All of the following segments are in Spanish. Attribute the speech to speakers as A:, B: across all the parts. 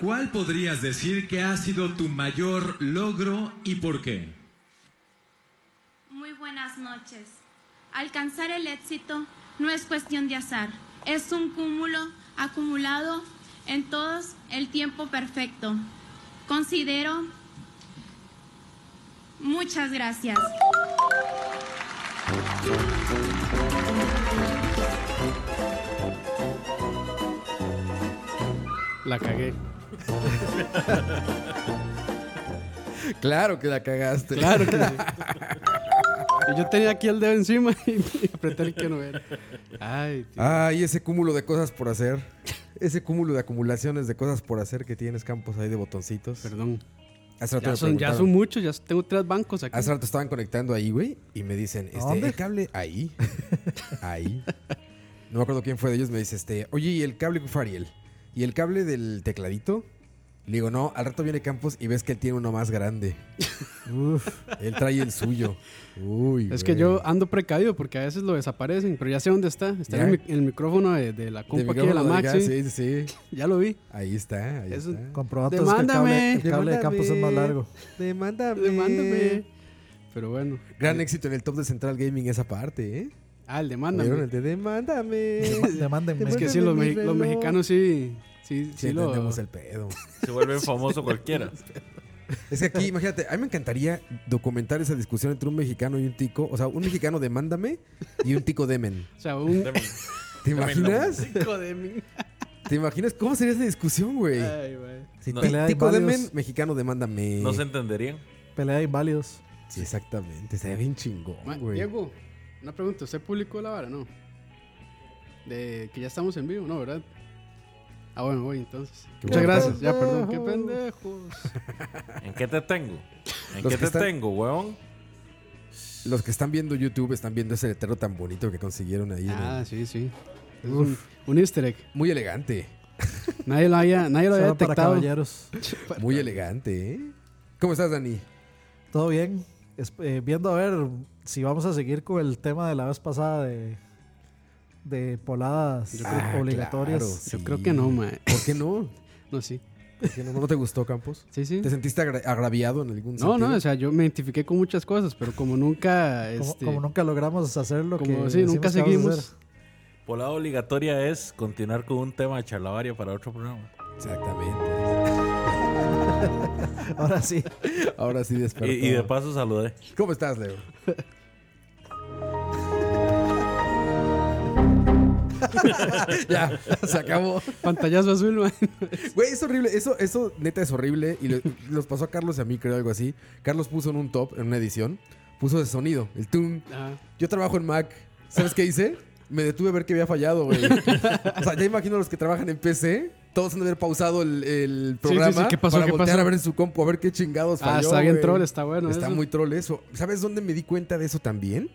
A: ¿cuál podrías decir que ha sido tu mayor logro y por qué?
B: Muy buenas noches. Alcanzar el éxito no es cuestión de azar, es un cúmulo acumulado en todos el tiempo perfecto. Considero... Muchas gracias.
C: La cagué.
D: Claro que la cagaste.
C: Claro que sí. Y Yo tenía aquí el dedo encima y apreté el que no era. Ay, tío.
D: Ay, ese cúmulo de cosas por hacer. Ese cúmulo de acumulaciones de cosas por hacer que tienes campos ahí de botoncitos.
C: Perdón.
D: Hace rato
C: Ya
D: me
C: son, ya
D: preguntaron.
C: son muchos, ya tengo tres bancos aquí.
D: Hace rato estaban conectando ahí, güey, y me dicen, este,
E: ¿Dónde?
D: el cable ahí, ahí. No me acuerdo quién fue de ellos, me dice, este, oye, ¿y el cable Fariel? ¿Y el cable del tecladito? Le digo, no, al rato viene Campos y ves que él tiene uno más grande. Uf, él trae el suyo. Uy,
C: Es que
D: güey.
C: yo ando precavido porque a veces lo desaparecen, pero ya sé dónde está. Está en
D: Ya.
C: el, mic- en el micrófono de, de la
D: De
C: compa aquí de la
D: micrófono de
C: Maxi.
D: gas, Sí, sí, sí.
C: Ya lo vi.
D: Ahí está, ahí
C: Eso-
D: está.
E: Comprobato es que el cable,
C: Demándame.
E: el cable de Campos es más largo.
D: Demándame.
C: Demándame. Pero bueno.
D: Gran éxito en el top de Central Gaming esa parte, ¿eh?
C: Ah,
D: ¿Vieron
C: el demándame.
D: el de demándame?
E: Demándenme.
C: Es que sí, los,
D: Demándame mi
C: mexi- los
D: reloj.
C: mexicanos sí. Sí, sí,
D: Sí,
C: lo.
D: entendemos el pedo.
F: Se vuelve famoso cualquiera.
D: Es que aquí, imagínate, a mí me encantaría documentar esa discusión entre un mexicano y un tico. O sea, un mexicano demándame y un tico demen.
C: O sea, un.
D: ¿Te imaginas?
C: Hijo de mí.
D: ¿Te imaginas cómo sería esa discusión, güey?
C: Ay, güey.
D: Si
F: Eh, no.
D: ti-
E: Pelea de
D: tico
E: varios.
D: demen, mexicano demándame.
F: No se entenderían.
E: Pelea de inválidos.
D: Sí, exactamente. Sería bien
C: Ma-
D: chingón, güey.
C: Diego, una pregunta. ¿Usted publicó la vara, no? De que ya estamos en vivo, ¿no? ¿Verdad? Ah, bueno, voy entonces.
D: Qué bueno.
C: Muchas gracias. Ya, perdón. Qué
D: Pendejo.
C: pendejos.
F: ¿En qué te tengo?
D: Los
F: ¿En
D: que
F: qué te
D: están-
F: tengo, huevón?
D: Los que están viendo YouTube están viendo ese letrero tan bonito que consiguieron ahí. en
C: Ah,
D: el-
C: sí, sí. Es un, un easter egg.
D: Muy elegante.
C: Nadie lo había, nadie lo había
E: Solo para
C: detectado.
E: caballeros.
D: Muy elegante, ¿eh? ¿Cómo estás, Dani?
E: Todo bien. Es- eh, viendo a ver si vamos a seguir con el tema de la vez pasada de, de poladas
C: Yo creo-
D: Ah,
E: obligatorias.
D: claro,
C: Yo
D: sí.
C: creo que no, mae.
D: ¿Por qué no?
C: No, sí.
D: ¿Por qué no? ¿No te gustó, Campos?
C: Sí, sí.
D: ¿Te sentiste agra- agraviado en algún
C: No,
D: sentido?
C: no, o sea, yo me identifiqué con muchas cosas, pero como nunca,
E: Como,
C: este,
E: como nunca logramos hacer lo
C: como-
E: que
C: sí, nunca
E: decimos que vamos a
C: seguimos.
E: hacer.
F: Polada obligatoria es continuar con un tema de charlavaria para otro programa.
D: Exactamente.
E: Ahora sí.
D: Ahora sí
F: Y,
D: despertó.
F: y de paso saludé.
D: ¿Cómo estás, Leo? ya, se acabó.
C: pantallazo azul, mae.
D: Güey, es horrible. Eso, eso neta es horrible. Y lo- los pasó a Carlos y a mí, creo, algo así. Carlos puso en un top, en una edición, puso de sonido, el tun.
C: Ajá.
D: Yo trabajo en Mac. ¿Sabes qué hice? Me detuve a ver que había fallado, güey. O sea, ya imagino a los que trabajan en PC. Todos han de haber pausado el, el
C: sí, sí,
D: programa
C: ¿qué pasó?
D: para
C: ¿Qué
D: voltear
C: pasó?
D: a ver en su compu, a ver qué chingados falló,
C: Ah, está bien
D: güey.
C: troll, está bueno.
D: Está
C: eso.
D: muy troll eso. ¿Sabes dónde me di cuenta de eso también?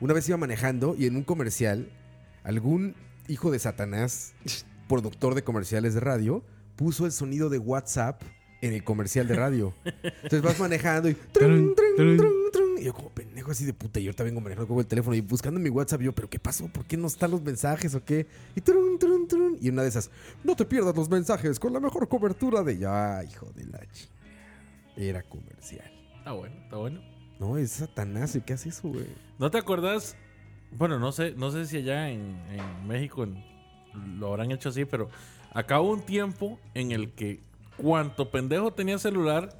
D: Una vez iba manejando y en un comercial, algún hijo de Satanás, productor de comerciales de radio, puso el sonido de WhatsApp en el comercial de radio. Entonces vas manejando y... trun, trun, trun, trun. Y yo como pendejo así de puta, y yo ahorita vengo manejando con el teléfono y buscando mi WhatsApp, yo, pero ¿qué pasó? ¿Por qué no están los mensajes o qué? Y trun, trun, trun. Y una de esas, no te pierdas los mensajes con la mejor cobertura de... Ya, hijo de la chingada. Era comercial.
F: Está bueno, está bueno.
D: No, es Satanás, ¿y qué hace eso, güey?
F: ¿No te acuerdas? Bueno, no sé, no sé si allá en, en México en- lo habrán hecho así, pero acá hubo un tiempo en el que cuanto pendejo tenía celular,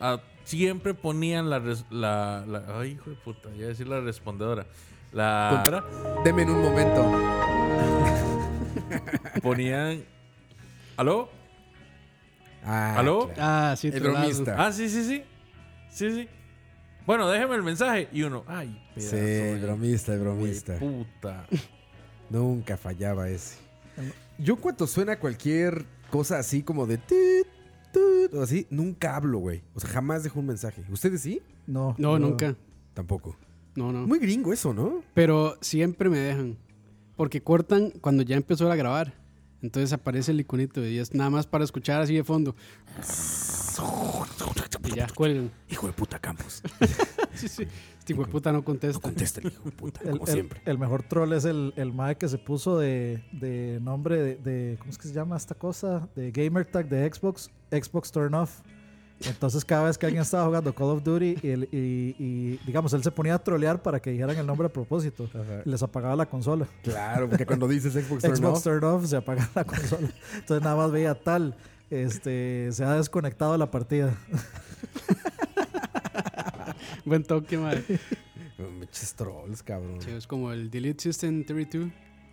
F: a- siempre ponían la, res- la, la- Ay, hijo de puta, ya decir la respondedora. La
G: Contra-
D: Deme en un momento.
F: ponían. ¿Aló?
D: Ah,
F: ¿Aló?
D: claro.
C: Ah, sí,
D: El
C: trolazo.
D: bromista.
F: Ah, sí, sí, sí. Sí, sí. Bueno, déjeme el mensaje. Y uno, ay, pedazo
D: Sí, el
F: de
D: bromista, el bromista.
F: Puta.
D: Nunca fallaba ese. Yo cuando suena cualquier cosa así como de tut, tut, o así, nunca hablo, güey. O sea, jamás dejo un mensaje. ¿Ustedes sí?
E: No,
C: No, nunca.
D: Tampoco.
C: No, no.
D: Muy gringo eso, ¿no?
C: Pero siempre me dejan. Porque cortan cuando ya empezó a grabar. Entonces aparece el iconito y es nada más para escuchar así de fondo. Y ya cuelgan.
D: Hijo de puta, Campos.
C: Sí, sí. Este hijo de puta no
D: No
C: contesta.
D: contesta el hijo de puta,
E: El,
D: como
E: el-
D: siempre.
E: el mejor troll es el, el mae que se puso de, de nombre de, de- ¿Cómo es que se llama esta cosa? De Gamer Tag de Xbox, Xbox Turn Off. Entonces, cada vez que alguien estaba jugando Call of Duty y, el- y- y, digamos, él se ponía a trolear para que dijeran el nombre a propósito. Y les apagaba la consola.
D: Claro, porque cuando dices Xbox, Turn
E: Xbox
D: Off,
E: Turn Off se apagaba la consola. Entonces, nada más veía tal. Este, se ha desconectado la partida.
C: Buen toque, madre.
D: Muchos trolls, cabrón.
C: Sí, es como el Delete System 32.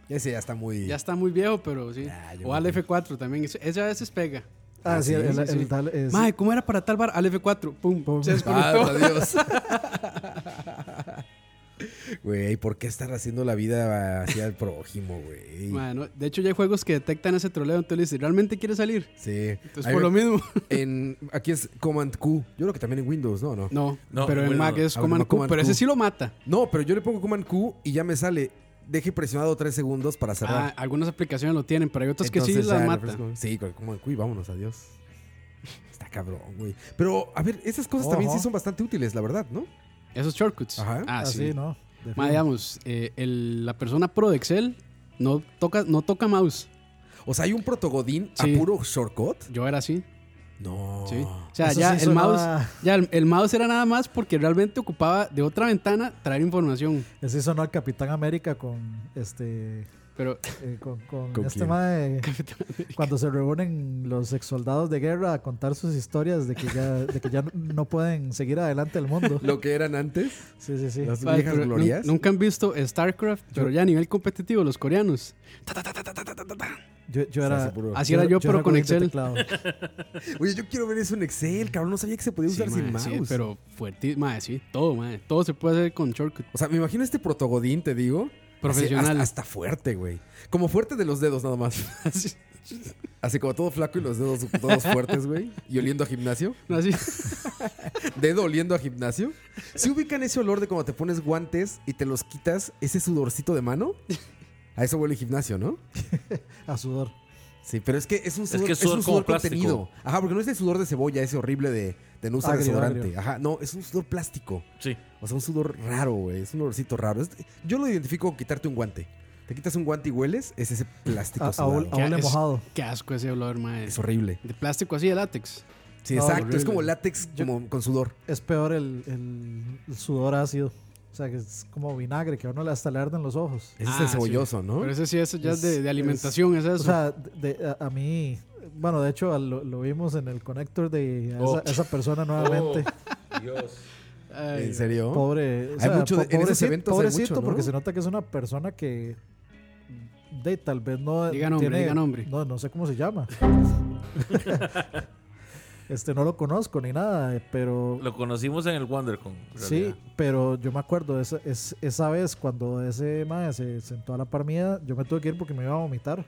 D: Ese ya está muy.
C: Ya está muy viejo, pero sí.
D: Ya, yo
C: o al
D: me-
C: F4 también. Eso- Ese a veces pega.
E: Ah, sí, el,
C: sí,
E: el-
C: sí.
E: el tal es-
C: Madre, ¿cómo era para tal bar? Al F4. Pum, pum. Se
D: Ah,
C: desconectó.
D: adiós. Güey, ¿por qué estar haciendo la vida hacia el prójimo, güey?
C: Madre, no. De hecho, ya hay juegos que detectan ese troleo. Entonces le dicen, ¿realmente quieres salir?
D: Sí.
C: Entonces,
D: Ahí
C: por
D: ve-
C: lo mismo.
D: en, aquí es Command Q. Yo creo que también en Windows, ¿no? No, no,
C: No,
F: No,
C: pero en
F: bueno,
C: Mac es
D: a ver,
C: Command
D: no,
C: Q,
D: Command
C: Pero ese
D: Q.
C: sí lo mata.
D: pero yo le pongo Command Q y ya me sale. Deje presionado tres segundos para
C: Ah,
D: cerrar.
C: algunas aplicaciones lo tienen, pero hay otras que sí
D: Entonces,
C: las
D: ya,
C: mata.
D: refresco. Sí, con el Command Q y vámonos, adiós. Está cabrón, güey. Pero, a ver, esas cosas también
E: Ojo.
D: sí son bastante útiles, la verdad, ¿no?
C: Esos shortcuts.
D: Ajá.
C: Ah,
E: así,
C: sí.
E: ¿no?
C: Ma, digamos, eh, el- la persona pro de Excel no toca, no toca mouse.
D: O sea, hay un protogodín
C: Sí.
D: a puro shortcut.
C: Yo era así.
D: No.
C: Sí. O sea,
E: Eso
C: ya,
E: sí
C: el
E: sonaba-
C: mouse, ya el, el mouse era nada más porque realmente ocupaba de otra ventana traer información.
E: Ese sonó al Capitán América con este.
C: Pero
E: eh, con, con
D: ¿Con
E: este
D: quién?
E: mae, cuando se reúnen los ex soldados de guerra a contar sus historias de que ya, de que ya no pueden seguir adelante el mundo.
D: Lo que eran antes,
E: Sí, sí, sí.
D: las
C: Vale,
D: viejas
C: pero nu-
D: glorias.
C: Nunca han visto StarCraft, pero ya a nivel competitivo, los coreanos.
E: Yo, yo
D: Se
E: era.
D: hace puro-
C: Así era yo, pero
E: era
C: con
E: de
C: Excel.
E: teclado.
D: Oye, yo quiero ver eso en Excel, cabrón. No sabía que se podía
C: Sí,
D: usar sin
C: ma,
D: mouse.
C: sí, pero fuerte, ma, sí, todo, ma, todo se puede hacer con shortcut.
D: O sea, me imagino este protogodín, te digo.
C: Profesional.
D: Así, hasta, hasta fuerte, güey. Como fuerte de los dedos nada más. Así, así como todo flaco y los dedos todos fuertes, güey. Y oliendo a gimnasio.
C: No, así.
D: Dedo oliendo a gimnasio. ¿Se ubican ese olor de cuando te pones guantes y te los quitas, ese sudorcito de mano? A eso huele gimnasio, ¿no?
E: A sudor.
D: Sí, pero es que es un sudor,
F: que es
D: es un
F: sudor como
D: sudor
F: plástico.
D: contenido. Ajá, porque no es el sudor de cebolla ese horrible de, de no usar
E: Agrio,
D: desodorante.
E: agrio.
D: Ajá, no, es un sudor plástico.
F: Sí.
D: O sea, un sudor raro, güey. Es un olorcito raro. Es- yo lo identifico con quitarte un guante. Te quitas un guante y hueles, es ese plástico
E: A, a
D: sudado.
E: ol- a ole
C: Es-
E: mojado.
C: Qué asco ese olor, ma.
D: Es horrible.
C: De plástico así, de látex.
D: Sí,
E: No,
D: exacto.
C: horrible.
D: Es como látex como con sudor.
E: Es peor el, el- el sudor ácido. O sea, que es como vinagre que a uno le hasta le arden los ojos.
D: Ese es
C: Ah,
D: el
C: sí.
D: cebolloso, ¿no?
C: Pero ese sí, eso ya es, de,
E: Es-
C: de alimentación, es, eso.
E: O sea, de- de- a, a mí, bueno, de hecho a lo, lo vimos en el conector de a esa,
F: Oh.
E: esa persona
D: Oh.
E: nuevamente.
F: Dios.
C: Ay,
D: ¿En serio?
E: Pobre, o sea,
D: mucho de- en esos
E: pobrecito-
D: eventos hay
E: pobrecito,
D: mucho, ¿no?
E: porque se nota que es una persona que de tal vez no
C: Diga nombre,
E: tiene-
C: diga nombre.
E: No, no sé cómo se llama. este no lo conozco ni nada, eh, pero
F: Lo conocimos en el WonderCon. en
E: sí,
F: realidad.
E: pero yo me acuerdo esa, es, esa vez cuando ese mae se sentó a la par mía, yo me tuve que ir porque me iba a vomitar.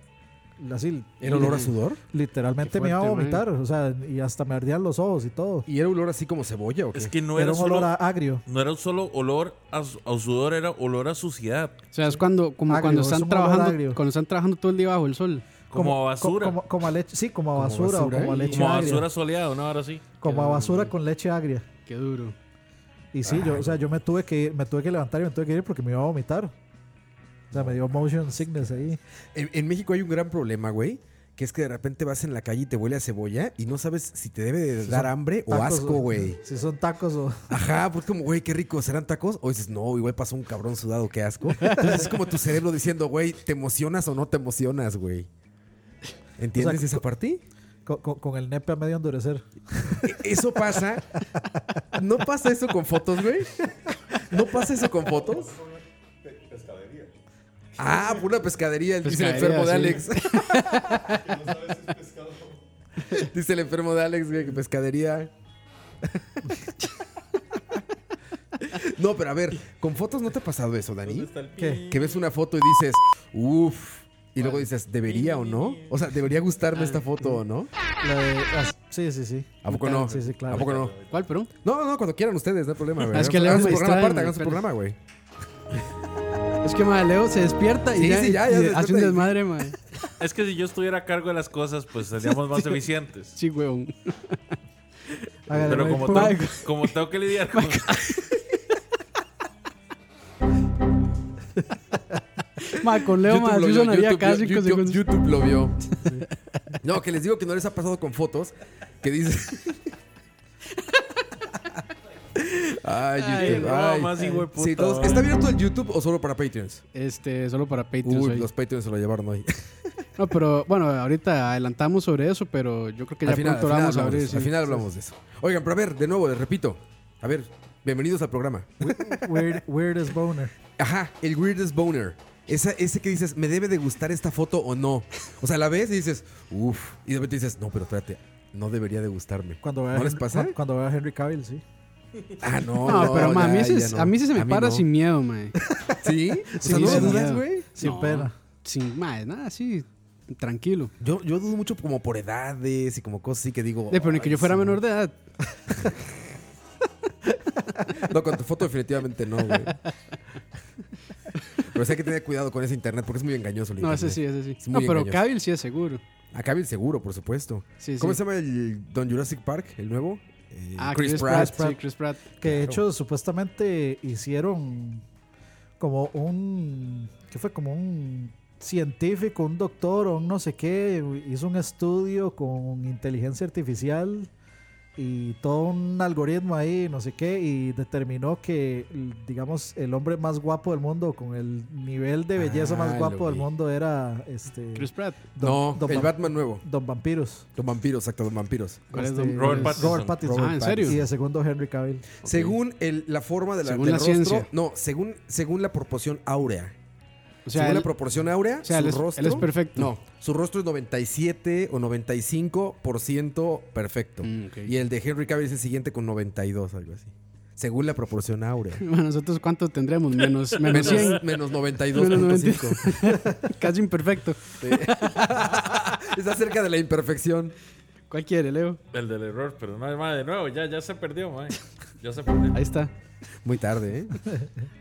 E: Así,
D: ¿Era olor a sudor?
E: literalmente
C: Qué
E: me iba a
C: fuerte,
E: vomitar, o sea, y hasta me ardían los ojos y todo.
D: ¿Y era olor así como cebolla o qué?
F: Es que no
E: era
F: era,
E: un
F: solo,
E: olor a- agrio.
F: no era solo olor a, su- a sudor, era olor a suciedad.
C: o sea, es cuando, como
E: Agrio,
C: cuando
E: es
C: están
E: un olor
C: trabajando,
E: agrio.
C: cuando están trabajando todo el día bajo el sol.
F: Como, a
E: co-
F: basura.
E: Como,
F: Como,
E: como a leche, sí, como a
D: Como
E: basura,
D: basura,
E: o como a
D: ¿eh?
E: leche
F: a
E: agria.
F: basura soleada, una hora así.
E: Como a basura con leche agria.
C: Qué duro.
E: Y sí, yo, o sea, yo me tuve que ir- me tuve que levantar y me tuve que ir porque me iba a vomitar. O sea, me dio motion sickness ahí.
D: En, en México hay un gran problema, güey. Que es que de repente vas en la calle y te huele a cebolla y no sabes si te debe de dar hambre o
E: Tacos,
D: asco, güey.
E: Si son tacos o...
D: Ajá, porque como, güey, qué rico, ¿serán tacos? O dices, no, igual pasó un cabrón sudado, qué asco. Entonces es como tu cerebro diciendo, güey, ¿te emocionas o no te emocionas, güey? ¿Entiendes
E: O sea,
D: esa parte?
E: Con, con- con el nepe a medio endurecer.
D: E- Eso pasa. ¿No pasa eso con fotos, güey? ¿No pasa eso con fotos? Ah, por una pescadería, dice el
C: Pescadería,
D: enfermo de
C: sí.
D: Alex. Dice el enfermo de Alex, güey, que pescadería. No, pero a ver, con fotos no te ha pasado eso, Dani.
E: ¿Qué?
D: Que ves una foto y dices, uff. Y luego dices, ¿debería o no? O sea, ¿debería gustarme
E: Ah,
D: esta foto o no?
E: La de- ah, sí, sí, sí.
D: ¿A poco no?
E: Sí, sí, claro.
D: ¿A poco no?
C: ¿Cuál, pero?
D: No, no, cuando quieran ustedes, no hay problema, güey.
C: Es que Leo
D: hagan su
C: me
D: programa
C: distrae,
D: aparte,
C: me
D: hagan su
C: distrae.
D: programa, güey.
C: Es que, madre, Leo se despierta y
D: Sí,
C: ya,
D: sí, ya, ya
C: y
D: se despierta
C: hace un
D: y-
C: desmadre, madre.
F: Es que si yo estuviera a cargo de las cosas, pues seríamos más eficientes.
C: Sí, weón.
E: Hágale,
F: Pero
E: güey.
F: como,
E: Pum.
F: tengo, como tengo que lidiar con...
C: Madre, con Leo, madre, sí sonaría
D: YouTube,
C: casi
D: YouTube, YouTube lo vio. No, que les digo que no les ha pasado con fotos que dice. Ay,
F: Ay,
D: YouTube.
F: no,
D: ay.
F: más hijo de puta,
D: Sí, todos-
F: vale.
D: ¿Está abierto el YouTube o solo para Patreons?
C: Este, solo para Patreon.
D: Uy,
C: soy.
D: los Patreons se lo llevaron hoy.
C: No, pero bueno, ahorita adelantamos sobre eso, pero yo creo que ya
D: al final, al
C: pronto
D: final
C: la
D: hablamos,
C: vamos a abrir.
D: de eso,
C: sí.
D: al final hablamos de eso. Oigan, pero a ver, de nuevo, les repito. A ver, bienvenidos al programa.
E: Weird, weirdest boner.
D: Ajá, el weirdest boner. Esa, ese que dices, ¿me debe de gustar esta foto o no? O sea, la ves y dices, uff. Y de repente dices, no, pero espérate, no debería de gustarme.
E: Cuando vea
D: ¿No les
E: Hen-
D: pasa?
E: cu- Cuando vea a Henry Cavill, sí.
D: Ah, no.
C: ¿eh? No, pero ma, a, mí
D: ya,
C: se,
D: ya no.
C: a mí sí se me para
D: no.
C: sin miedo, mae.
D: ¿Sí? O
C: Sí,
D: sea, ¿no
C: sin
D: lo dudas,
C: miedo.
D: güey?
E: Sin
C: No,
E: pena.
C: Sin, mae, nada, sí, tranquilo.
D: Yo, yo dudo mucho como por edades y como cosas así que digo.
C: Eh, pero ni que
D: ay,
C: yo fuera
D: sí.
C: menor de edad.
D: No, con tu foto definitivamente no, güey. Pero sí hay que tener cuidado con ese internet porque es muy engañoso. el
C: No, ese sí,
D: internet.
C: ese sí.
D: Es
C: No,
D: muy
C: pero
D: engañoso.
C: Cavill sí es seguro.
D: Acá bien seguro, por supuesto.
C: Sí,
D: ¿Cómo
C: sí.
D: se llama el Don Jurassic Park, el nuevo? Eh,
C: Ah, Chris, Pratt,
E: Pratt.
C: Sí, Chris Pratt.
E: Que de hecho, supuestamente hicieron como un. ¿Qué fue? Como un científico, un doctor o un no sé qué. Hizo un estudio con inteligencia artificial y todo un algoritmo ahí, no sé qué. Y determinó que, digamos, el hombre más guapo del mundo, con el nivel de belleza
D: Ah,
E: más
D: lo
E: guapo del
D: vi.
E: mundo, era este.
C: Chris Pratt.
D: No,
E: Don
D: el
E: Vamp-
D: Batman nuevo.
E: Don Vampiros.
D: Don Vampiro, exacto, Don Vampiros.
C: ¿Cuál es
E: Este,
C: Don-
F: Robert
C: cuál es?
F: Pattinson.
E: Robert Pattinson.
C: Ah, ¿en serio?
E: Y el segundo Henry Cavill.
D: Según el- la forma de la,
C: Según
D: del
C: la
D: rostro,
C: ciencia.
D: no, según, según la proporción áurea.
C: O sea,
D: según
C: él-
D: la proporción áurea,
C: o sea,
D: su
C: él es-
D: rostro.
C: él es perfecto.
D: No, su rostro es 97 o 95% perfecto.
C: Mm, ok.
D: Y el de Henry Cavill es el siguiente con 92, algo así. Según la proporción áurea.
C: Bueno, nosotros cuánto tendremos? Menos, menos
D: Menos,
C: 100.
D: menos
C: Menos
D: 92.5.
C: Casi imperfecto.
D: Está cerca de la imperfección.
C: ¿Cuál quiere, Leo?
F: El del error, pero no, madre, de nuevo, ya, ya se perdió, madre. Ya se perdió.
C: Ahí está.
D: Muy tarde, ¿eh?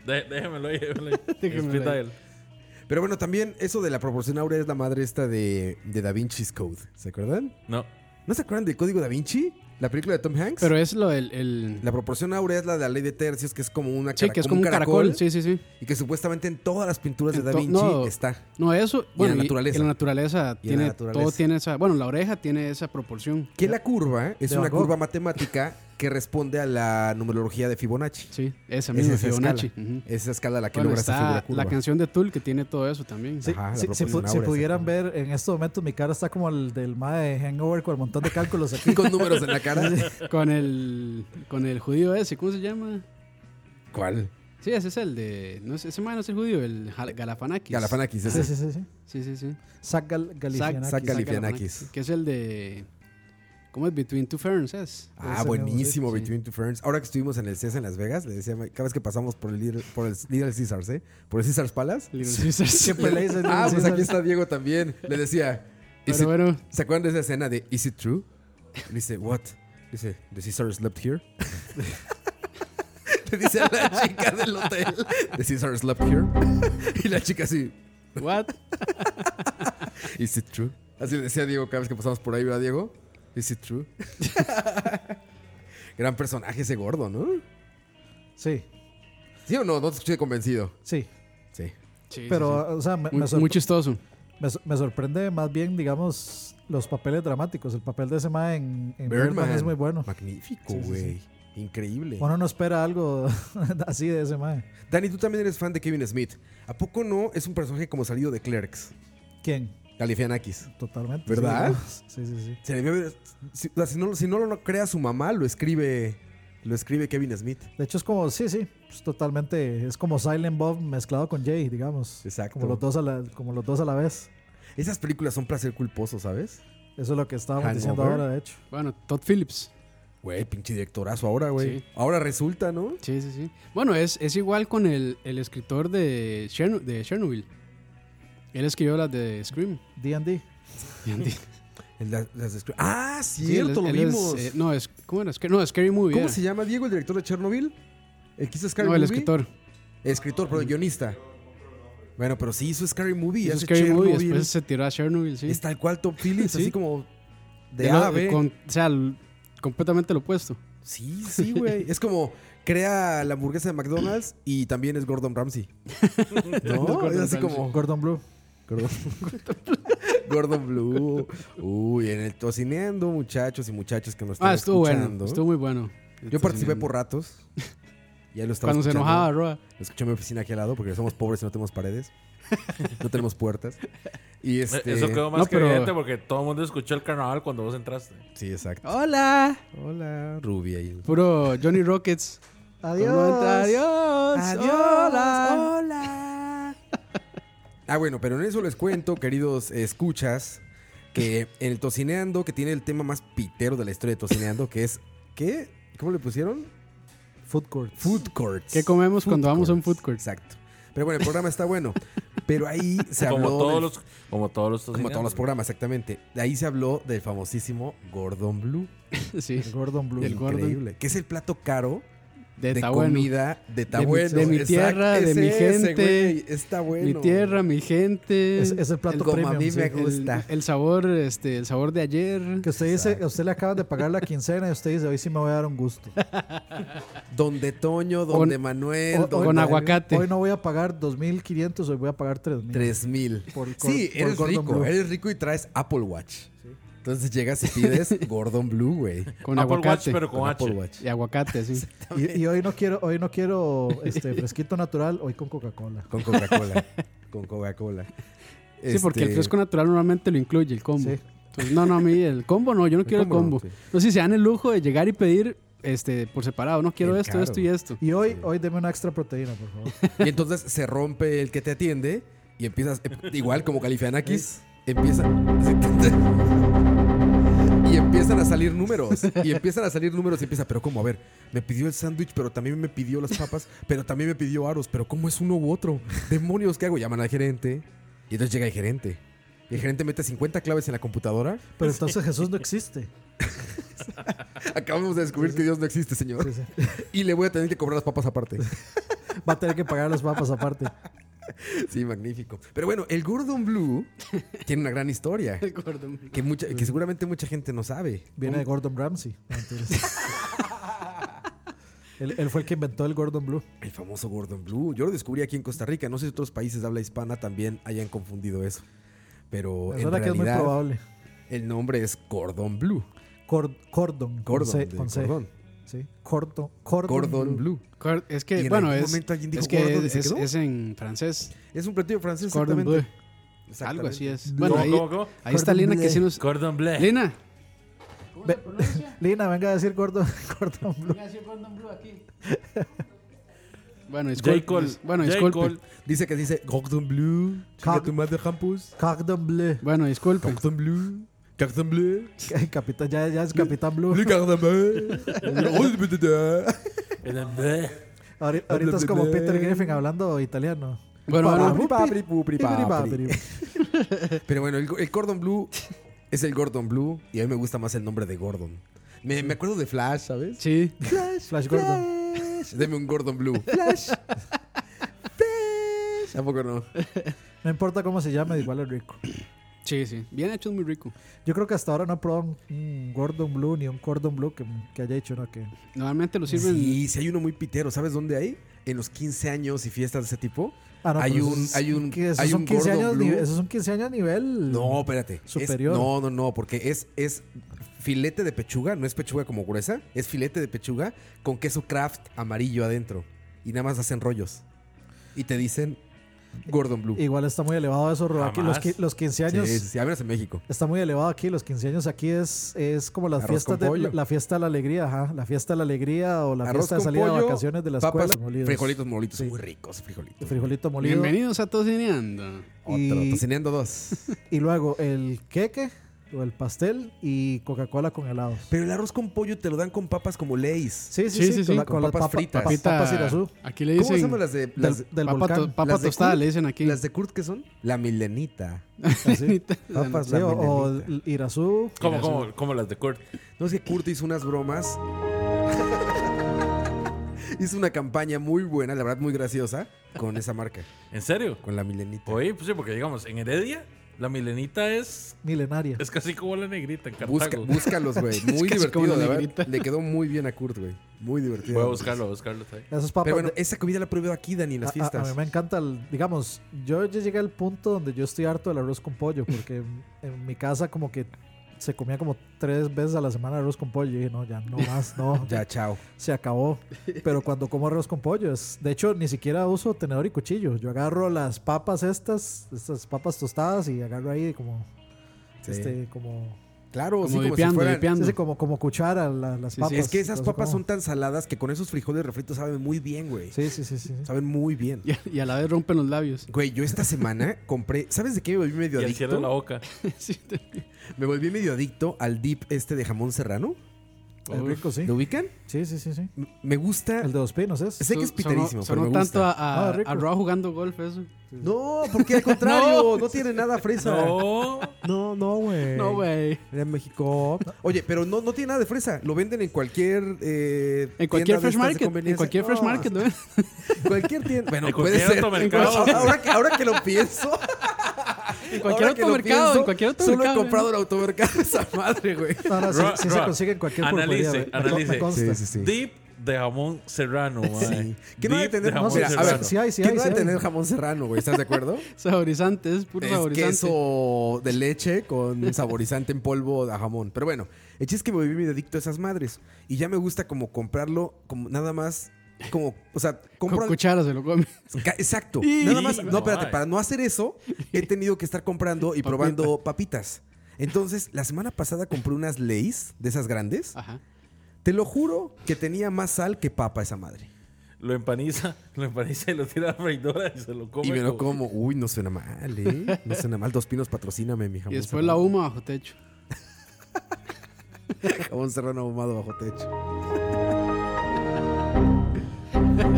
F: Dé- déjemelo ahí, déjemelo ahí.
C: Déjemelo
F: Explica
C: ahí.
F: él.
D: Pero bueno, también eso de la proporción áurea es la madre esta de, de Da Vinci's Code. ¿Se acuerdan?
F: No.
D: ¿No se acuerdan del código Da Vinci? La película de Tom Hanks.
C: Pero es lo del... El...
D: la proporción áurea es la de la ley de tercios, que es como una
C: Sí,
D: cara-
C: que es como un caracol. Sí, sí, sí.
D: Y que supuestamente en todas las pinturas de
C: En
D: Da
C: to-
D: Vinci
C: no.
D: está.
C: No, eso...
D: la
C: Bueno, y-
D: naturaleza.
C: y la naturaleza
D: Y en la
C: tiene...
D: naturaleza.
C: Todo tiene esa... Bueno, la oreja tiene esa proporción.
D: Que la curva es
E: De
D: una
E: Van Gogh.
D: curva matemática que responde a la numerología de Fibonacci.
C: Sí, esa
D: Es
C: misma,
D: esa
C: Fibonacci.
D: escala.
C: Ujú.
D: Es esa escala la que
C: Bueno,
D: logra esa figura
C: está
D: curva.
C: la canción de Tool que tiene todo eso también.
E: Sí,
D: Ajá, la
E: sí, si,
D: proporción
E: pu- si
D: áurea,
E: pudieran ver en estos momentos, mi cara está como el del mae de Hangover con el montón de cálculos aquí.
D: Con números en la cara.
C: Con el... Con el judío ese, ¿cómo se llama?
D: ¿Cuál?
C: Sí, ese es el de... No, sé, ese man no es el judío, el Jal- Galafanakis.
D: Galafanakis.
E: sí,
D: ese.
E: sí, sí. sí.
C: Sí, sí, sí.
E: Zach Gal- Galifianakis.
D: Zach Gal-
C: Isaac
D: Galifianakis.
C: Galifianakis, Que es el de. ¿Cómo es? Between Two Ferns, ¿es?
D: Ah,
E: Ese
D: buenísimo,
C: mismo, sí,
D: Between Two Ferns. Ahora que estuvimos en el CES en Las Vegas, le decía, cada vez que pasamos por el Little, por el Little Caesars, ¿eh? Por el Caesars Palace.
C: Little Caesars.
E: Siempre le dicen
D: Ah, pues
E: Caesar.
D: aquí está Diego también. Le decía, "Is
C: Pero
D: it-
C: bueno,
D: ¿se acuerdan de esa escena de Is it true? Le dice, what? Le dice, ¿The Caesar slept here? Le dice a la chica del hotel, ¿The Caesar slept here? Y la chica así,
C: what?
D: ¿Is it true? Así le decía a Diego cada vez que pasamos por ahí, ¿verdad, Diego? ¿Is it true? Gran personaje ese gordo, ¿no?
E: Sí,
D: ¿Sí o no? No te escuché convencido.
E: sí.
D: Sí.
C: Sí, sí,
E: Pero, o sea, me,
C: sí. Muy,
E: me sor-
C: muy chistoso.
E: me sor- me sorprende más bien, digamos, los papeles dramáticos. El papel de ese mae en, en Birdman. es muy bueno.
D: Magnífico,
E: Sí, sí,
D: güey. Increíble.
E: Uno no espera algo así de ese mae.
D: Dani, tú también eres fan de Kevin Smith. ¿A poco no es un personaje como salido de Clerks?
E: ¿Quién?
D: Galifianakis.
E: Totalmente.
D: ¿Verdad?
E: Sí, digamos. sí, sí. sí.
D: Se debió haber- Si, o sea, si no, si no lo crea su mamá, lo escribe Lo escribe Kevin Smith.
E: De hecho, es como, sí, sí, es totalmente, es como Silent Bob mezclado con Jay, digamos.
D: Exacto.
E: Como los dos a la, como los dos a la vez.
D: Esas películas son placer culposo, ¿sabes?
E: Eso es lo que estábamos
D: Hangover.
E: diciendo ahora, de hecho.
C: Bueno, Todd Phillips.
D: Güey, pinche directorazo ahora, güey.
C: Sí.
D: Ahora resulta, ¿no?
C: Sí, sí, sí. Bueno, es, es igual con el, el escritor de, Cherno- de Chernobyl. Él escribió las de Scream.
E: D&D.
C: Y Andy-
D: El- las- las de Scream. ah,
C: Sí, él es-
D: cierto, lo
C: él es,
D: vimos.
C: eh, no, es, ¿cómo era? Scar- No, Scary Movie.
D: ¿Cómo
C: era.
D: se llama Diego, el director de Chernobyl? ¿El que hizo Scary
C: No, el
D: Movie?
C: escritor.
D: Escritor, pero guionista. Bueno, pero sí hizo Scary Movie.
C: Mm. Hizo
D: hace
C: Scary Movie,
D: Chernobyl.
C: después se tiró a Chernobyl, sí.
D: Es tal cual Top Phillips,
C: Sí.
D: así como de
C: Ya lo-
D: A a B.
C: con- o sea, l- completamente lo opuesto.
D: Sí, sí, güey. es como crea la hamburguesa de McDonald's y también es Gordon Ramsay.
C: Es
D: ¿No?
C: Gordon
D: Es así
C: Ramsay.
D: como
E: Gordon Blue.
D: Gordon, Gordon Blue. Uy, en el tocineando, muchachos y muchachas que nos están
C: Ah, estuvo
D: escuchando.
C: bueno, estuvo muy bueno.
D: Yo participé
C: Entonces,
D: por ratos. Ya lo estaba
C: Cuando se
D: escuchando.
C: enojaba, Roa.
D: Lo escuché en mi oficina aquí al lado porque somos pobres y no tenemos paredes. No tenemos puertas. Y este...
F: Eh, Eso quedó más
C: no,
F: que
C: pero-
F: evidente porque todo el mundo escuchó el carnaval cuando vos entraste.
D: Sí, exacto.
C: Hola.
F: Ah.
D: Hola, Ruby ahí.
C: Puro Johnny Rockets.
E: Adiós.
C: Cuando entra, Adiós. Hola.
D: Hola. Ah, bueno, pero en eso les cuento, queridos escuchas, que en el tocineando, que tiene el tema más pitero de la historia de tocineando, que es. ¿Qué? ¿Cómo le pusieron?
E: Food Court.
D: Food courts.
C: ¿Qué comemos cuando vamos a un
D: courts.
C: food court?
D: Exacto. Pero bueno, el programa está bueno. Pero ahí se habló.
F: Como todos,
D: del-
F: los, como todos los
D: como todos los programas, exactamente. Ahí se habló del famosísimo Gordon Blue.
C: Sí.
E: Gordon Blue.
C: El Gordon.
D: Increíble. Que es el plato caro
C: De,
D: de
C: Tahuano.
D: comida de
C: mi-
D: Tabueno.
C: de mi
D: Exacto,
C: tierra, de mi
D: ese,
C: gente,
D: güey, está bueno.
C: Mi tierra, mi gente.
E: Es, es el plato
D: El goma
E: premium.
D: vive.
E: sí.
D: me gusta.
C: El, el sabor, este, el sabor de ayer.
E: Que usted dice,
D: Exacto.
E: a usted le acaban de pagar la quincena y usted dice, hoy sí me voy a dar un gusto.
D: Donde Toño, donde
C: Con-
D: Manuel,
E: Hoy-
D: donde
C: con aguacate.
E: Hoy no voy a pagar 2.500, hoy voy a pagar 3.000.
D: 3000.
E: Por cor-
D: Sí,
E: por
D: eres
E: Gordon
D: rico,
E: Blue.
D: eres rico y traes Apple Watch. Entonces llegas y pides Gordon Blue, güey.
C: Con
F: Apple Watch,
C: aguacate.
F: pero con,
D: Con
F: H.
D: Apple Watch.
C: Y aguacate, sí.
E: Y, y hoy no quiero, hoy no quiero este, fresquito natural, hoy con Coca-Cola.
D: Con Coca-Cola. con Coca-Cola.
C: Sí, porque el
D: Este,
C: fresco natural normalmente lo incluye, el combo.
E: Sí.
C: Entonces, no, no, a mí el combo no, yo no
D: El
C: quiero el
D: combo no,
C: combo. No sé si se dan el lujo de llegar y pedir este por separado, no quiero
D: El
C: esto,
D: caro.
C: esto y esto.
E: Y hoy, hoy deme una extra proteína, por favor.
D: Y entonces se rompe el que te atiende y empiezas, eh, igual como Califianakis, empiezan. Y empiezan a salir números. Y empiezan a salir números y empieza, pero ¿cómo? A ver, me pidió el sándwich, pero también me pidió las papas, pero también me pidió aros, pero ¿cómo es uno u otro? Demonios, ¿qué hago? Llaman al gerente. Y entonces llega el gerente. Y el gerente mete 50 claves en la computadora.
E: Pero entonces Jesús no existe.
D: Acabamos de descubrir que Dios no existe, señor.
E: Sí, sí.
D: Y le voy a tener que cobrar las papas aparte.
E: Va a tener que pagar las papas aparte.
D: Sí, magnífico. Pero bueno, el Gordon Blue tiene una gran historia.
C: El Gordon Blue.
D: Que, mucha, que seguramente mucha gente no sabe.
E: Viene de Gordon Ramsay. No, mentiras. él, él fue el que inventó el Gordon Blue.
D: El famoso Gordon Blue. Yo lo descubrí aquí en Costa Rica. No sé si otros países de habla hispana también hayan confundido eso. Pero
E: La
D: Pues, en
E: verdad que es muy
D: realidad
E: probable.
D: el nombre es Gordon Blue.
E: Cor- cordon. con
D: Gordon,
E: C-
D: de
E: con C.
D: cordón.
E: Sí. Corto, cordon,
D: Gordon Blue.
C: Cor- Es
D: Y
C: que,
D: en
C: bueno,
D: algún
C: es,
D: momento alguien dijo
C: es, que
D: Gordon y
C: es,
D: se quedó.
C: es en francés.
D: Es un platillo francés
C: Gordon
D: exactamente.
C: Bleu.
D: Exactamente.
C: Algo así es.
F: ¿Cómo,
C: Bueno, ahí,
F: cómo, cómo?
C: ahí está
E: Gordon
C: Lina que
E: Bleu.
C: sí nos.
F: Gordon Bleu.
C: Lina,
E: Ve- Lina, venga a decir Gordon, Gordon Blue.
C: bueno, disculpe.
F: J. Cole.
C: Bueno,
F: J.
C: disculpe.
F: Cole.
D: Dice que dice Gordon Blue. Chinga
E: Cag-
D: tu madre, Hampus.
E: Cordon Bleu.
C: Bueno, disculpe.
D: Gordon Blue. Gordon Blue.
E: Ay, Capitán, ya, ya es Capitán Blue.
D: Blue Gordon Bleu.
F: Gordon Bleu.
E: Ahori- Ahorita es como Peter Griffin hablando italiano.
C: Bueno,
E: Papá,
C: bueno,
D: Papri, papri, pupri,
E: Pipiri,
D: papri.
E: papiri.
D: Pero bueno, el, el Gordon Blue es el Gordon Blue y a mí me gusta más el nombre de Gordon. Me, me acuerdo de Flash, ¿sabes?
C: sí.
E: Flash Gordon.
D: Flash. Deme un Gordon Blue. Flash. Flash. Tampoco no.
E: No importa cómo se llame, igual es rico.
C: Sí, sí. Bien hecho, es muy rico.
E: Yo creo que hasta ahora no he probado un, un Gordon Blue ni un Cordon Blue que, que haya hecho uno que.
C: Normalmente lo sirven.
D: Sí, sí hay uno muy pitero. ¿Sabes dónde hay? En los 15 años y fiestas de ese tipo.
E: Ah, no,
D: Hay
E: pero eso
D: un-
E: es-
D: hay un-
E: que esos
D: hay
E: son
D: un
E: 15
D: Gordon
E: años,
D: Blue.
E: nive- Esos son 15 años nivel.
D: No, espérate. Es-
E: Mm. Superior.
D: no, no, no, porque es, es filete de pechuga, no es pechuga como gruesa, es filete de pechuga con queso craft amarillo adentro. Y nada más hacen rollos. Y te dicen Gordon Blue.
E: Igual está muy elevado eso, Rodo. Aquí los,
F: Jamás.
E: qui- los 15
D: Sí,
E: años.
D: sí, sí, a menos en México.
E: Está muy elevado aquí, los 15 años aquí es, es como las
D: Arroz
E: fiestas
D: con
E: de
D: pollo.
E: la fiesta de la alegría, ajá, la fiesta de la alegría o la
D: Arroz
E: fiesta de
D: con
E: salida de
D: pollo,
E: vacaciones de la
D: papas,
E: escuela. Molidos.
D: frijolitos molitos.
E: Sí.
D: Muy ricos, frijolitos.
E: Frijolito molido.
C: Bienvenidos a Tocineando.
D: Otro,
E: Y-
D: tocineando dos.
E: Y luego el queque o el pastel y Coca-Cola con helados.
D: Pero el arroz con pollo te lo dan con papas como Lay's.
E: Sí, sí,
C: Sí,
E: sí,
C: sí,
E: con,
C: sí,
E: la-
D: con
E: con las
D: papas
E: papas
D: fritas.
E: papas- papas irazú.
C: Aquí le
D: ¿Cómo se
C: dicen.
D: llaman las de, las,
E: Del, del
C: papa to-
E: volcán.
C: papa
D: Las de
C: tostada
D: Kurt.
C: le dicen aquí.
D: las de Kurt que son? La milenita.
E: así.
D: Papas,
E: Sí,
D: la
E: o, o
D: milenita.
E: el irazú.
F: Como, como, como las de Kurt.
D: No es que Kurt hizo unas bromas. hizo una campaña muy buena, la verdad muy graciosa, con esa marca,
F: ¿En serio?
D: con la milenita.
F: Oye, pues sí, porque digamos, en Heredia, la milenita es,
E: milenaria.
F: es casi como la negrita en
D: Busca-
F: Cartago.
D: búscalos, güey. Muy
C: casi como
D: divertido,
C: la
D: de verdad.
C: negrita.
D: Le quedó muy bien a Kurt, güey. Muy divertido.
F: Voy a buscarlo, voy a buscarlo. está bien.
E: Esas papas
D: Pero bueno,
E: de-
D: esa comida la he probado aquí, Dani, en las
E: a- a-
D: fiestas.
E: A, mí me encanta, el- digamos, yo ya llegué al punto donde yo estoy harto del arroz con pollo, porque en, en mi casa como que se comía como tres veces a la semana arroz con pollo. Y dije, no, ya no más, no,
D: Ya, chao.
E: se acabó. Pero cuando como arroz con pollo, es, de hecho ni siquiera uso tenedor y cuchillo. Yo agarro las papas estas, estas papas tostadas y agarro ahí como,
D: Sí.
E: este, como,
D: Claro, sí,
C: Como
D: como si
C: dipeando,
D: fueran-
C: dipeando.
E: sí, sí, como, como cuchara la- las
C: Sí, sí.
E: papas.
D: Es que esas
E: Entonces,
D: papas
E: como-
D: son tan saladas que con esos frijoles refritos saben muy bien, güey.
E: Sí, sí, sí, sí. sí.
D: Saben muy bien.
C: Y a, y a la vez rompen los labios.
D: Güey, yo esta semana compré. ¿Sabes de qué me volví
F: Y
D: medio
F: al cierre de la
D: adicto?
F: boca.
C: Sí, te-
D: Me volví medio adicto al dip este de jamón serrano.
E: Es rico, sí.
D: ¿Lo ubican?
E: Sí, sí, sí, sí.
D: M- Me gusta.
E: El de los pinos es.
D: Sé que es
C: sonó-
D: piterísimo, pero
C: sonó
D: me
C: tanto
D: gusta.
C: a, a,
E: Ah, rico.
C: a Roa jugando golf eso.
D: No, porque al contrario, no. tiene nada fresa.
F: No.
D: no, no, güey.
C: No, güey.
D: Era en México. Oye, pero no, no tiene nada de fresa. Lo venden en cualquier. eh,
C: En
D: tienda
C: cualquier
D: de estas
C: fresh
D: de
C: market. En
D: conveniencia.
C: cualquier fresh
D: No,
C: market, ¿no?
D: Cualquier tienda. Bueno,
F: En
D: puede
F: cualquier
D: ser.
F: otro mercado.
D: Ahora que, ahora que lo pienso.
C: En cualquier
D: Ahora que lo
C: otro mercado.
D: pienso,
C: En cualquier ¿eh? otro
D: Solo
C: mercado.
D: he comprado en automercado esa madre, güey.
E: No, no, sí,
F: Roa,
E: sí se
F: Roa,
E: consigue en cualquier
F: analice,
E: pulpería. güey. Me
F: analice.
E: con- me consta.
F: Dip de jamón serrano, mae.
D: Que no ha de
F: Dip
D: tener
F: jamón
D: mira, a ver,
F: serrano.
E: sí hay, sí
D: que
E: hay,
D: no ha
E: sí
D: de
E: hay.
D: tener jamón serrano, güey. ¿Estás de acuerdo?
C: Saborizante, es puro
D: Es
C: saborizante.
D: queso de leche con saborizante en polvo de jamón. Pero bueno, el chiste es que me viví medio adicto a esas madres. Y ya me gusta como comprarlo, como nada más, como, o sea, compro...
C: Con cuchara se lo come.
D: Ca- Exacto. Nada más, no,
F: no,
D: espérate,
F: ay.
D: para no hacer eso, he tenido que estar comprando y
C: Papita.
D: probando papitas. Entonces, la semana pasada compré unas Lay's de esas grandes.
C: Ajá.
D: Te lo juro que tenía más sal que papa esa madre.
F: Lo empaniza, lo empaniza y lo tira a la freidora y se lo come.
D: Y me lo
F: como-
D: como. Uy, no suena mal, ¿eh? No suena mal. Dos pinos, patrocíname, mi jamón.
C: Y después la
D: serrano.
C: huma bajo techo.
D: Jabón serrano ahumado bajo techo.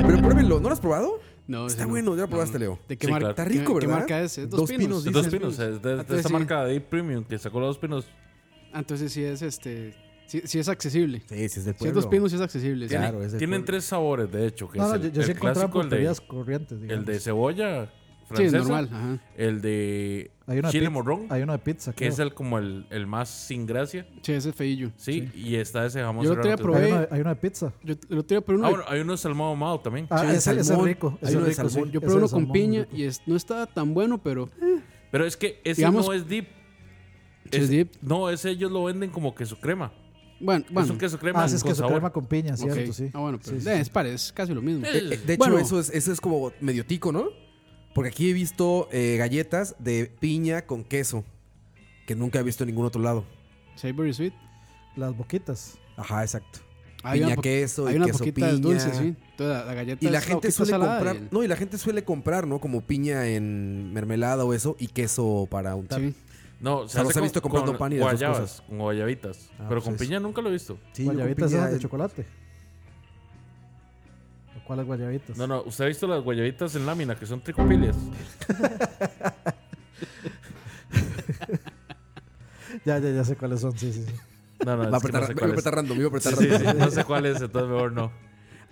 D: Pero pruébenlo, ¿no lo has probado?
C: No,
D: Está
C: ese no.
D: bueno, ya lo probaste,
C: No.
D: Leo.
C: ¿De qué
F: Sí,
C: marca?
F: claro.
D: Está rico,
C: ¿Qué-
D: ¿verdad?
C: ¿Qué marca es? Es Dos,
D: Dos Pinos,
C: pinos.
F: De
D: dices,
F: dos pinos, es de, de
C: Ah, Entonces,
F: esa
C: sí.
F: marca de Deep Premium que sacó los dos pinos.
C: Entonces sí es este. Sí, sí es accesible.
D: Sí, sí, es del
C: Si es
D: pueblo.
C: dos pinos, sí es accesible. sí.
D: Claro, es del
F: Tienen
D: pueblo.
F: tres sabores, de hecho, que
E: No,
F: es
E: no,
F: el,
E: yo, yo sí
F: el
E: encontraba
F: clásico, el de,
E: pulperías corrientes.
F: el
E: digamos.
F: de cebolla
C: Sí, es
F: francesa,
C: normal. Ajá.
F: el de
E: Hay una de
F: chile
E: pizza.
F: morrón,
E: Hay uno de pizza,
F: que
E: creo.
F: es el como el, el más sin gracia,
C: Sí, ese es feillo.
F: ¿sí? Y está ese jamón
C: Yo lo tenía
F: serrano. que-
E: hay,
C: probé.
E: uno de, hay uno de pizza.
C: Yo t- lo tiré por uno.
F: Ah,
C: de-
F: bueno, hay uno de salmón ahumado también.
E: Ah,
D: Sí, de
E: ese, ese es
D: salmón.
E: rico.
D: Hay
E: ese
D: uno de
E: es rico, sí.
D: salmón.
C: yo probé
E: Ese
C: uno
E: es
C: con
E: salmón,
C: piña
E: rico.
C: y es- no estaba tan bueno, pero
F: Pero es que ese
C: Digamos-
F: no es dip.
C: Sí, es
F: Es-
C: dip.
F: No, ese ellos lo venden como queso crema.
C: bueno,
F: es
C: bueno.
F: un queso crema
E: Ah, ese es
F: con
E: queso
F: sabor.
E: crema con piña,
C: ok.
E: cierto, sí.
C: Ah, bueno, pero
E: Sí, sí,
C: eh,
E: sí.
C: es pare- es casi lo mismo.
F: Eh,
D: Eh, De hecho,
C: Bueno.
D: eso, es, eso es como medio tico, ¿no? Porque aquí he visto eh, galletas de piña con queso, que nunca he visto en ningún otro lado.
C: Savory sweet.
E: Las boquitas.
D: Ajá, exacto.
C: Ah,
D: piña
C: hay una po-
D: queso y
C: Hay una
D: queso
C: poquita
D: piña.
C: de dulce, sí. Toda la, la galleta
D: Y la
C: es
D: gente
C: boquita
D: suele
C: salada
D: comprar,
C: y el-
D: no, y la gente suele comprar, ¿no? Como piña en mermelada o eso y queso para untar.
C: Sí.
F: No,
D: sea, los he visto comprando pan y las dos
F: guayabas,
D: cosas.
F: con guayabitas.
D: Ah,
F: pero
D: pues
F: con
D: es-
F: piña nunca lo he visto.
D: Sí, yo con
E: guayabitas
D: piña
E: esas de
D: en-
E: chocolate. ¿O ¿Cuáles guayabitas?
F: No, no, usted ha visto las guayabitas en lámina que son tricopilias.
E: Ya, ya, ya sé cuáles son, sí, sí. sí.
F: No, no, es
D: Va a
F: que
D: apretar,
F: no sé
D: iba a
F: cuál es.
D: apretar random, iba a
F: Sí,
D: apretar
F: sí,
D: random.
F: sí, no sé cuál es, entonces mejor no.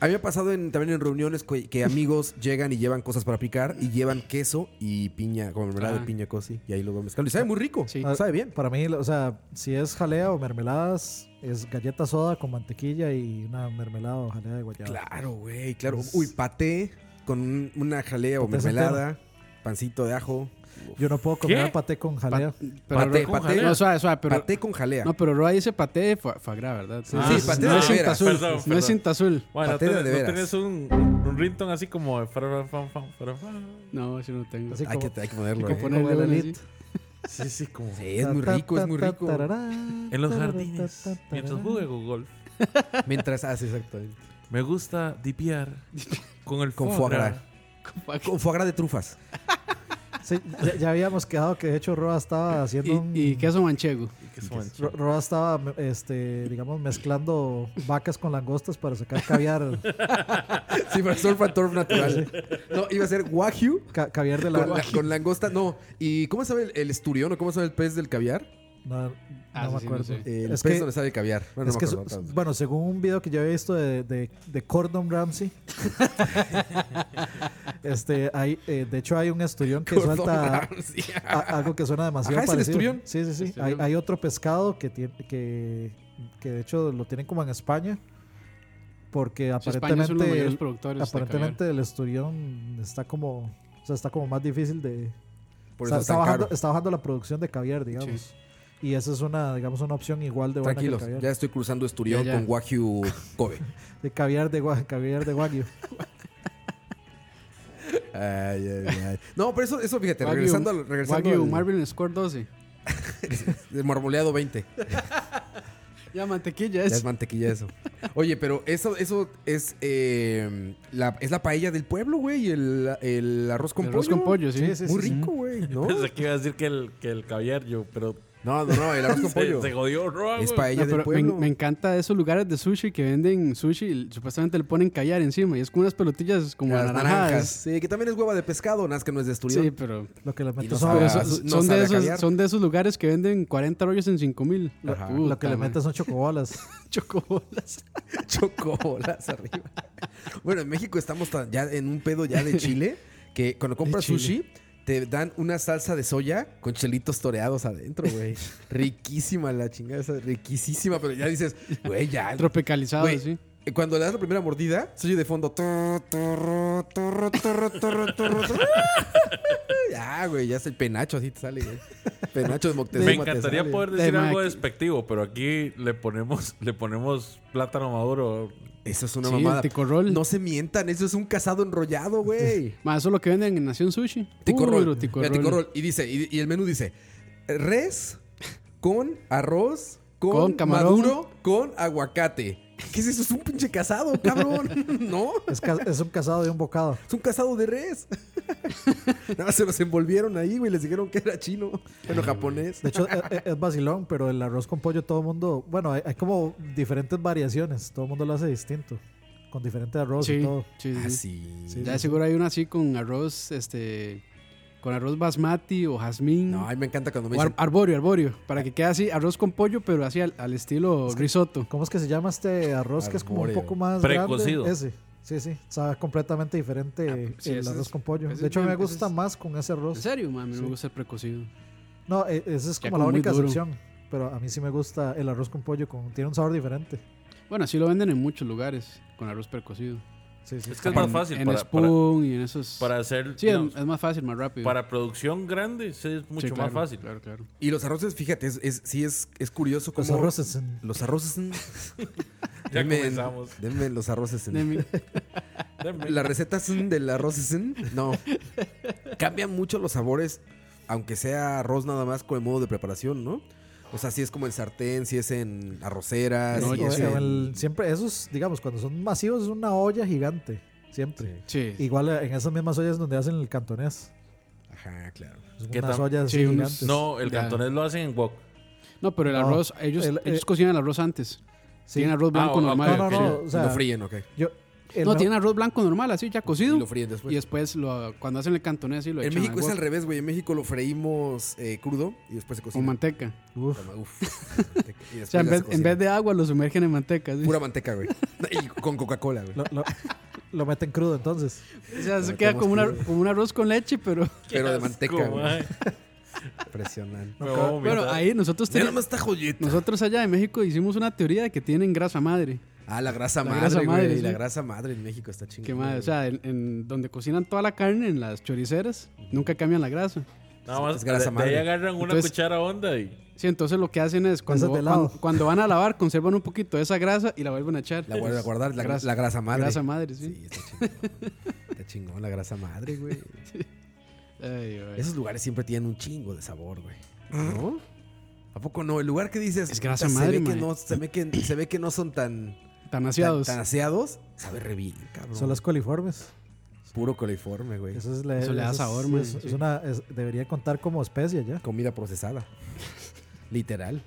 D: A mí me ha pasado en- también en reuniones que, que amigos llegan y llevan cosas para picar y llevan queso y piña, como mermelada de
C: Ah.
D: piña, cosi. Y ahí lo van mezclando. Y sabe muy rico.
C: Sí.
D: Sabe bien.
E: Ah, Para mí, o sea, si es jalea o mermeladas, es galleta soda con mantequilla y una mermelada o jalea de guayaba.
F: Ah.
D: Claro, güey, claro.
E: Es-
D: Uy, paté con un- una jalea o
E: Paté
D: mermelada, pancito de ajo.
E: Yo no puedo comer
F: ¿Qué?
E: paté con jalea.
C: Pero
D: Paté,
C: Roa-
F: con
D: paté.
F: jalea.
C: No, suave, suave, pero
D: paté con jalea.
C: no, pero Roa dice paté de foie foie gras, ¿verdad? Ah,
D: sí, paté
C: no
D: de
C: es cinta
D: veras.
C: azul,
F: Perdón,
C: no
F: perdón.
C: es cinta azul.
F: Bueno, no
D: Patera de
F: tenés, no
D: veras.
F: tenés un, un un rington así como de fra, fra, fra, fra, fra, fra.
C: No, yo no tengo.
E: Así
D: Hay
E: como,
D: que, hay que ponerlo.
C: Hay que
D: ¿eh?
C: ponerle
E: como
C: una
E: el
C: así.
E: Elite.
F: Sí, sí, como
D: Sí, es muy rico, es muy rico.
F: en los jardines. Mientras juego golf,
D: Mientras ah, hace, exactamente.
F: me gusta dipear con el
D: Con
F: foie
D: foie
F: gras.
D: gras. Con foie gras de trufas.
E: Sí, ya, ya habíamos quedado que de hecho Roa estaba haciendo un-
C: Y, y queso manchego.
F: Que es buen
E: Ro-
F: chico.
E: Roa estaba, me- este, digamos, mezclando vacas con langostas para sacar caviar,
D: Sí, pero surf and turf natural. No, iba a ser wagyu
E: ca- caviar de la...
D: con, la- con langosta. No, ¿y cómo sabe el, el esturión o cómo sabe el pez del caviar?
E: No,
C: Ah,
E: no me
C: sí, sí, no
E: acuerdo.
C: sé.
D: El
E: Es
D: pez
E: que-
D: donde sabe el caviar. Bueno,
E: es
D: no
E: que,
D: me
E: su-
D: acuerdo tanto.
E: bueno, según un video que yo había visto de, de, de Gordon Ramsay, este, hay, eh, de hecho hay un esturión que
D: Gordon
E: suelta
D: Ramsay.
E: a- algo que suena demasiado
D: Ajá, ¿es el
E: parecido.
D: esturión?
E: Sí, sí, sí.
C: El
E: Hay,
C: esturión.
E: hay otro pescado que tiene, que, que de hecho lo tienen como en España, porque
C: Sí, España es uno de los mayores
E: aparentemente,
C: productores. de este
E: aparentemente el esturión está como, o sea, está como más difícil de,
D: Por
E: está,
D: eso
E: está
D: está
E: bajando,
D: caro.
E: está bajando la producción de caviar, digamos. Y esa es una, digamos, una opción igual de buena
D: Tranquilos,
E: que el
D: ya
E: caviar.
D: estoy cruzando esturión
C: Ya, ya.
D: con wagyu Kobe.
E: De caviar de, gua- caviar de Wagyu.
D: Ay, ay, ay. No, pero eso, eso fíjate,
C: Wagyu-
D: regresando al.
C: caviar.
D: Regresando
C: Wagyu
D: al-
C: Marvin Score 12.
D: el marmoleado 20.
C: Ya, mantequilla
D: Ya
C: es.
D: es mantequilla eso. Oye, pero eso, eso es, eh, la, es la paella del pueblo, güey. El, el arroz con
C: de
D: pollo.
C: arroz con pollo, sí.
E: Sí, sí,
D: Muy
E: sí, sí.
D: rico, güey. ¿no?
F: Pensé que iba a decir que el, que el caviar yo, pero
D: no, no, no, el arroz con
F: se,
D: pollo.
F: se jodió Roa,
D: Es
F: güey.
D: paella
C: No,
D: del
C: pero me,
D: pueblo.
C: me encanta esos lugares de sushi que venden sushi y supuestamente le ponen caviar encima y es con unas pelotillas como
D: Las naranjas.
C: naranjas.
D: Sí, que también es hueva de pescado, nada más que no es de esturión.
C: Sí, pero,
E: Lo que le meten
D: no
E: son,
D: sabe
C: pero
D: Ah,
C: son,
D: su- no
C: son
D: sabe
C: de
D: a
C: esos,
D: caviar.
C: son de esos lugares que venden 40 rollos en 5 mil.
D: Ajá.
E: lo que le meten son chocobolas.
C: chocobolas.
D: Chocobolas arriba. Bueno, en México estamos tan- ya en un pedo ya de Chile que cuando compras
C: Chile.
D: sushi te dan una salsa de soya con chelitos toreados adentro, güey. riquísima la chingada esa, riquísima, pero ya dices, güey, ya.
C: Tropicalizados,
D: Güey,
C: sí.
D: eh, Cuando le das la primera mordida, se oye de fondo. "Turru, turru, turru, turru, turru, turru, turru". Ya, güey, ya es el penacho así te sale, güey. Penacho de Moctezuma.
F: Me
D: te
F: encantaría
D: sale.
F: poder decir
C: Tema
F: algo
C: aquí.
F: despectivo, pero aquí le ponemos, le ponemos plátano maduro.
D: Eso es una
C: Sí, el
D: mamada.
C: ticorrol.
D: No se mientan, eso es un casado enrollado, güey.
C: Más eso es lo que venden en Nación Sushi.
D: Ticorrol.
C: Puro
D: Mira, ticorrol. Y dice, y, y el menú dice: res con arroz, con,
C: Con camarón.
D: maduro, con aguacate. ¿Qué es eso? Es un pinche casado, cabrón. ¿No?
E: Es, ca- es un casado de un bocado.
D: Es un casado de res. Nada más se los envolvieron ahí, güey. Les dijeron que era chino. Bueno, japonés.
E: De hecho, e- e- es, vacilón, pero el arroz con pollo todo el mundo... Bueno, hay, hay como diferentes variaciones. Todo el mundo lo hace distinto. Con diferente arroz
C: Sí,
E: y todo.
C: sí,
D: Ah,
C: sí.
D: Así.
E: Sí.
C: Ya de seguro hay uno así con arroz, este, con arroz basmati o jazmín.
D: No, ay, me encanta cuando me
C: o ar-
D: dicen.
C: arborio, arborio. Para que quede así, arroz con pollo, pero así al, al estilo risotto.
E: ¿Cómo es que se llama este arroz que es como un
D: Arbóreo.
E: poco más
F: Precocido.
E: grande? Ese. Sí, sí. Sabe completamente diferente
C: Ah, sí,
E: el
C: ese
E: arroz
C: es-
E: con pollo.
C: ese
E: De
C: es
E: hecho, me
C: bien- ese
E: gusta
C: es-
E: más con ese
C: ¿En
E: arroz.
C: serio, mami?
E: Sí.
C: Me gusta el precocido.
E: No, e- esa es
C: Ya
E: como la
C: como muy
E: única
C: duro.
E: excepción. Pero a mí sí me gusta el arroz con pollo. Con, tiene un sabor diferente.
C: Bueno, así lo venden en muchos lugares, con arroz precocido.
E: Sí, sí.
F: Es que es más
C: En-
F: fácil
C: En
F: para, para,
C: Spoon y en esos...
F: para hacer
C: sí, es,
F: digamos,
C: es más fácil, más rápido.
F: para producción grande sí, es mucho
C: Sí, claro,
F: más fácil.
C: Claro, claro.
D: Y los arroces, fíjate, es, es- sí es, es curioso cómo.
E: Los arroces en-
D: Los arroces. mm.
F: Ya
D: Denme-
F: comenzamos.
D: denme los arroces. mm.
C: Demi,
F: Denme.
D: Las recetas mm, del arroz es mm, no. Cambian mucho los sabores, aunque sea arroz nada más con el modo de preparación, ¿no? O sea, si es como en sartén, si es en arroceras,
C: No,
D: si
E: O-
D: es
E: o
D: en-
E: el- siempre esos, digamos, cuando son masivos es una olla gigante. Siempre.
C: sí.
E: Igual eh, en esas mismas ollas donde hacen el cantonés.
D: Ajá, claro.
E: Son
F: ¿Qué
E: unas
F: tal?
E: ollas
C: Sí,
E: así
C: unos-
E: gigantes.
F: No, el
C: Ya.
F: cantonés lo hacen en wok.
C: No, pero el
E: No,
C: arroz, ellos,
E: el-
C: ellos
E: eh,
C: cocinan el arroz antes.
E: Sí.
C: Tienen arroz blanco
F: Ah,
C: normal.
F: ok,
E: No, no,
F: ok.
E: no. O sea,
D: lo fríen, ok.
E: yo- eh, el
C: no,
E: mejor-
C: tienen arroz blanco normal, así ya
D: Y
C: cocido.
D: lo fríen después.
C: Y después, lo, cuando hacen el cantonés, así lo
D: Pues en
C: echan
D: México
C: al
D: es al
C: wok
D: revés, güey. En México lo freímos eh, crudo y después se cocina.
C: Con manteca.
E: Uf.
D: Uf, con manteca. Y después
C: O sea,
D: ya
C: en vez,
D: se
C: en vez
D: cocina.
C: de agua lo sumergen en manteca. así.
D: Pura manteca, güey. Y con Coca-Cola, güey.
E: lo, lo- lo meten crudo entonces.
C: o sea, se
D: Lo
C: queda
D: metemos
C: como, una-
D: crudo.
C: como un arroz con leche, pero...
D: Pero de manteca,
F: Como,
D: güey.
F: ay,
D: Impresionante.
F: me voy a vomitar.
C: Bueno, ahí nosotros
D: Mira nomás
C: tenemos...
D: esta joyeta.
C: Nosotros allá en México hicimos una teoría de que tienen grasa madre.
D: Ah, la grasa
C: La grasa
D: madre,
C: madre,
D: güey. La
C: sí.
D: grasa madre en México está chingada.
C: Que madre, o sea, en, en donde cocinan toda la carne, en las choriceras, nunca cambian la grasa.
F: Nada más.
D: es grasa
F: de- de ahí
D: madre.
F: agarran una
C: Entonces-
F: cuchara honda y.
C: Sí, entonces lo que hacen es cuando,
E: de lado.
C: cuando, cuando van a lavar, conservan un poquito de esa grasa y la vuelven a echar.
D: La guarda- guardar, la,
C: Grasa.
D: la grasa madre.
C: Grasa madre, sí.
D: Sí, está chingón. está chingón, la grasa madre, güey.
C: Ay, güey.
D: Esos lugares siempre tienen un chingo de sabor, güey. ¿No? ¿A poco no? El lugar que dices.
C: Es grasa
D: "Puta, se
C: madre,
D: ve que
C: mae".
D: no, se, ve que, se ve que no son tan.
C: Tan
D: Tan,
C: aseados.
D: tan aseados. Sabe re bien, cabrón.
E: Son las coliformes.
D: Puro coliforme, güey.
E: Eso, es la-
C: Eso le da
E: es-
C: sabor, man,
E: es- es
C: sí.
E: una- es- debería contar como especie ya.
D: Comida procesada. Literal.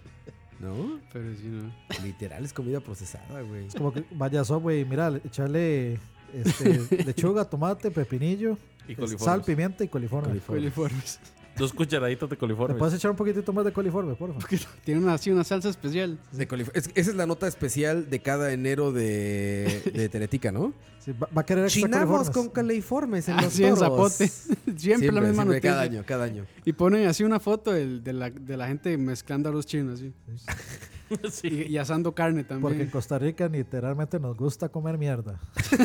D: ¿No?
C: Pero sí, no.
D: Literal es comida procesada, güey.
E: Es como que vaya a Subway y mira, le- echarle este, lechuga, tomate, pepinillo,
F: Y
E: es-
F: coliformes.
E: sal, pimienta y coliforme.
C: Coliformes.
F: Dos cucharaditas de
E: ¿Le
F: coliforme.
E: puedes echar un poquitito más de coliforme, por favor?
C: Tienen una- así una salsa especial.
D: De colif- es- esa es la nota especial de cada enero de, de Teretica, ¿no?
E: Sí, va, va a querer extra
D: Chinamos
E: coliformes.
D: con coliformes en los
C: Así Ah, en
D: toros.
C: zapote. Siempre, la misma
D: siempre,
C: noticia.
D: cada año, cada año.
C: Y ponen así una foto del- de, la, de la gente mezclando a los chinos, así.
F: Sí.
C: Y, y asando carne
E: Porque en
C: también.
E: Costa Rica literalmente nos gusta comer mierda.
C: Sí.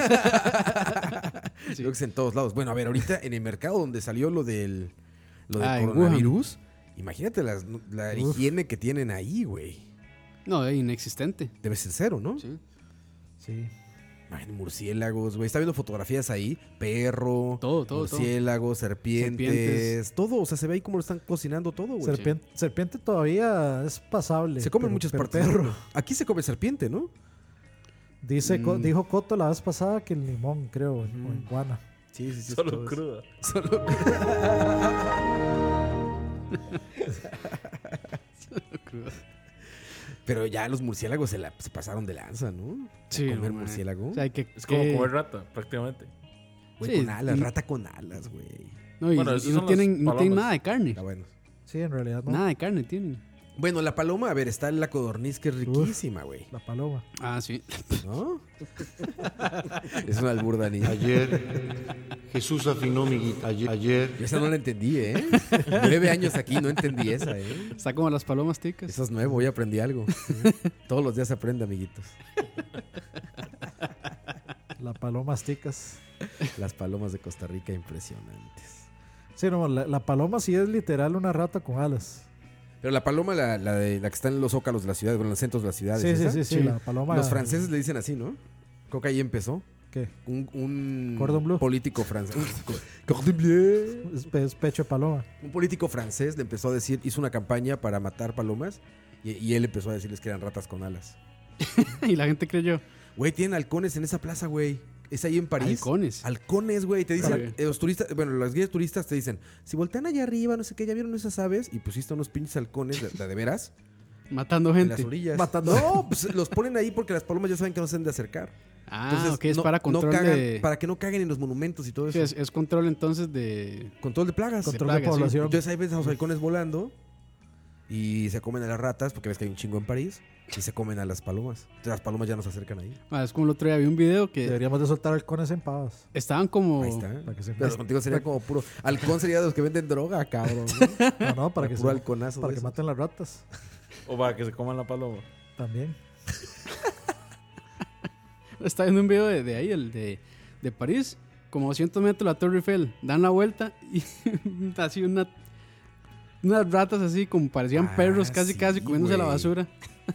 D: Creo que es en todos lados. Bueno, a ver, ahorita en el mercado donde salió lo del, lo del
C: Ah, en Wuhan.
D: coronavirus, imagínate las- la higiene que tienen ahí, güey.
C: No, es inexistente.
D: Debe ser cero, ¿no?
C: Sí.
E: Sí.
D: Imagínate murciélagos, güey. Está viendo fotografías ahí. Perro,
C: Todo, todo, todo.
D: murciélagos, serpientes,
C: Serpientes.
D: Todo. O sea, se ve ahí cómo lo están cocinando todo, güey.
E: Serpien- serpiente todavía es pasable.
D: Se comen
E: pero-
D: muchas
E: pero
D: partes.
E: perro.
D: Aquí se come serpiente, ¿no?
E: Dice, Co- Dijo Coto la vez pasada que el limón, creo, en- o en guana.
D: Sí, sí, sí.
F: Solo cruda.
D: Pero ya los murciélagos se, la- se pasaron de lanza, ¿no?
C: Sí,
D: comer
C: no, mae.
D: murciélago.
C: O sea, hay que,
F: Es como
C: que-
F: comer rata, prácticamente.
D: Güey,
C: sí,
D: con alas,
C: y-
D: rata con alas, güey.
C: No, y,
F: Bueno,
C: y
F: esos son
C: no,
F: los
C: tienen, no tienen
F: palomas.
C: nada de carne.
D: Está bueno.
E: Sí, en realidad no.
C: Nada de carne tienen.
D: Bueno, la paloma, a ver, está la codorniz que es riquísima, güey.
E: La paloma.
C: Ah, sí.
D: ¿No? es una alburda niña.
H: Ayer Jesús afinó mi guitarra. Ayer, ayer
D: Yo esa no la entendí, ¿eh? Nueve años aquí, no entendí esa, ¿eh?
C: Está como las palomas ticas.
D: Eso es nuevo, hoy aprendí algo. Todos los días se aprende, amiguitos.
E: La paloma ticas.
D: Las palomas de Costa Rica, impresionantes.
E: Sí, no, la, la paloma sí es literal una rata con alas.
D: Pero la paloma, la, la de, la que está en los zócalos de la ciudad, bueno, en los centros de la ciudad.
E: Sí, sí, sí, sí,
C: Sí.
E: la paloma.
D: Los franceses le dicen así, ¿no? Creo que ahí empezó.
E: ¿Qué?
D: Un, un
E: Cordon bleu.
D: político francés. Cordon bleu.
E: Es, pe- es pecho de paloma.
D: Un político francés le empezó a decir, hizo una campaña para matar palomas y, y él empezó a decirles que eran ratas con alas.
C: y la gente creyó.
D: Güey, tienen halcones en esa plaza, güey. Es ahí en París.
C: Halcones.
D: Halcones, güey. Te dicen,
C: Claro.
D: eh, los turistas, bueno, los guías turistas te dicen, si voltean allá arriba, no sé qué, ya vieron esas aves y pusiste unos pinches halcones, la, la de veras,
C: Matando
D: en las
C: gente.
D: orillas. No, pues los ponen ahí porque las palomas ya saben que no se han de acercar.
C: Ah,
D: Entonces,
C: ok, es
D: no-
C: para
D: no
C: control
D: cagan-
C: de...
D: Para que no caguen en los monumentos y todo
C: Sí,
D: eso.
C: es, es control entonces de...
D: Control de plagas.
E: Control de
C: plaga, sí.
E: población.
D: Entonces ahí ves a los halcones volando y se comen a las ratas, porque ves que hay un chingo en París, y se comen a las palomas. Entonces las palomas ya no se acercan ahí.
C: Ah, es como el otro día vi un video que
E: Deberíamos de soltar halcones en pavas.
C: estaban como...
D: Ahí está.
E: Para que se-
D: Pero contigo sería como puro. Halcón sería de los que venden droga, cabrón. ¿no?
E: No, no, para que,
D: puro
E: se-
D: halconazo.
E: para
D: de
E: que
D: esos.
E: maten las ratas.
F: O para que se coman la paloma.
E: También.
C: Estaba viendo un video de, de ahí, el de, de París. Como 200 metros la Torre Eiffel. Dan la vuelta y así una... Unas ratas así como parecían
D: Ah,
C: perros casi
D: sí,
C: casi comiéndose la
D: güey.
C: basura.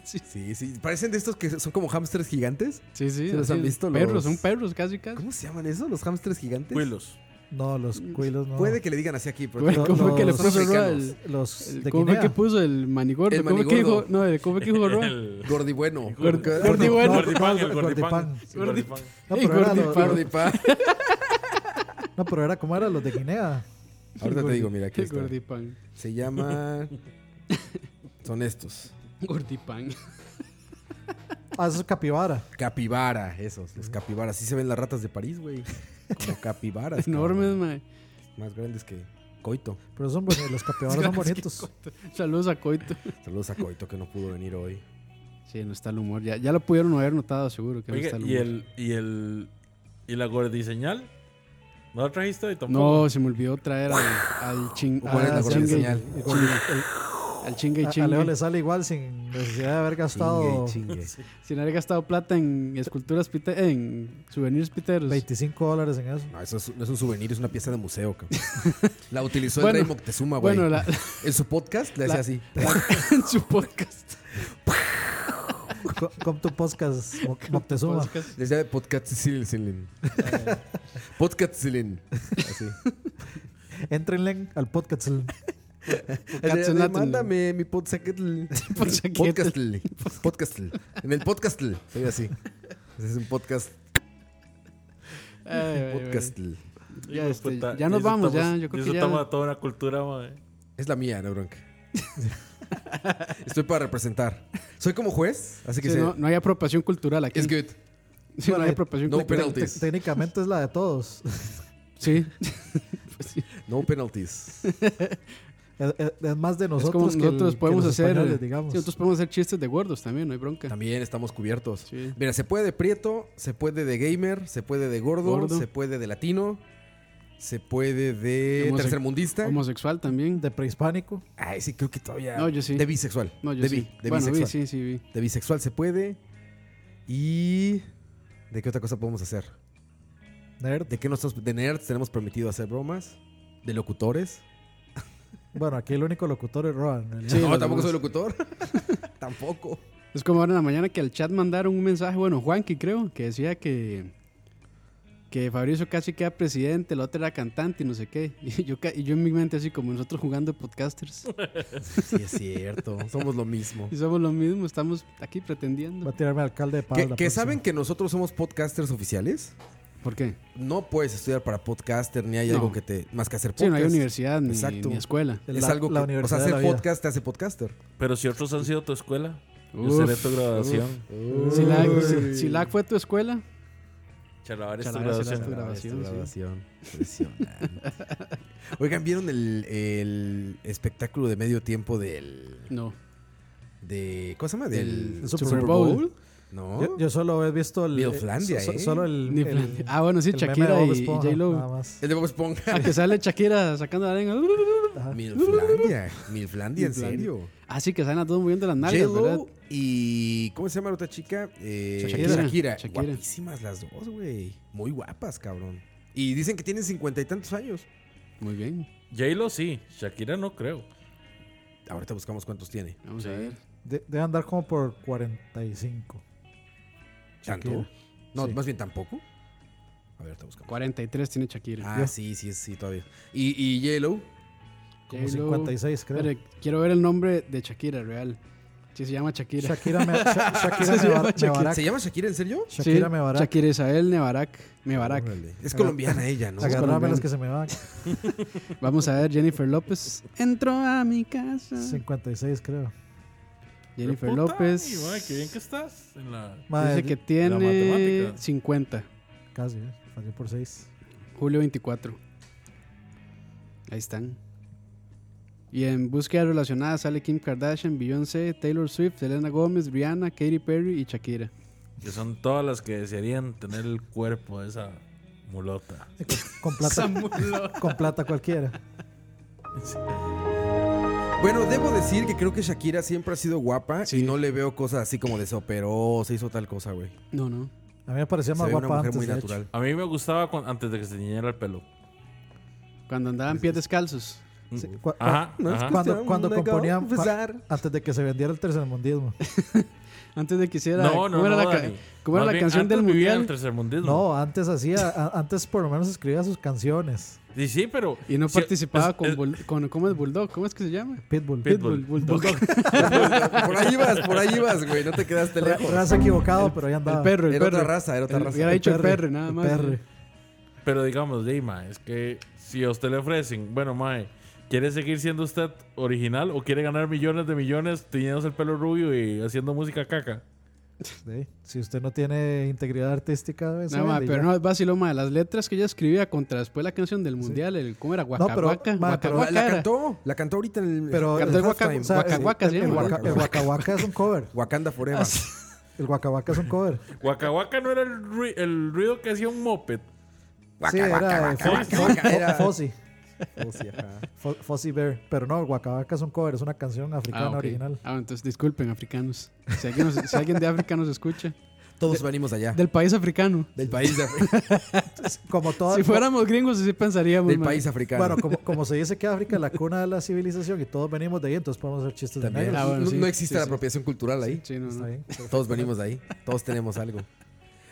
C: sí,
D: Sí, sí. Parecen de estos que son como hamsters gigantes.
C: sí.
D: ¿Sí los
C: así,
D: han visto
C: Perros,
D: los-
C: son perros casi casi.
D: ¿Cómo se llaman eso? ¿Los hamsters gigantes?
F: Huilos.
E: No, los cuilos no.
D: Puede que le digan así aquí, pero.
C: Güey,
E: Lo-
C: ¿cómo fue que le
E: los-
C: puso Roa
D: africanos.
C: el-
E: Los
C: el-
E: de
C: ¿Cómo fue
E: Guinea.
C: que puso el manigordo?
D: El
C: ¿Cómo fue que dijo?
D: manigordo.
C: No, el- ¿cómo fue que dijo Roa?
F: El
D: Gordibueno.
C: Gordi-
D: Gordi-
E: No,
C: bueno.
E: no,
F: gordipan,
E: gordipan.
F: el gordipan. El gordipan.
E: No,
C: Ey,
E: pero era
C: gordi-
E: lo-
C: gordi-
D: Gordipa.
E: no, pero era como eran los de Guinea.
D: Ahorita te digo, mira, aquí
C: El
D: está.
C: gordipan.
D: Se llama. Son estos.
C: Gordipan.
E: Ah, eso es capibara.
D: Capibara, esos,
C: Ah.
D: los capibaras. Así se ven las ratas de París, güey. Como capibaras.
C: Enormes,
D: cabrón.
C: mae.
D: Más grandes que Coito.
E: Pero son boni- los capibaras son bonitos.
C: Saludos a Coito.
D: Saludos a Coito que no pudo venir hoy.
C: Sí, no está el humor. Ya, ya lo pudieron haber notado, seguro que no
F: Oiga,
C: está el humor.
F: y el, y el. ¿Y la gordiseñal? ¿No la trajiste hoy tampoco?
C: No, se me olvidó traer al, al ching.
D: ¿O cuál es la
C: al
D: gordiseñal?
C: chingue-
E: Y con el- el-
C: Al chingue y
E: A-
C: chingue.
E: A Leo le sale igual sin necesidad de haber gastado
D: Chingue, y chingue.
C: Sin haber gastado plata en esculturas pite- en souvenirs piteros.
E: 25 dólares en eso.
D: No, eso es, no es un souvenir, es una pieza de museo, cabrón. La utilizó
C: Bueno,
D: el rey Moctezuma, güey.
C: bueno, la-
D: en su podcast le
C: la-
D: decía así.
C: en su podcast.
E: Co- Come to podcast, Mo- Moctezuma.
C: Podcast.
D: Le decía podcast Silin. Silin. podcast Silin. Así.
E: Entrenle al podcast.
D: Le- le-
C: Latin.
D: Mándame mi podcast.
C: Podcast.
D: Podcast. Podcast. En el podcast. Soy así. Ese es un podcast.
C: Ay, güey,
D: Podcast.
F: Hijo
C: Ya,
F: de
C: este,
F: puta,
C: ya nos
F: pues, eso
C: vamos,
F: estamos-
C: ya, yo creo
F: eso
C: que ya-
F: estamos a toda una cultura, eh. madre.
D: Es la mía, no bronca. Estoy para representar. Soy como juez, así que
C: güey. Sí,
D: sé.
C: no, no hay apropiación cultural aquí.
D: It's good.
C: Sí, no hay
E: Bueno,
C: apropiación
D: no
C: cultural.
D: penalty. Penalties.
E: Técnicamente es la de todos.
C: Sí. Pues sí.
D: No penalties.
E: Es, es- es más de
C: Es
E: nosotros.
C: como
E: que el-
C: nosotros
E: que
C: podemos
E: los
C: hacer.
E: españoles,
C: sí,
E: digamos.
C: nosotros podemos hacer chistes de gordos también, no hay bronca.
D: También estamos cubiertos.
C: Sí.
D: Mira, se puede de prieto, se puede de gamer, se puede de gordo,
C: Gordo.
D: se puede de latino, se puede de
C: Homose-
D: tercermundista.
C: Homosexual también.
E: De prehispánico.
D: Ay, sí, creo que todavía.
C: No, yo sí.
D: De bisexual.
C: No, yo
D: de
C: sí.
D: bi- de
C: bueno, vi,
D: bisexual.
C: sí, sí, vi.
D: De bisexual se puede. ¿Y de qué otra cosa podemos hacer?
E: Nerd.
D: ¿De qué nos de nerds tenemos permitido hacer bromas? ¿De locutores?
E: Bueno, aquí el único locutor es Roa. en realidad.
C: Sí,
D: no,
C: los
D: tampoco
C: demás.
D: soy locutor. tampoco.
C: Es como ahora en la mañana que al chat mandaron un mensaje, bueno, Juanqui creo, que decía que, que Fabrizio casi queda presidente, el otro era cantante y no sé qué. Y yo, ca- y yo en mi mente así como nosotros jugando de podcasters.
D: Sí, es cierto. Somos lo mismo.
C: Y somos lo mismo, estamos aquí
E: Va
C: pretendiendo.
E: a tirarme alcalde de Paz.
D: ¿Que,
E: la
D: que
E: próxima.
D: saben que nosotros somos podcasters oficiales?
C: ¿Por qué?
D: No puedes estudiar para podcaster ni hay
C: No.
D: algo que te. más que hacer podcast.
C: Sí, no hay universidad ni,
D: Exacto.
C: ni escuela.
D: Es
E: La-
D: algo
E: la
D: que. O sea,
E: universidad de
D: hacer
E: la vida.
D: podcast te hace podcaster.
F: Pero si otros han sido tu escuela, yo
C: Uf,
F: seré tu graduación.
C: Si la, si, si LAC fue tu escuela,
F: Chalabar es tu
C: Chalabar es
F: graduación.
C: tu grabación, sí.
D: grabación. Impresionante. Oigan, ¿vieron el, el espectáculo de medio tiempo del.
C: no.
D: De, ¿Cómo se llama? Del
E: Super Oh.
C: Bowl.
D: No.
E: Yo, yo solo he visto el.
D: Bielflandia,
E: so-
D: ¿eh?
E: Solo el.
C: Ni
E: el-
C: plan- ah, bueno, sí,
E: el meme
C: Shakira
E: de Bob
C: y, y
E: Esponja, nada
C: J-Lo.
E: más.
D: El de Bob Esponja.
C: Ah, que sale Shakira sacando la arena.
D: Milflandia. Milflandia, en
C: Milflandia.
D: serio.
C: Ah, sí, que salen a todos moviendo las nalgas, ¿verdad?
D: J-Lo y. ¿Cómo se llama la otra chica? Eh,
C: Shakira.
D: Shakira.
C: Shakira.
D: Guapísimas las dos, güey. Muy guapas, cabrón. Y dicen que tienen cincuenta y tantos años.
C: Muy bien,
F: J-Lo sí, Shakira no creo.
D: Ahorita buscamos cuántos tiene.
C: vamos a ver.
E: De- debe andar como por 45.
D: ¿Tanto?
E: Shakira.
D: No,
E: Sí.
D: más bien tampoco. A ver, te buscamos.
C: 43 tiene Shakira.
D: Ah, sí, sí, sí, todavía. Y, y J-Lo.
E: Como
C: J-Lo.
E: 56, creo.
C: Espere, quiero ver el nombre de Shakira real. Sí, se llama Shakira.
E: Shakira me, Sha- Shakira
C: Se
E: me,
C: llama
E: bar- me
C: Shakira.
E: baraca.
D: ¿Se llama Shakira en serio?
C: Sí,
E: Shakira me baraca.
C: Shakira Isabel Nebarak. Mebarak.
D: Órale. Es colombiana ella, ¿no?
C: Agarra-
E: Agarrame
C: colombiana.
E: las que se me van.
C: Vamos a ver Jennifer López. Entró a mi casa.
E: 56, creo.
C: Jennifer
F: Puta,
C: López.
F: y, madre, qué bien que estás. en la-
E: Madre,
C: Dice que
F: matemática.
C: tiene 50.
E: Casi, ¿eh? Fallé por 6.
C: Julio 24. Ahí están. Y en búsquedas relacionadas sale Kim Kardashian, Beyoncé, Taylor Swift, Selena Gómez, Rihanna, Katy Perry y Shakira.
F: Que son todas las que desearían tener el cuerpo de esa mulota.
E: Con plata, con plata cualquiera.
D: Bueno, debo decir que creo que Shakira siempre ha sido guapa
C: Sí.
D: y no le veo cosas así como de se operó, se hizo tal cosa, güey.
C: No, no.
E: A mí me parecía
D: Se
E: más
D: ve una
E: guapa
D: mujer
E: antes.
D: muy
E: de hecho.
D: natural.
F: A mí me gustaba cuan- antes de que se tiñera el pelo.
C: Cuando andaban pies descalzos.
E: Sí, cua-
F: Ajá, ajá.
E: Cuando, cuando
D: Vamos a
E: componían
D: confesar.
E: antes de que se vendiera el tercermundismo.
C: Antes de que hiciera.
F: No, no,
C: ¿Cómo era
F: no,
C: la, ca-
F: Dani.
C: cómo era
F: Más
C: la
F: bien,
C: canción
F: antes
C: del
F: vivía en
C: mundial?
F: el tercermundismo.
E: No, antes hacía, a- antes por lo menos escribía sus canciones.
F: Y sí, pero...
C: Y no
F: sí,
C: participaba
F: es-
C: con,
F: es-
C: Bull- con. ¿Cómo es Bulldog? ¿Cómo es que se llama?
E: Pitbull.
F: Pitbull.
C: Bulldog.
D: Por ahí vas, por ahí vas, güey. No te quedaste
E: Ra-
D: lejos.
E: Raza equivocado, pero ahí andaba.
C: El perro, el
D: Era
C: perro.
D: otra raza, era otra
C: El-
D: raza.
C: Hubiera dicho el
E: perre,
C: perre, nada
E: el
C: más.
E: perre.
F: Pero digamos, Dima, es que si a usted le ofrecen, bueno, Mae, ¿quiere seguir siendo usted original o quiere ganar millones de millones tiñéndose el pelo rubio y haciendo música caca?
E: Sí, Si usted no tiene integridad artística, se
C: No, ma,
E: vende
C: pero
E: ya.
C: no, es vacilo, ma, Las letras que ella escribía contra después la canción del mundial, el, ¿cómo era?
E: pero,
C: Guacahuaca.
E: ma,
C: Guacahuaca
E: pero
D: La, la
C: era.
D: cantó, la cantó ahorita en el.
E: Pero
C: Cantó el guaca-
E: halftime, o sea,
C: guaca-
E: el-
C: guaca, se
E: el
C: llama.
E: guaca- el guacahuaca es un cover.
D: Wakanda Forever.
E: El guacahuaca es un cover.
F: Guacahuaca no era el, ru- el ruido que hacía un moped.
E: Sí, era de
F: guaca,
E: Fo-
F: guaca,
E: Fo-
D: guaca, era-
E: Fo- Fozzy.
D: Oh,
I: Fossi, ajá.
E: Fo- Fozzie Bear. Pero no, Guacabaca es un cover, es una canción africana
C: Ah, ok.
E: original.
C: Ah, entonces disculpen, africanos. Si alguien, nos- si alguien de África nos escucha.
D: Todos venimos allá.
C: Del país africano.
D: Del país, de Afri-
E: Como todo
C: Si fuéramos gringos, sí pensaríamos.
D: del
C: man.
D: país africano.
E: Bueno, como, como se dice que África es la cuna de la civilización y todos venimos de ahí, entonces podemos hacer chistes de
D: También.
E: negros.
C: Ah, bueno,
D: no,
C: sí,
D: no existe
C: sí,
D: la
C: sí.
D: apropiación cultural ahí.
C: Sí, no,
E: Está
C: no.
E: bien.
D: Todos venimos de ahí. Todos tenemos algo.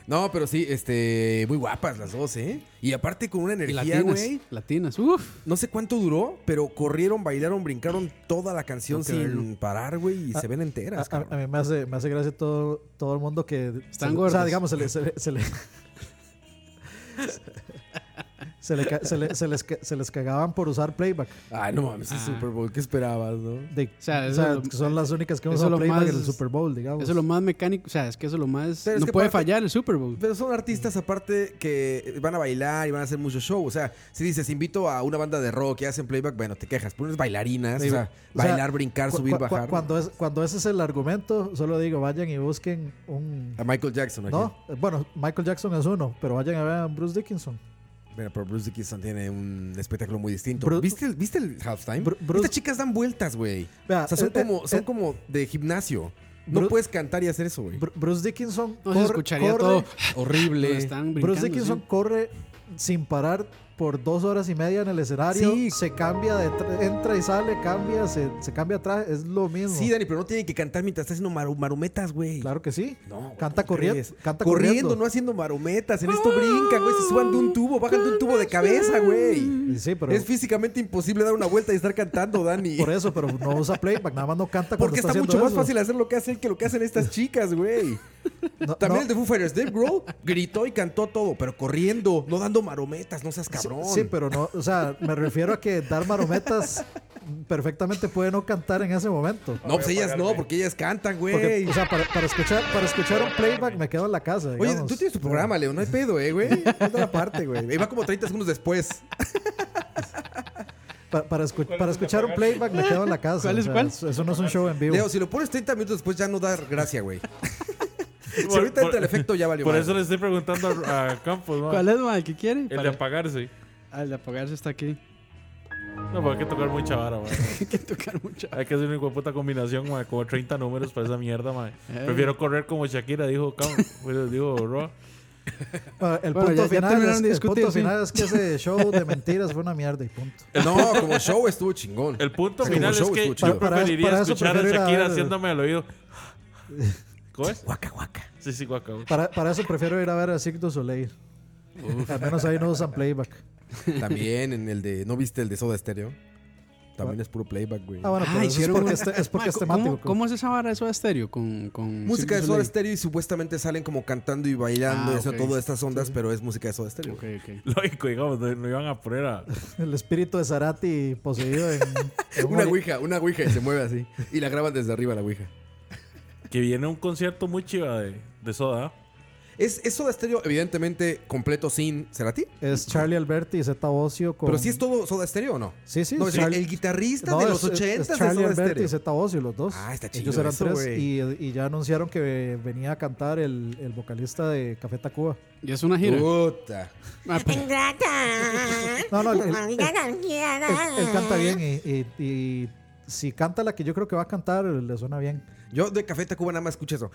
D: No, pero sí, este, muy guapas las dos, ¿eh? Y aparte con una
C: Y
D: energía,
C: latinas.
D: güey.
C: Latinas. Uf.
D: No sé cuánto duró, pero corrieron, bailaron, brincaron toda la canción
C: Tengo que
D: sin parar, güey, y se ven
E: A,
D: enteras,
E: a-
D: cabrón.
E: a mí me hace, me hace gracia todo, todo el mundo que.
C: Están
E: se le- O sea,
C: gordos.
E: digamos, se le. Se le, se le- se le ca- se le- se les, ca- se les cagaban por usar playback.
D: Ay, no mames, es
C: Ah.
D: Super Bowl, ¿qué esperabas, no?
E: De-
C: O sea,
E: o
C: eso
E: sea,
C: es lo-
E: son las únicas que hemos
C: eso es
E: usado
C: lo
E: playback
C: más-
E: en el Super Bowl, digamos.
C: Eso es lo más mecánico. O sea, es que eso es lo más.
D: Pero es
C: no
D: que
C: puede
D: aparte-
C: fallar el Super Bowl.
D: Pero son artistas aparte que van a bailar y van a hacer mucho show. O sea, si dices, invito a una banda de rock y hacen playback, bueno, te quejas. Pones bailarinas, o sea,
E: O sea,
D: bailar, brincar,
E: Cu-
D: subir,
E: cu- cu-
D: bajar.
E: Cuando, es, cuando ese es el argumento, solo digo, vayan y busquen un...
D: A Michael Jackson, Ah, aquí.
E: No, eh, bueno, Michael Jackson es uno, pero vayan a ver a Bruce Dickinson.
D: Bueno, pero Bruce Dickinson tiene un espectáculo muy distinto.
E: Bru-
D: ¿Viste, el, ¿Viste el halftime?
E: Bru- Bruce-
D: Estas chicas dan vueltas, güey.
E: Vea,
D: O sea, son,
E: eh,
D: como,
E: eh,
D: son
E: eh,
D: como de gimnasio. No
E: Bru-
D: puedes cantar y hacer eso, güey.
E: Bru- Bruce Dickinson...
C: No se
E: corre-
C: escucharía
E: corre-
C: todo.
D: Horrible.
C: Donde Están
E: Bruce
C: brincando,
E: Dickinson
C: sí.
E: corre sin parar por dos horas y media en el escenario.
D: Sí.
E: Se cambia, de tra- entra y sale, cambia, se, se cambia atrás. Es lo mismo.
D: Sí, Dani, pero no tienen que cantar mientras está haciendo maru- marumetas, güey.
E: claro que sí.
D: No, güey,
E: Canta
D: ¿cómo
E: corriendo,
D: crees?
E: canta
D: corriendo,
E: corriendo.
D: no haciendo marometas. En esto brincan, güey. Se suban de un tubo, bajan de un tubo de cabeza, güey.
E: Sí, pero...
D: Es físicamente imposible dar una vuelta y estar cantando, Dani.
E: por eso, pero no usa playback, nada más no canta cuando
D: Porque está,
E: haciendo
D: mucho más
E: eso.
D: fácil hacer lo que hace él que lo que hacen estas chicas, güey.
E: No-
D: También
E: no-
D: el de Foo Fighters, Dave Grohl gritó y cantó todo, pero corriendo, no dando marometas, no seas
E: Sí-
D: cabrón.
E: Sí, pero no, o sea, me refiero a que dar marometas perfectamente puede no cantar en ese momento.
D: No, pues ellas no, porque ellas cantan,
E: Porque,
D: güey.
E: o sea, para, para escuchar, para escuchar un playback me quedo en la casa.
D: Oye,
E: digamos.
D: tú tienes tu programa, Leo, no hay pedo, eh, güey. Otra parte, güey. Y va como 30 segundos después.
E: Pa- para, escu- para escuchar un playback me quedo en la casa.
C: ¿Cuál es
E: o sea,
C: cuál?
E: Eso, eso no es un show en vivo.
D: Leo, si lo pones 30 minutos después ya no da gracia, güey. si
F: Por-
D: ahorita
F: por-
D: entra el efecto ya valió.
F: Por
D: madre.
F: eso le estoy preguntando a, a Campos, ¿no?
C: ¿Cuál es, man, el que quiere?
F: El de apagarse.
C: Ah, el de apagarse está aquí.
F: No, pero hay que tocar mucha vara, man.
C: Hay que tocar mucho.
F: Hay que hacer una puta combinación, man. Como 30 números para esa mierda, man. Prefiero correr como Shakira, dijo Campos. dijo Roa.
E: Ah, el,
C: Bueno,
E: punto
C: ya- ya
E: final
C: terminaron
E: es,
C: de
E: el
C: discutir,
E: punto
C: sí.
E: final es que ese show de mentiras fue una mierda y punto.
D: No, como show estuvo chingón.
F: El punto
D: Sí,
F: final
D: como
F: es
D: show
F: que
D: estuvo
F: yo
D: chido.
E: Para-
F: preferiría
E: para eso
F: escuchar a
E: prefiero ir a
F: Shakira
E: ver-
F: haciéndome al oído. ¿Cómo es? Guaca, guaca. Sí, sí, guaca. guaca.
E: Para, para eso prefiero ir a ver a Cirque du Soleil. Al menos ahí no usan playback.
D: También en el de. ¿No viste el de Soda Stereo? También es puro playback, güey.
E: Ah, bueno,
C: Ah,
E: pero eso es
C: hicieron
E: porque,
C: un-
E: este- es, porque
C: Man,
E: es
C: ¿cómo-
E: temático.
C: ¿Cómo, es esa vara eso de estéreo? Con, con
D: pues. Música de
C: Cirque du
D: Soda
C: Soleil?
D: Stereo y supuestamente salen como cantando y bailando
C: Ah,
D: y haciendo
C: ok.
D: todas estas ondas, pero es música de Soda Stereo.
C: Ok, ok.
F: Lógico, digamos, no, no iban a poner a.
E: El espíritu de Zarati poseído en, en un
D: Una
E: ori-
D: ouija, una ouija y se mueve así. Y la graban desde arriba la ouija.
F: Que viene un concierto muy chiva de, de soda.
D: Es, es Soda Stereo, evidentemente, completo sin Cerati.
E: Es Charlie Alberti y Zeta Bosio con...
D: Pero si es todo Soda Stereo o no.
E: Sí, sí.
D: No, es el,
E: Charlie-
D: el guitarrista
E: No,
D: de
E: es-
D: los
E: es- es
D: 80 de
E: Charlie
D: Soda
E: Alberti y
D: Stereo.
E: Zeta Bosio, los dos.
D: Ah, está
E: Ellos
D: chido
E: eran
D: eso,
E: tres y,
D: güey.
E: y ya anunciaron que venía a cantar el, el vocalista de Café Tacuba.
C: Y es una
D: Uh.
C: gira.
D: Puta.
C: Ah, pues,
E: No, no, el, el- él- él canta bien y, y- y si canta la que yo creo que va a cantar, le suena bien.
D: Yo de Café Tacuba nada más escucho eso.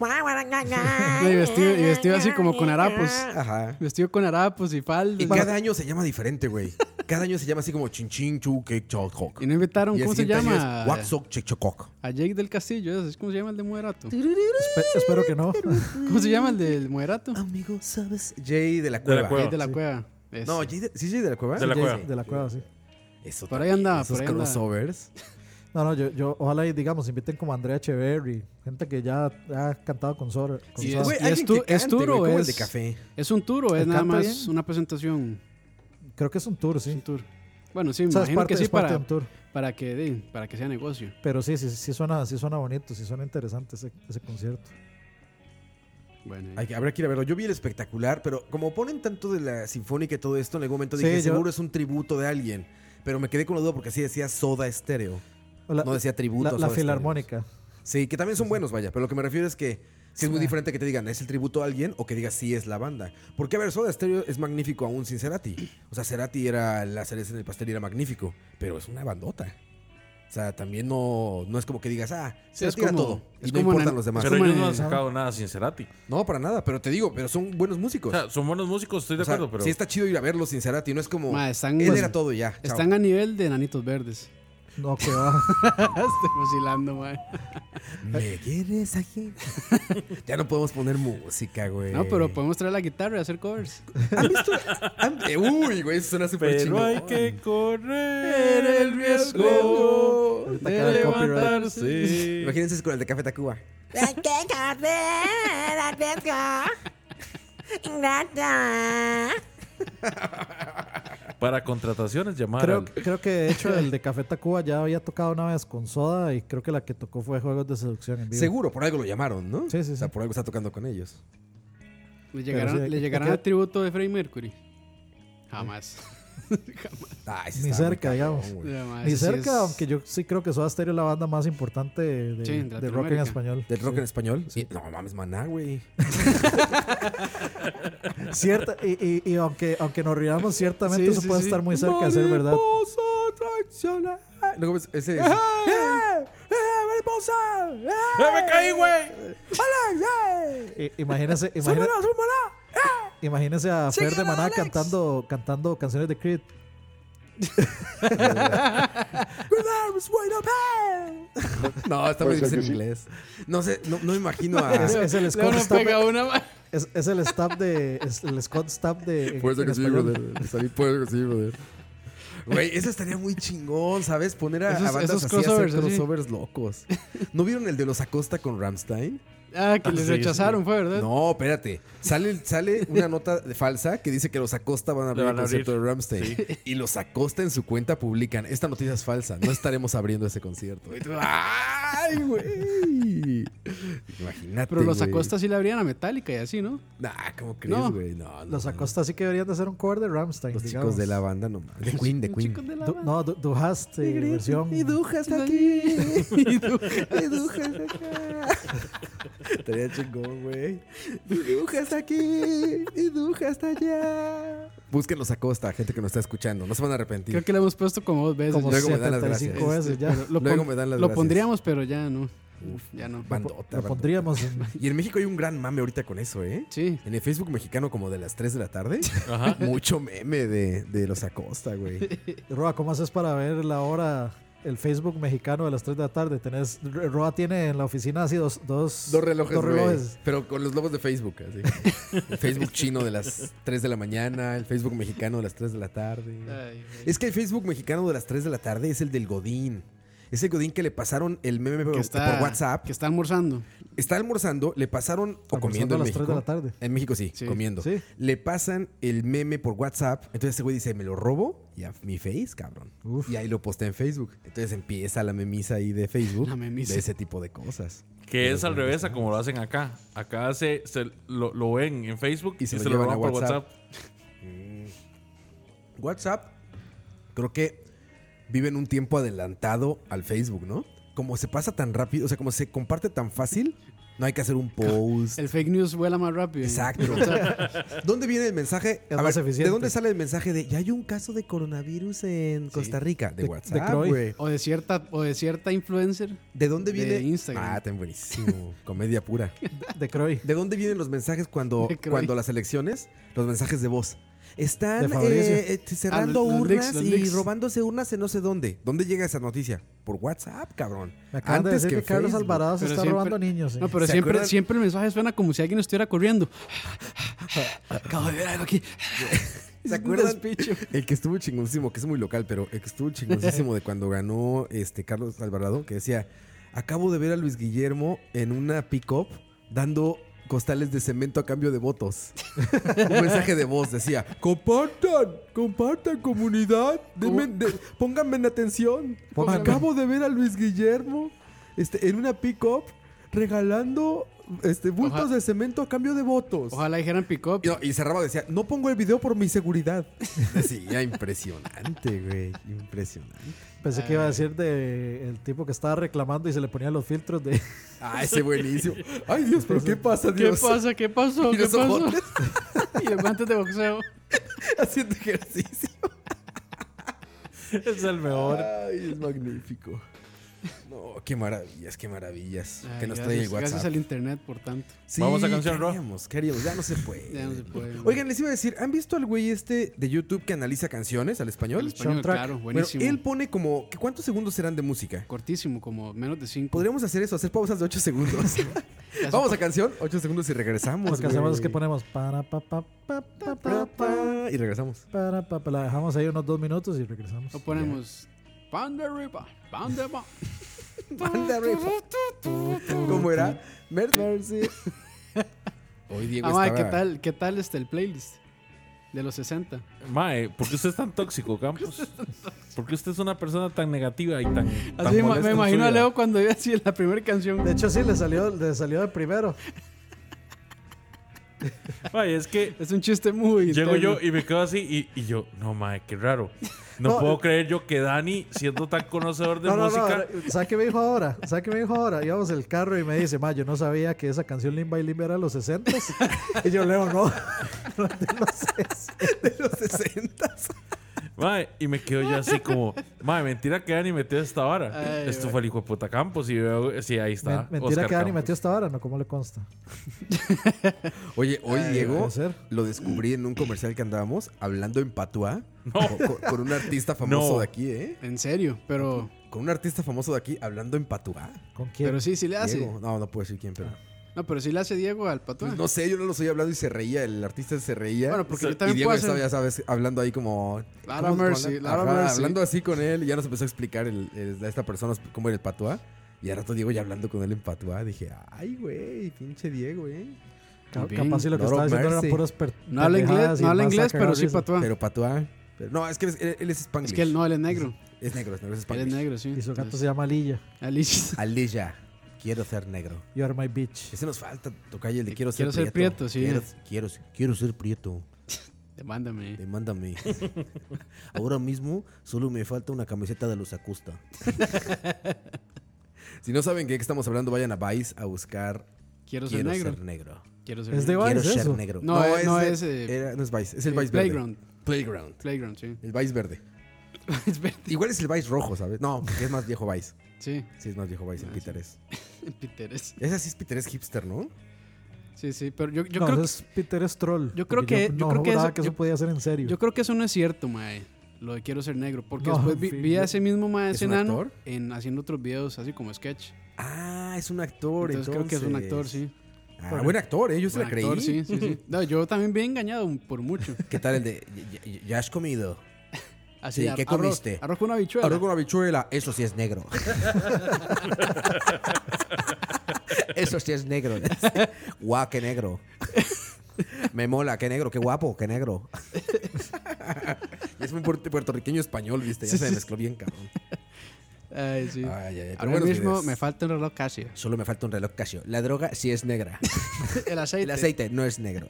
C: no, y, vestido, y vestido así como con harapos.
D: Ajá.
C: Vestido con harapos y falda.
D: Y cada año se llama diferente, güey. Cada año se llama así como Chin Chin Chu Cake Choc Hoc.
C: Y no invitaron,
D: Y el
C: ¿cómo se
D: siguiente año
C: llama?
D: es Wak Sok Chek Chok Hoc.
C: A Jake del Castillo, ese es como se llama el de Moderato.
E: Espe- espero que no.
C: ¿Cómo se llama el del Moderato?
F: Ah,
D: Amigo, ¿sabes? Jay de la
F: De
D: Cueva.
F: la Cueva.
C: Jake de la Cueva. Ese.
D: No, Jay de, ¿sí es Jay de la Cueva?
F: De la
D: Sí,
F: Cueva.
D: sí.
E: De la cueva, sí.
D: Eso
C: Por ahí
D: también,
C: andaba,
D: Esos
C: por ahí andaba.
D: crossovers.
E: No, no, yo, yo ojalá y digamos, inviten como a Andrea Echeverry, gente que ya ha cantado con Sora. con
C: Sí,
E: Soda.
C: Güey,
D: Güey,
C: es
D: alguien
C: tu-
D: que
C: es
D: cante,
C: duro,
D: güey, como el
C: es-
D: de café.
C: Es un tour o es nada
E: ¿Canta
C: más
E: bien?
C: una presentación.
E: Creo que es un tour,
C: Es
E: sí.
C: un tour. Bueno, sí, me
E: O sea, es
C: imagino
E: parte,
C: que sí
E: es parte de
C: para,
E: un tour.
C: para, que, de- para que sea negocio.
E: Pero sí, sí, sí suena, sí suena bonito, sí suena interesante ese, ese concierto.
C: Bueno, eh. ahí.
D: Hay que, habrá que ir a verlo. Yo vi el espectacular, pero como ponen tanto de la sinfónica y todo esto, en algún momento dije,
E: Sí, yo-
D: seguro es un tributo de alguien. Pero me quedé con la duda porque sí decía Soda Estéreo.
E: O La,
D: No decía tributo.
E: la,
D: a
E: la
D: Soda Stereo.
E: filarmónica.
D: Sí, que también son buenos, vaya. Pero lo que me refiero es que Sí, es muy diferente que te digan, ¿es el tributo a alguien? O que digas, sí, es la banda. Porque, a ver, Soda Stereo es magnífico aún sin Cerati. O sea, Cerati era la cereza en el pastel y era magnífico. Pero es una bandota. O sea, también no, no es como que digas, ah,
C: Sí, es
D: Cerati era
C: como-
D: todo.
C: es
D: Y no
C: como
D: importan
C: en-
D: los demás.
F: Pero
C: como
F: ellos
C: en
F: no han
C: el-
F: sacado nada sin Cerati.
D: No, para nada. Pero te digo, pero son buenos
F: O
D: músicos.
F: sea, son buenos músicos, estoy de
D: O sea,
F: acuerdo, pero.
D: sí está chido ir a verlos sin Cerati. No es como,
C: Ma, están-
D: él
C: pues,
D: era todo y ya. chao.
C: Están a nivel de nanitos verdes.
E: No, que va.
C: Estoy vacilando, mae.
D: ¿Me quieres aquí? ya no podemos poner música, güey.
C: No, pero podemos traer la guitarra y hacer covers.
D: ¿Han visto? han- eh, Uy, güey, eso suena súper
F: Pero
D: chingón.
F: hay que correr el riesgo
D: Luego,
E: Ahorita
F: de
E: acaba el copyright.
F: levantarse.
D: Imagínense con el de Café Tacuba.
I: Hay que correr al riesgo. Gracias.
F: Para contrataciones, llamar
E: Creo,
F: al-
E: creo que de hecho el de Café Tacuba ya había tocado una vez con Soda y creo que la que tocó fue Juegos de Seducción en vivo.
D: Seguro, por algo lo llamaron, ¿no?
E: Sí, sí,
D: O sea,
E: sí.
D: por algo está tocando con ellos.
C: ¿Le llegarán,
E: sí, hay
C: ¿le
E: que-
C: llegarán
E: hay que-
C: al tributo de Freddie Mercury? Jamás.
D: Ay, sí estaba
E: Ni
D: muy
E: cerca,
D: cabrón,
E: digamos.
D: güey.
C: Ya, mae,
E: Ni
C: eso sí
E: cerca,
C: es-
E: aunque yo sí creo que Soda Stereo es la banda más importante de,
C: Sí, de
E: de rock en
C: Latinoamérica.
E: español.
D: ¿Del rock en español? Y- no mames, maná, güey.
E: Cierta, y, y, y aunque, aunque nos riamos, ciertamente
C: Sí,
E: eso
C: sí,
E: puede
C: sí.
E: estar muy cerca de ser verdad.
D: Mariposa traicionera. Ah, Luego ves ese. ese- ¡Eh! ¡Eh, mariposa! ¡Eh!
F: ¡Eh, me caí, güey!
D: ¡Hola! ¡Eh!
E: I- Imagínese, imagínese,
D: ¡Súmala, súmala!
E: imagínese a Fer de Maná cantando, cantando canciones de Creed.
D: With arms wide open. No, está muy difícil en inglés. No sé, no, no me imagino a.
E: Es, es el
C: Le
E: Scott
C: van a
E: Stapp-
C: pegar una, mae.
E: es, es el staff de es el Scott Stapp de en-
D: Por eso
E: en
D: que sí,
E: español.
D: brother. Salí por eso que sí, brother. Güey, eso estaría muy chingón, ¿sabes? Poner a, a
C: Esos-
D: bandas
C: esos
D: así a hacer
C: crossovers, así.
D: crossovers locos. ¿No vieron el de los Acosta con Ramstein?
C: Ah, que les
F: sí,
C: rechazaron, fue, ¿verdad?
D: No, espérate. Sale, sale una nota de- falsa que dice que los Acosta van a abrir
F: Le van
D: el
F: a
D: concierto
F: abrir.
D: de Ramstein. Y los Acosta en su cuenta publican: Esta noticia es falsa. No estaremos abriendo ese concierto. Y tú, ¡Ay, güey! Imagínate.
C: Pero los
D: güey.
C: Acosta sí le abrían a Metallica y así, ¿no?
D: Nah, ¿cómo crees,
C: No.
D: güey? No, no,
E: Los
D: no.
E: Acosta sí que deberían de hacer un cover de Ramstein.
D: Los chicos
E: digamos.
D: de la banda, no mames. De Queen, de Queen.
C: Chicos de la
E: Du-
C: banda.
E: no, Du- Duhast eh, versión.
C: está aquí. y tú,
D: Estaría chingón, güey. Dibujas aquí y dibujas allá. Busquen los Acosta, gente que nos está escuchando. No se van a arrepentir.
C: creo que le hemos puesto como dos veces.
E: como
C: ya. Este,
D: Luego me dan las
E: 75 veces ya.
C: Lo,
D: Luego
C: pon-
D: me dan las
C: lo
D: gracias.
C: pondríamos, pero ya no. ya no.
D: Bandota,
E: Lo
D: bandota.
E: pondríamos en-
D: Y en México hay un gran mame ahorita con eso, ¿eh?
C: Sí.
D: En el Facebook mexicano, como de las 3 de la tarde, mucho meme de, de los Acosta, güey.
E: Roa, ¿cómo haces para ver la hora, el Facebook mexicano de las 3 de la tarde? Tenés, Roa tiene en la oficina así dos, dos,
D: Dos relojes,
E: dos
D: güey.
E: relojes.
D: Pero con los lobos de Facebook, así. El Facebook chino de las 3 de la mañana, el Facebook mexicano de las 3 de la tarde.
C: Ay, güey.
D: Es que el Facebook mexicano de las 3 de la tarde es el del Godín. Es el Godín que le pasaron el meme
C: Que
D: por,
C: está,
D: por WhatsApp.
C: Que está almorzando.
D: Está almorzando, le pasaron o
E: Almorzando
D: comiendo
E: a
D: en
E: las
D: México.
E: 3 de la tarde.
D: En México sí,
C: Sí.
D: comiendo.
E: Sí.
D: Le pasan el meme por WhatsApp. Entonces ese güey dice, me lo robo y a mi face, cabrón.
E: Uf.
D: Y ahí lo postea en Facebook. Entonces empieza la memisa ahí de Facebook.
C: La memisa.
D: De ese tipo de cosas.
F: Que es al revés a como lo hacen acá. Acá se, se lo, lo ven en Facebook
D: Y
F: y
D: se
F: se,
D: lo
F: lo
D: llevan
F: roban
D: a
F: por
D: WhatsApp.
F: WhatsApp.
D: WhatsApp, creo que viven un tiempo adelantado al Facebook, ¿no? Como se pasa tan rápido, o sea, como se comparte tan fácil, no hay que hacer un post.
C: El fake news vuela más rápido.
D: Exacto. ¿Dónde viene el mensaje?
E: Es
D: A
E: más
D: ver, ¿De
E: eficiente.
D: dónde sale el mensaje de ya hay un caso de coronavirus en Costa Rica? De, WhatsApp,
E: Croy.
D: güey.
C: O de cierta, o de cierta influencer.
D: ¿De dónde
C: De
D: viene?
C: Instagram.
D: Ah, tan buenísimo. Comedia pura.
E: De Croy.
D: ¿De dónde vienen los mensajes cuando,
C: De Croy.
D: cuando las elecciones? Los mensajes de voz.
E: De
D: Están
E: Fabricio.
D: eh, eh, cerrando
C: Ah, los- los
D: urnas
C: leaks, los
D: y
C: leaks.
D: robándose urnas en no sé dónde. ¿Dónde llega esa noticia? Por WhatsApp, cabrón.
E: Me acaban de decir que,
D: en
E: Carlos
D: Facebook.
E: Alvarado se
C: Pero
E: está
C: siempre-
E: robando niños. eh.
C: No, pero
D: ¿Se
C: siempre,
D: acuerdan?
C: siempre el mensaje suena como si alguien estuviera corriendo. Acabo de ver algo aquí.
D: ¿Se acuerdan? El que estuvo chingoncísimo, que es muy local, pero el que estuvo chingoncísimo de cuando ganó este Carlos Alvarado, que decía, acabo de ver a Luis Guillermo en una pick-up dando costales de cemento a cambio de votos. Un mensaje de voz decía, compartan, compartan comunidad, denme- de- pónganme en atención.
E: Pongan-
D: Acabo de ver a Luis Guillermo este, en una pick-up regalando este, bultos
C: Ojalá-
D: de cemento a cambio de votos.
C: Ojalá dijeran pick up.
D: Y, no, y cerraba, decía, no pongo el video por mi seguridad. Sí, ya impresionante, güey. Impresionante.
E: Pensé que iba a decir de el tipo que estaba reclamando y se le ponían los filtros de
D: Ah, ese buenísimo. Ay, Dios, pero ¿qué pasa,
C: ¿Qué
D: Dios?
C: pasa? ¿Qué pasó?
D: Y
C: ¿Qué
D: los
C: pasó?
D: ojotes
C: y el guante de boxeo.
D: haciendo ejercicio.
F: Es el mejor.
D: Ay, es magnífico. No, qué maravillas, qué maravillas.
C: Ay,
D: que nos
C: gracias,
D: trae el
C: Gracias
D: WhatsApp.
C: al internet, por tanto.
D: Sí,
F: Vamos a canción,
D: ¿qué
F: Ro.
D: haríamos? ¿Qué haríamos? Ya no se puede.
C: Ya no se puede.
D: Oigan, les iba a decir, ¿han visto al güey este de YouTube que analiza canciones al
C: el
D: español?
C: español,
E: soundtrack.
C: claro,
D: Bueno,
C: buenísimo.
D: él pone como, ¿qué- ¿cuántos segundos serán de música?
C: Cortísimo, como menos de 5.
D: Podríamos hacer eso, hacer pausas de 8 segundos. Vamos a canción, 8 segundos y regresamos.
E: lo que hacemos es que
D: güey.
E: ponemos para pa pa pa pa pa
D: Pa,
E: pa,
D: pa, Y regresamos.
E: para pa pa la dejamos ahí unos dos minutos y regresamos.
C: O ponemos. Pan de arriba, pan de abajo.
D: Banda Rey. ¿Cómo era? Mercy. Hoy Diego
C: Ah, mae,
D: estaba-
C: ¿qué tal, ¿qué tal está el playlist? De los 60.
F: Mae, ¿por qué usted es tan tóxico, Campos? ¿Por qué usted es una persona tan negativa y tan. tan
C: Así me,
F: molesta
C: me
F: en su
C: imagino a
F: vida?
C: Leo cuando iba a decir la primera canción.
E: De hecho sí le salió le salió de primero.
F: Mae, es que
C: Es un chiste muy.
F: llego
C: interno.
F: yo y me quedo así y, y yo, no, mae, qué raro. No,
E: No,
F: puedo
E: eh.
F: creer yo que Dani, siendo tan conocedor de
E: No, no, no,
F: música.
E: ¿sabes qué me dijo ahora? ¿Sabes qué me dijo ahora? Íbamos el carro y me dice, ma, yo no sabía que esa canción Limba y Limba era de los 60 Y yo leo, no, no es de los 60.
D: de los 60
F: mae, y me quedo yo así como, mae, mentira que Dani metió esta hora.
C: Ay,
F: Esto
C: mae.
F: fue el hijo de puta Campos y veo, sí, ahí
E: Men-
F: está.
E: mentira
F: Oscar
E: que Dani
F: Campos.
E: metió hasta ahora, ¿no? ¿Cómo le consta?
D: Oye, hoy
E: Ay,
D: Diego
E: puede ser.
D: lo descubrí en un comercial que andábamos hablando en patuá co- co- con, un artista famoso
F: No.
D: de aquí, ¿eh?
C: En serio, pero.
D: Con un artista famoso de aquí hablando en patuá.
E: ¿Con quién?
C: Pero Ah, sí, sí le hace.
D: Diego. No, no puedo decir quién, pero.
C: No, pero sí le hace Diego al patuá.
D: Pues
E: Pues
D: No sé, yo no lo estoy hablando y se reía, el artista se reía.
C: Bueno, porque
D: y
C: yo también
D: Diego
C: puedo
D: estaba,
C: hacer-
D: ya sabes, hablando ahí como.
C: Lara
D: ¿cómo- cómo
C: Mercy,
D: hablan?
C: Lara Mercy.
D: Hablando así con él, y ya nos empezó a explicar el- el- a esta persona cómo era el patuá. Y al rato Diego ya hablando con él en patuá, dije, ay, güey, pinche Diego, ¿eh?
E: Ca-
C: Bien.
E: capaz si lo que
D: Lord
E: estaba
D: of
E: diciendo
D: Mercy.
E: eran puras per-
C: No habla inglés,
E: pendejadas y
C: no habla
E: más
C: inglés,
E: saca
C: pero sí
E: risa.
C: patuá.
D: Pero patuá. Pero- no, es que es- él, él es spanglish.
C: Ah. Es que él no, él es negro.
D: Es negro, es negro, es
C: Él es
D: spanglish.
C: negro, sí.
E: Y su gato
C: Entonces,
E: se llama Lilla.
C: Alicia.
D: Alilla, quiero ser negro.
E: You are my bitch.
D: Ese nos falta, tocayo, el de
C: Eh,
D: quiero ser
C: quiero ser
D: prieto.
C: prieto, sí.
D: Quiero, quiero, quiero ser prieto.
C: Demándame.
D: Demándame. Ahora mismo solo me falta una camiseta de los Acusta. si no saben de qué estamos hablando, vayan a Vice a buscar
C: Quiero ser
D: Quiero
C: negro.
D: ser negro.
C: Quiero ser
E: Es de
C: negro.
E: Vice
D: Quiero ser
E: eso.
D: negro.
C: No, eh, no,
D: de-
C: es, eh,
D: era- no es Vice, es el
C: Eh,
D: Vice
C: Playground.
D: verde. Playground.
C: Playground, sí.
D: El Vice verde.
C: Es verde.
D: Igual es el Vice rojo, ¿sabes? No, porque es más viejo Vice.
C: Sí,
D: Sí, es más viejo Vice, el
C: Ah,
D: Peter es.
C: Peteres.
D: Ese sí es Peter es hipster, ¿no?
C: Sí, sí, pero yo, yo
E: no,
C: creo
E: ese
C: que,
E: es Peter es troll.
C: yo creo
E: Porque
C: que- yo
E: no
C: creo que
E: juraba
C: eso-
E: que eso
C: yo-
E: podía ser en serio.
C: yo creo que eso no es cierto, mae. Lo de quiero ser negro. Porque
E: No,
C: después vi,
E: sí,
C: vi a
E: yo-
C: ese mismo mae,
D: ¿Es
C: ese
D: un
C: enano,
D: actor?
C: en, haciendo otros videos así como sketch.
D: Ah, es un actor, entonces.
C: Entonces, creo que es un actor, sí.
D: Ah, buen actor, ¿eh? Yo se
C: Buen
D: la creí.
C: actor, sí, sí, sí. No, yo también vi engañado por mucho.
D: ¿Qué tal el de "Ya- ya- ya has comido?
C: Así,
D: Sí,
C: ar-
D: ¿qué
C: arroz-
D: comiste?
C: Arroz con una habichuela.
D: Arroz con habichuela, eso sí es negro. eso sí es negro. Guau, qué negro. Me mola, qué negro, qué guapo, qué negro. es un puer- puertorriqueño español, viste, ya
C: Sí,
D: se
C: sí.
D: mezcló bien, cabrón.
C: Ay, sí.
D: Ay, ay, ay, pero
C: Ahora
D: buenos
C: mismo
D: videos.
C: me falta un reloj Casio.
D: Solo me falta un reloj Casio. La droga sí es negra.
C: El aceite.
D: El aceite no es negro.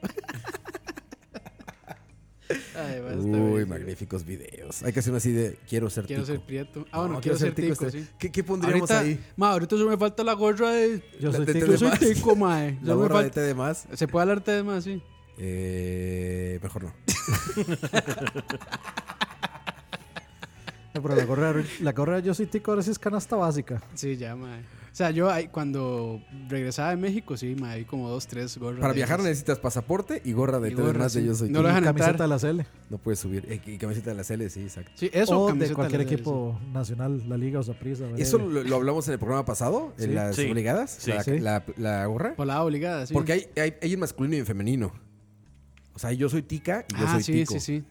C: Ay, va, está
D: Uy,
C: bien.
D: magníficos videos. Hay que hacer una así de quiero ser
C: Quiero ser
D: tico.
C: prieto. Ah, bueno,
D: No,
C: quiero, ser tico,
D: este-
C: sí.
D: ¿Qué, qué pondríamos
C: ahorita,
D: ahí?
C: Ma, ahorita solo me falta la gorra de...
E: Yo
D: La-
E: soy
D: de- de-
E: tico.
C: Yo soy
D: más.
C: tico, mae.
D: La
C: Solo me
D: gorra de
C: falta-
D: té de más.
C: ¿Se puede hablarte de más, sí?
D: Eh, mejor no.
E: No, pero la gorra, la gorra de yo soy tico ahora sí es canasta básica.
C: Sí, ya, mae. O sea, yo ahí, cuando regresaba de México, sí, mae, vi como dos, tres gorras.
D: Para
C: de
D: viajar
C: esas.
D: necesitas pasaporte y gorra de
C: Y
D: té de
C: gorra,
D: más de
C: sí.
D: yo soy
C: No
D: Tico.
C: lo
E: Y
C: dejan
E: camiseta
C: entrar.
E: de la Cele.
D: No puedes subir. Eh, y camiseta de la L, sí, exacto.
C: Sí, eso.
E: o de
C: camiseta
E: cualquier
C: la-
E: equipo nacional, la Liga o eh, Saprissa.
D: Eso lo, lo hablamos en el programa pasado,
E: Sí.
D: en las
F: Sí.
D: obligadas,
F: Sí.
D: la,
E: Sí.
D: la- la gorra.
C: sí. Por la obligada, sí.
D: Porque hay, hay, hay en masculino y en femenino. O sea, yo soy tica y yo
C: ah,
D: soy
C: sí,
D: tico.
C: sí, sí.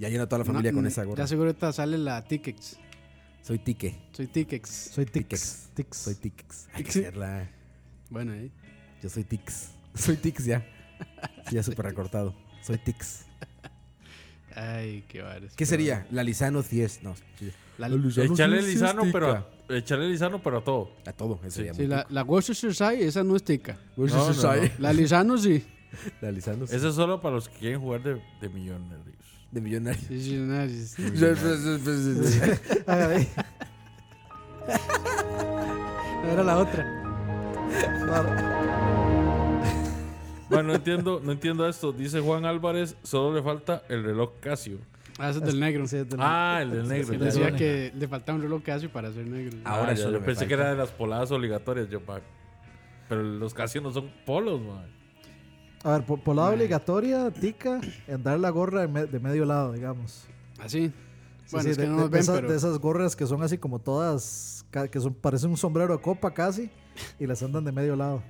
D: Y ahí llena toda la familia
C: No,
D: con
C: mm,
D: esa gorra.
C: Ya seguro ahorita sale la Tickets.
D: Soy tique.
C: Soy Tickets.
E: Soy
D: Tiquex.
E: tics. Tics.
D: Soy tix. Hay que
C: Tix.
D: hacerla.
C: Bueno, ahí.
D: Yo soy tix. Soy tix ya. Sí, ya súper recortado. Soy tix.
C: Ay, qué bares.
D: ¿Qué sería? La Lisano 10. No. sí.
C: La,
F: Echarle Lizano, pero a, echarle Lizano, pero a todo.
D: A todo, eso ya.
C: sí, la, la Worcestershire Sai, esa no es tica.
F: No, no, no.
C: La Lizano sí.
D: La Lizano, sí.
F: Eso es solo para los que quieren jugar de, de millonarios.
D: De millonario.
C: Sí, sí, no, sí, sí.
E: Hágale.
C: Era la otra.
F: Bueno, no entiendo, no entiendo esto. Dice Juan Álvarez, solo le falta el reloj Casio.
C: Ah, esa es del negro.
E: Sí, es del-
F: Ah, el del negro.
C: Que
F: ya,
C: decía
F: ya.
C: que le faltaba un reloj casi para ser negro.
F: Ah,
D: Ahora
F: ya,
D: solo
F: yo
D: me
F: pensé que
D: falta.
F: era de las poladas obligatorias, yo pa- Pero los Casio no son polos, man.
E: A ver, por, por lado obligatoria, tica, andar la gorra de, me- de medio lado, digamos.
C: Así.
E: Sí,
C: Bueno,
E: sí,
C: es que
E: de,
C: no
E: de-
C: nos
E: de
C: ven,
E: esas,
C: pero-
E: de esas gorras que son así como todas, ca- que son, parecen un sombrero de copa casi, y las andan de medio lado.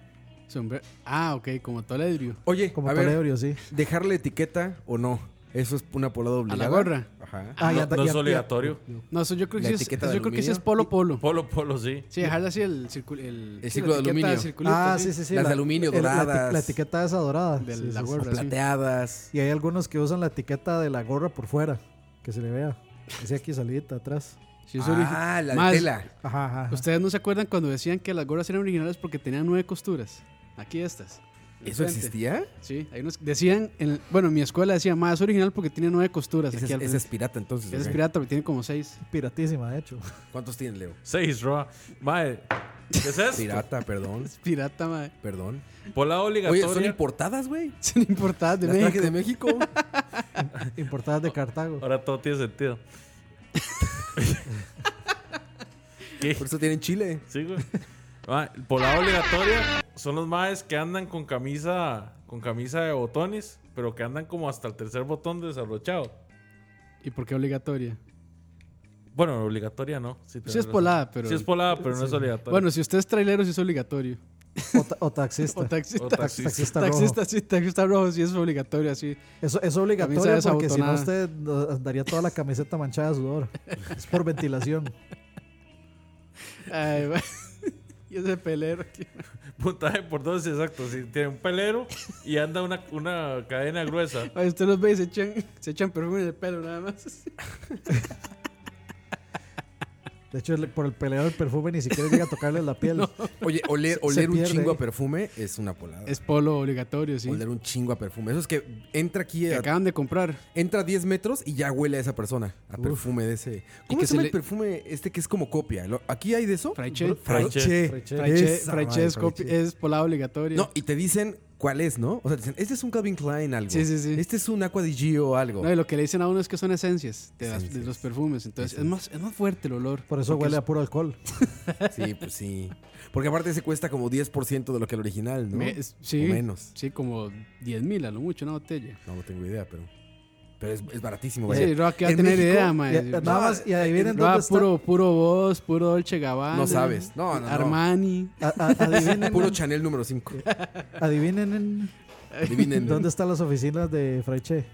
C: Sombre- Ah, ok, como toledrio.
D: Oye,
E: Como
D: a ver,
E: Toledrio, sí.
D: ¿dejarle etiqueta o no? Eso es una polada
C: A la
D: obligada.
C: gorra.
D: Ajá.
E: Ah, y
F: no,
E: anda-
F: no
E: y
F: es
E: anda-
F: obligatorio.
C: No, eso yo creo
D: La
C: que sí es,
D: etiqueta
C: eso
D: de
C: yo creo que sí es
D: aluminio.
C: polo polo.
F: Polo, polo, sí.
C: Sí, dejarle así el círculo. El,
D: El
C: sí,
D: círculo de
C: la etiqueta,
D: aluminio.
C: el circulito,
E: ah, sí, sí, sí.
D: Las de aluminio
E: el- la eti- La,
D: doradas.
E: etiqueta esa dorada.
C: De
E: sí,
C: la
E: sí, sí.
C: gorra.
D: O plateadas.
E: Y hay algunos que usan la etiqueta de la gorra por fuera, que se le vea. Dice aquí salidita atrás.
C: Sí, eso origi-
D: Ah, la
C: Más-
D: de tela.
E: Ajá, ajá, ajá.
C: ¿Ustedes no se acuerdan cuando decían que las gorras eran originales porque tenían nueve costuras? Aquí estas.
D: ¿Eso
C: Enfrente.
D: existía?
C: Sí, hay unos decían, en- bueno, en mi escuela decía, más es original porque tiene nueve costuras.
D: Ese,
C: aquí al
D: es- ese es
C: frente".
D: pirata, entonces.
C: Ese es
D: ok.
C: pirata, pero tiene como seis.
E: Piratísima, de hecho.
D: ¿Cuántos tienen, Leo?
F: Seis, Roa. Mae, ¿qué es esto?
D: Pirata, perdón.
C: Es pirata, madre.
D: Perdón.
F: Polada
D: Oye, son
F: obligatoria.
D: importadas, güey.
C: Sin importar, de
D: Las traje
C: México.
D: de México.
E: Importadas de Cartago.
F: Ahora todo tiene sentido. ¿Qué?
D: Por eso tienen Chile.
F: Sí, güey. Ma, Polada obligatoria son los maes que andan con camisa con camisa de botones, pero que andan como hasta el tercer botón desabrochado.
C: ¿Y por qué obligatoria?
F: Bueno, obligatoria no. Sí, tenés
C: es
F: razón.
C: polada, pero-
F: Sí es polada, pero no es obligatoria.
C: Bueno, si usted es trailero, sí es obligatorio.
E: O, ta- o taxista.
C: O taxista.
F: O
E: Tax-
F: taxista.
E: taxista rojo.
C: Taxista, sí, taxista rojo, sí es obligatorio, así.
E: Eso es
C: Camisa
E: obligatorio porque si no
C: desabotonada.
E: usted no- andaría toda la camiseta manchada de sudor. Es por ventilación.
C: Ay, va. y ese pelero aquí.
F: Puntaje por dos, exacto. Si tiene un pelero y anda una, una cadena gruesa.
C: Ay, usted los ve y se echan, se echan perfume en el pelo nada más.
E: De hecho, el- por el peleo del perfume ni siquiera llega a tocarle la piel.
D: Oye, oler,
E: Se- se
D: oler un
E: pierde.
D: chingo a perfume es una polada.
C: Es polo obligatorio, sí.
D: Oler un chingo a perfume. Eso es que entra aquí,
C: Que
D: a,
C: acaban de comprar.
D: entra a 10 metros y ya huele a esa persona. A perfume de ese. ¿Cómo
C: que
D: se llama
C: se
D: el
C: le-
D: perfume este que es como copia? Lo- ¿Aquí hay de eso?
C: Fraiche.
E: Fraiche.
F: Fraiche.
C: Fraiche,
D: Esa
C: Fraiche
D: madre,
C: es, copi-
D: Fraiche.
C: es polada obligatoria.
D: No, y te dicen cuál es, ¿no? O sea, te dicen, este es un Calvin Klein algo.
C: Sí, sí, sí.
D: Este es un Aqua di Gio algo.
C: No, y lo que le dicen a uno es que son esencias de, las- de los perfumes. Entonces, es más, es más fuerte el olor.
E: Por eso
C: Porque
E: huele
C: es
E: a puro alcohol.
D: Sí, pues sí. Porque aparte se cuesta como 10% de lo que el original, ¿no?
C: me- es- sí,
D: O menos.
C: Sí, como 10 mil a lo mucho una botella.
D: No, no tengo idea, pero. Pero es, es baratísimo,
C: Sí,
D: vaya.
C: Roa, que va a
D: En
C: tener
D: México,
C: idea,
E: Y, eh,
C: mae.
E: nada más, y adivinen
C: Roa,
E: dónde está.
C: ah, puro, puro voz, puro Dolce Gabbana.
D: No sabes. No, no, no.
C: Armani.
E: a- a- adivinen,
D: Puro Chanel número 5.
E: adivinen en-
D: Adivinen.
E: dónde están las oficinas de Fraiche.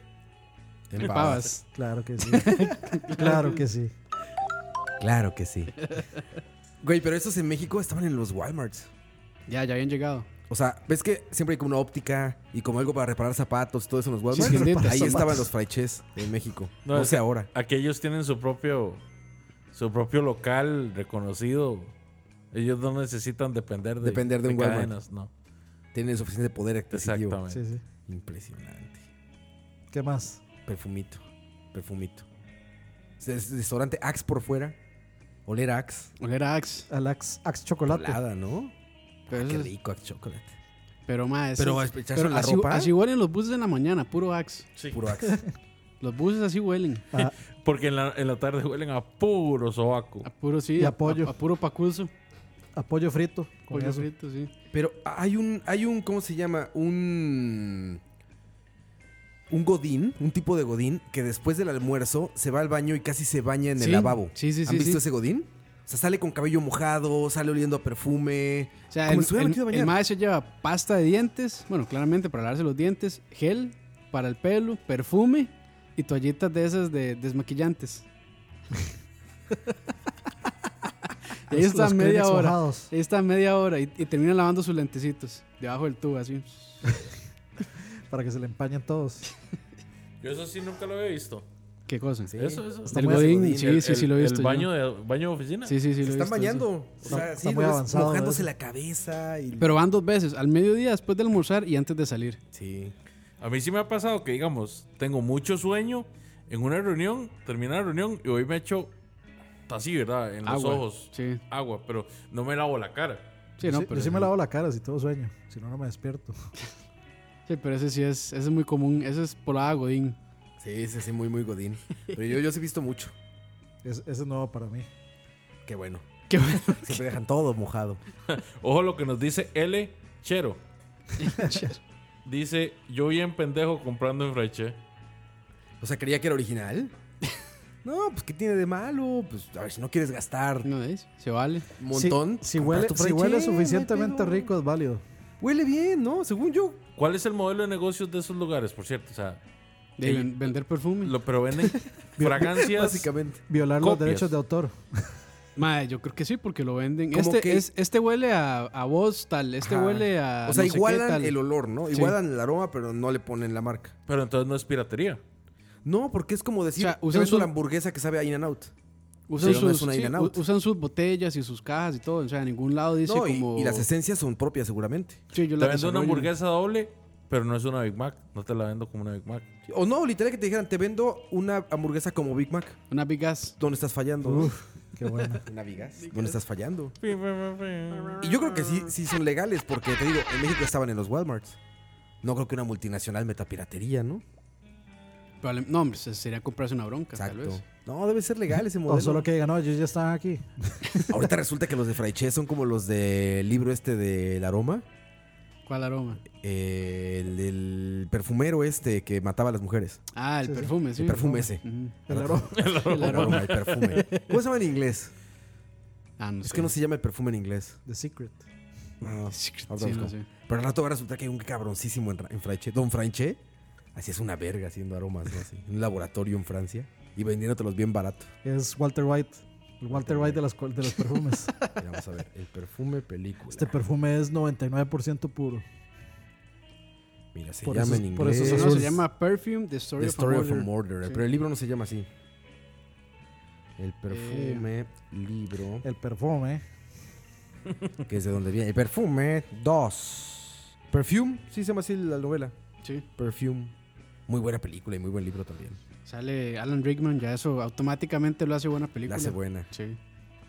D: En Pavas.
C: Pavas.
E: Claro que sí. claro que sí.
D: Claro que sí. Güey, pero estos en México estaban en los Walmarts.
C: Ya, ya habían llegado.
D: O sea, ves que siempre hay como una óptica y como algo para reparar zapatos y todo eso en los Walmarts.
C: Sí, sí,
D: Ahí
C: neta.
D: estaban los fraiches en México. No,
F: No, es
D: sé
F: que-
D: ahora.
F: Aquellos tienen su propio su propio local reconocido. Ellos no necesitan depender de,
D: Depender de un Walmart.
F: cadenas, no.
D: Tienen suficiente poder adquisitivo.
F: Exactamente.
E: Sí, sí.
D: Impresionante.
E: ¿Qué más?
D: Perfumito. Perfumito. Es- es Restaurante Axe por fuera. Oler Axe.
C: Oler a Axe.
E: Al Axe, Axe Chocolate.
D: Colada, ¿no?
C: Pero,
D: Ah, Qué
C: eso es-
D: rico Axe Chocolate.
C: pero mae,
D: Pero
C: eso-
D: a echarse la
C: así,
D: ropa.
C: así huelen los buses en la mañana, puro Axe.
F: Sí.
D: Puro Axe.
C: Los buses así huelen.
F: Porque en la, en la tarde huelen a puro sobaco.
C: A puro, sí.
E: Y
C: a-
E: apoyo.
C: A, a puro pacuso.
E: Apoyo frito. con
C: Pollo
E: eso.
C: frito, sí.
D: Pero hay un, hay un, ¿cómo se llama? Un... Un godín, un tipo de godín que después del almuerzo se va al baño y casi se baña en el
C: Sí,
D: lavabo.
C: sí, sí,
D: ¿Han
C: sí,
D: visto
C: sí.
D: ese godín? O sea, sale con cabello mojado, sale oliendo a perfume.
C: O sea,
D: como
C: el,
D: si se hubiera
C: el-
D: metido a
C: el
D: bañar.
C: mae se lleva pasta de dientes, bueno, claramente para lavarse los dientes, gel para el pelo, perfume y toallitas de esas de desmaquillantes. y ahí
E: Los-
C: está
E: los
C: media
E: Kleenex
C: hora.
E: mojados.
C: Ahí está media hora y, y termina lavando sus lentecitos debajo del tubo, así.
E: Para que se le empañen todos.
F: Yo eso sí nunca lo había visto.
C: ¿Qué cosa?
D: Sí.
F: Eso, eso.
C: Del
D: muy
C: Godín,
D: godín,
C: sí,
F: el,
C: sí, sí
F: el-
C: lo he
F: el
C: visto. yo.
F: baño de, baño de oficina.
C: Sí, sí, sí,
D: Se
C: lo he
D: están
C: visto, sí.
D: bañando. O sea,
E: Está-
D: sí,
E: está muy
D: lo ves
E: avanzado,
D: mojándose
E: ¿no?
D: la cabeza. Y...
C: Pero van dos veces, al mediodía después de almorzar y antes de salir.
D: Sí.
F: A mí sí me ha pasado que, digamos, tengo mucho sueño en una reunión, termina la reunión y hoy me echo así, ¿verdad? En los
C: Agua,
F: ojos.
C: sí.
F: Agua, pero no me lavo la cara.
C: Sí, no,
E: yo, sí-
C: pero,
E: yo sí me lavo la cara si todo sueño. Si no, no me despierto.
C: sí, pero ese sí es, ese es muy común, ese es por la Godín.
D: Sí, sí, sí, muy, muy godín. Pero yo, yo sí he visto mucho.
E: Es- ese es nuevo para mí.
D: Qué bueno.
C: Qué bueno,
D: Siempre dejan todo mojado.
F: Ojo lo que nos dice L. Chero. Dice, yo bien pendejo comprando en Freche.
D: O sea, creía que era original. No, pues ¿qué tiene de malo? Pues a ver, si no quieres gastar
C: no es, se vale.
D: un montón.
E: Si, si
D: compras
E: huele,
D: tu
E: si
D: Fray
E: huele
D: Che, no hay
E: suficientemente
D: pedo.
E: rico, es válido.
D: Huele bien, ¿no? Según yo.
F: ¿Cuál es el modelo de negocios de esos lugares, por cierto? O sea,
C: De
F: Ey,
C: ven- vender perfume.
F: lo, pero venden fragancias.
D: Básicamente.
E: Violar
F: Copias.
E: los derechos de autor.
C: Mae, yo creo que sí, porque lo venden.
D: Como
C: Este,
D: que-
C: es, este huele a, a vos tal, este
D: Ajá.
C: huele a.
D: O sea,
C: no sé qué
D: igualan
C: tal.
D: el olor, ¿no?
C: Sí.
D: Igualan el aroma, pero no le ponen la marca.
F: Pero entonces no es piratería.
D: No, porque es como decir,
C: O sea,
D: yo
C: usan
D: vendo
C: su-
D: la hamburguesa que sabe a In and Out.
C: Usan,
D: Sí, no es
C: sus,
D: una
C: sí,
D: in and out.
C: u- usan sus botellas y sus cajas y todo. O sea, en ningún lado dice
D: No, y,
C: como.
D: y las esencias son propias seguramente.
C: Sí, yo
F: Te
C: la
F: vendo una
C: desarrollo.
F: hamburguesa doble, pero no es una Big Mac. No te la vendo como una Big Mac.
D: O no, literal que te dijeran, te vendo una hamburguesa como Big Mac.
C: Una Big Gas.
D: ¿Dónde estás fallando?
E: Qué bueno.
D: ¿Navigas? ¿Dónde estás fallando? Y yo creo que sí, sí son legales, porque te digo, en México estaban en los Walmarts. No creo que una multinacional meta piratería, ¿no?
C: Probable- No, hombre, se- sería comprarse una bronca, tal
D: Exacto.
C: vez.
D: No, debe ser legal ese
E: O
D: modelo.
E: solo que digan, no, ellos ya están aquí.
D: Ahorita resulta que los de Fraiche son como los del libro este del aroma.
C: ¿Cuál aroma?
D: Eh, el, el perfumero este que mataba a las mujeres.
C: Ah, el perfume, sí.
D: El perfume ese.
C: Ujú.
E: El aroma.
D: El aroma. El perfume. ¿Cómo se llama en inglés?
C: Ah, no
D: Es
C: sé.
D: que no se llama el perfume en inglés.
E: The Secret.
D: No,
C: Sí,
D: ahorita
C: sí,
D: busco.
C: no sé.
D: Pero al rato va a resultar que hay un cabroncísimo en, Ra- en Franche. Don Franche. Así es una verga haciendo aromas, ¿no? Así, un laboratorio en Francia. Y vendiéndotelos bien barato.
E: Es Walter White. El Walter White de, las, cual- de los perfumes.
D: Mira, vamos a ver. El perfume película.
E: Este perfume es 99% puro.
D: Mira, se
E: por
D: llama
E: eso-
D: en inglés.
E: por eso
C: No,
E: son
C: se
E: azules.
C: llama Perfume, The Story,
D: The Story
C: of
D: of
C: a
D: a
C: Murder.
D: Murderer.
C: Sí. Eh,
D: Pero el libro no se llama así. El perfume, libro.
E: El perfume.
D: Que es de donde viene. El perfume 2. Perfume, sí se llama así la novela.
C: Sí.
D: Perfume. Muy buena película y muy buen libro también.
C: Sale Alan Rickman, ya eso automáticamente lo hace buena
D: La
C: película.
D: hace buena.
C: Sí,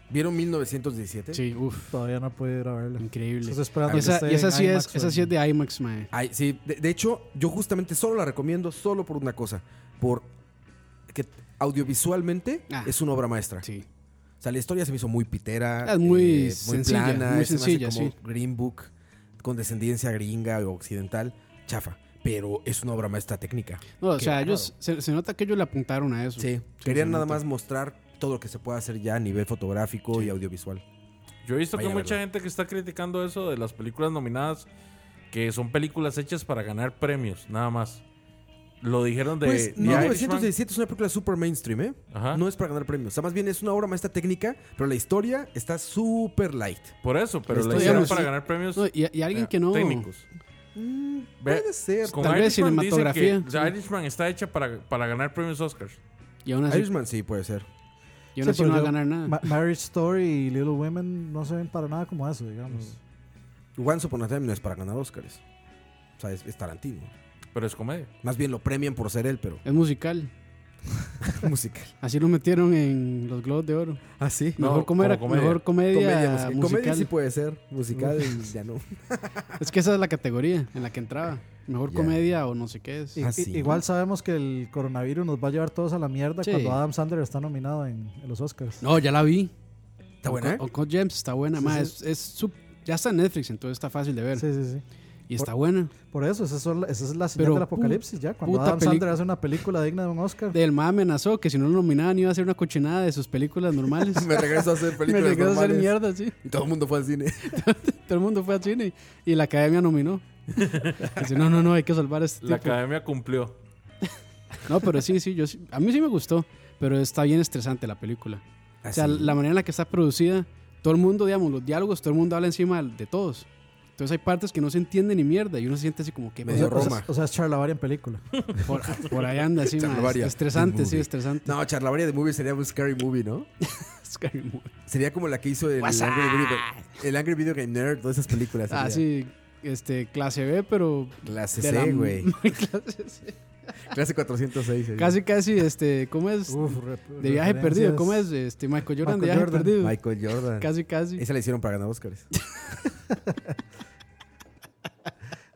D: ¿Vieron 1917?
C: sí, uff,
E: Todavía no puedo ir a verla.
C: increíble.
E: Estoy esperando
C: Y
E: que
C: esa,
E: esté
C: y esa
E: en
C: sí
E: IMAX
C: es, esa
E: o
C: sí es
E: en-
C: de IMAX, mae.
D: Ay, sí. De, de hecho, yo justamente solo la recomiendo solo por una cosa. Por que audiovisualmente
C: Ah.
D: es una obra maestra.
C: Sí.
D: O sea, la historia se me hizo muy pitera.
C: Es Ah, muy
D: eh,
C: sencilla, muy
D: se me hace
C: sencilla,
D: como
C: sí.
D: Green Book, con descendencia gringa o occidental. Chafa. Pero es una obra maestra técnica.
C: No, o
D: Qué
C: sea,
D: bárbaro.
C: ellos se, se nota que ellos le apuntaron a eso.
D: Sí,
C: se
D: querían nada
C: nota.
D: más mostrar todo lo que se puede hacer ya a nivel fotográfico y audiovisual.
F: Yo he visto
D: Vayan a
F: que mucha
D: verla.
F: gente que está criticando eso de las películas nominadas, que son películas hechas para ganar premios, nada más. Lo dijeron de...
D: pues
F: The
D: 1917 es una película super mainstream, ¿eh?
F: Irishman. Ajá.
D: No es para ganar premios. O sea, más bien es una obra maestra técnica, pero la historia está súper light.
F: Por eso, pero
D: Esto
F: lo hicieron
C: digamos,
F: para
C: sí.
F: ganar premios
C: No, y, y alguien
F: eh,
C: que no.
F: técnicos. Ve-
D: Puede ser.
F: Con
C: Tal vez
F: Irishman dicen que-
C: cinematografía.
F: o sea, Irishman está hecha para, para ganar premios Oscars.
C: Y aún así,
D: Irishman sí puede ser.
C: y aún así
E: Sí, pero
C: no va a
E: yo-
C: ganar nada.
E: Ma- Marriage Story y Little Women no se ven para nada como eso, digamos.
C: Mm.
D: Once Upon a Time no es para ganar Oscars. O sea, es, es Tarantino.
F: Pero es comedia.
D: Más bien lo premian por ser él, pero
C: Es musical.
D: musical.
C: Así lo metieron en los Globos de Oro.
D: ¿Ah, sí?
F: No,
C: Mejor,
F: como
C: comer-
F: comedia.
C: mejor comedia,
D: Comedia, musical.
C: musical.
D: Comedia sí puede ser. Musical ya no.
C: Es que esa es la categoría en la que entraba. Mejor
D: Ya.
C: comedia o no sé qué es.
E: I-
D: Ah,
E: i-
D: sí.
E: Igual sabemos que el coronavirus nos va a llevar todos a la mierda
C: Sí.
E: cuando Adam Sandler está nominado en, en los Oscars.
C: No, ya la vi.
D: Está buena, ¿eh?
C: O Uncut James está buena,
E: Sí,
C: mae,
E: sí.
C: Es, es su- ya está en Netflix, entonces está fácil de ver.
E: Sí, sí, sí.
C: Y está buena.
E: Por eso, esa es, sol- esa es la señal
C: Pero
E: del
C: pu-
E: apocalipsis ya. Cuando
C: puta
E: Adam Sandler
C: pelic-
E: hace una película digna de un Oscar.
C: Del MAE amenazó que si no lo nominaban iba a hacer una cochinada de sus películas normales.
D: Me regreso a hacer
C: Me
D: películas
C: regresó a hacer
D: normales.
C: mierda, sí.
D: Y todo el mundo fue al cine.
C: Todo el mundo fue al cine y la academia nominó. Dice, no, no, no, hay que salvar a este
F: La
C: tipo".
F: academia cumplió.
C: No, pero sí, sí, yo, sí- a mí sí me gustó, pero está bien estresante la película. O sea,
D: Así.
C: la manera en la que está producida, todo el mundo, digamos, los diálogos, todo el mundo habla encima de todos. Entonces hay partes que no se entiende ni mierda y uno se siente así como que...
D: Medio
C: "Madre,
D: Roma.
E: O sea, es Charlavaria en película.
C: Por, por ahí anda, sí, ma,
D: Charlavaria.
C: Estresante,
D: The
C: sí,
D: movie.
C: estresante.
D: No, Charlavaria de Movie sería un scary movie, ¿no?
C: Scary movie.
D: Sería como la que hizo el, Angry Video, el Angry Video Game Nerd, todas esas películas.
C: Ah,
D: sería.
C: sí, este, clase B, pero...
D: Clase
C: de la-
D: C, güey.
C: clase C.
D: Clase 406. sería.
C: Casi, casi, este, ¿cómo es?
E: Uf, re-
C: de viaje
E: referencias.
C: perdido, ¿cómo es? Este, Michael Jordan de
E: Michael
C: viaje
E: Jordan.
C: perdido.
D: Michael Jordan.
C: Casi, casi.
D: Esa la hicieron para ganar Oscars.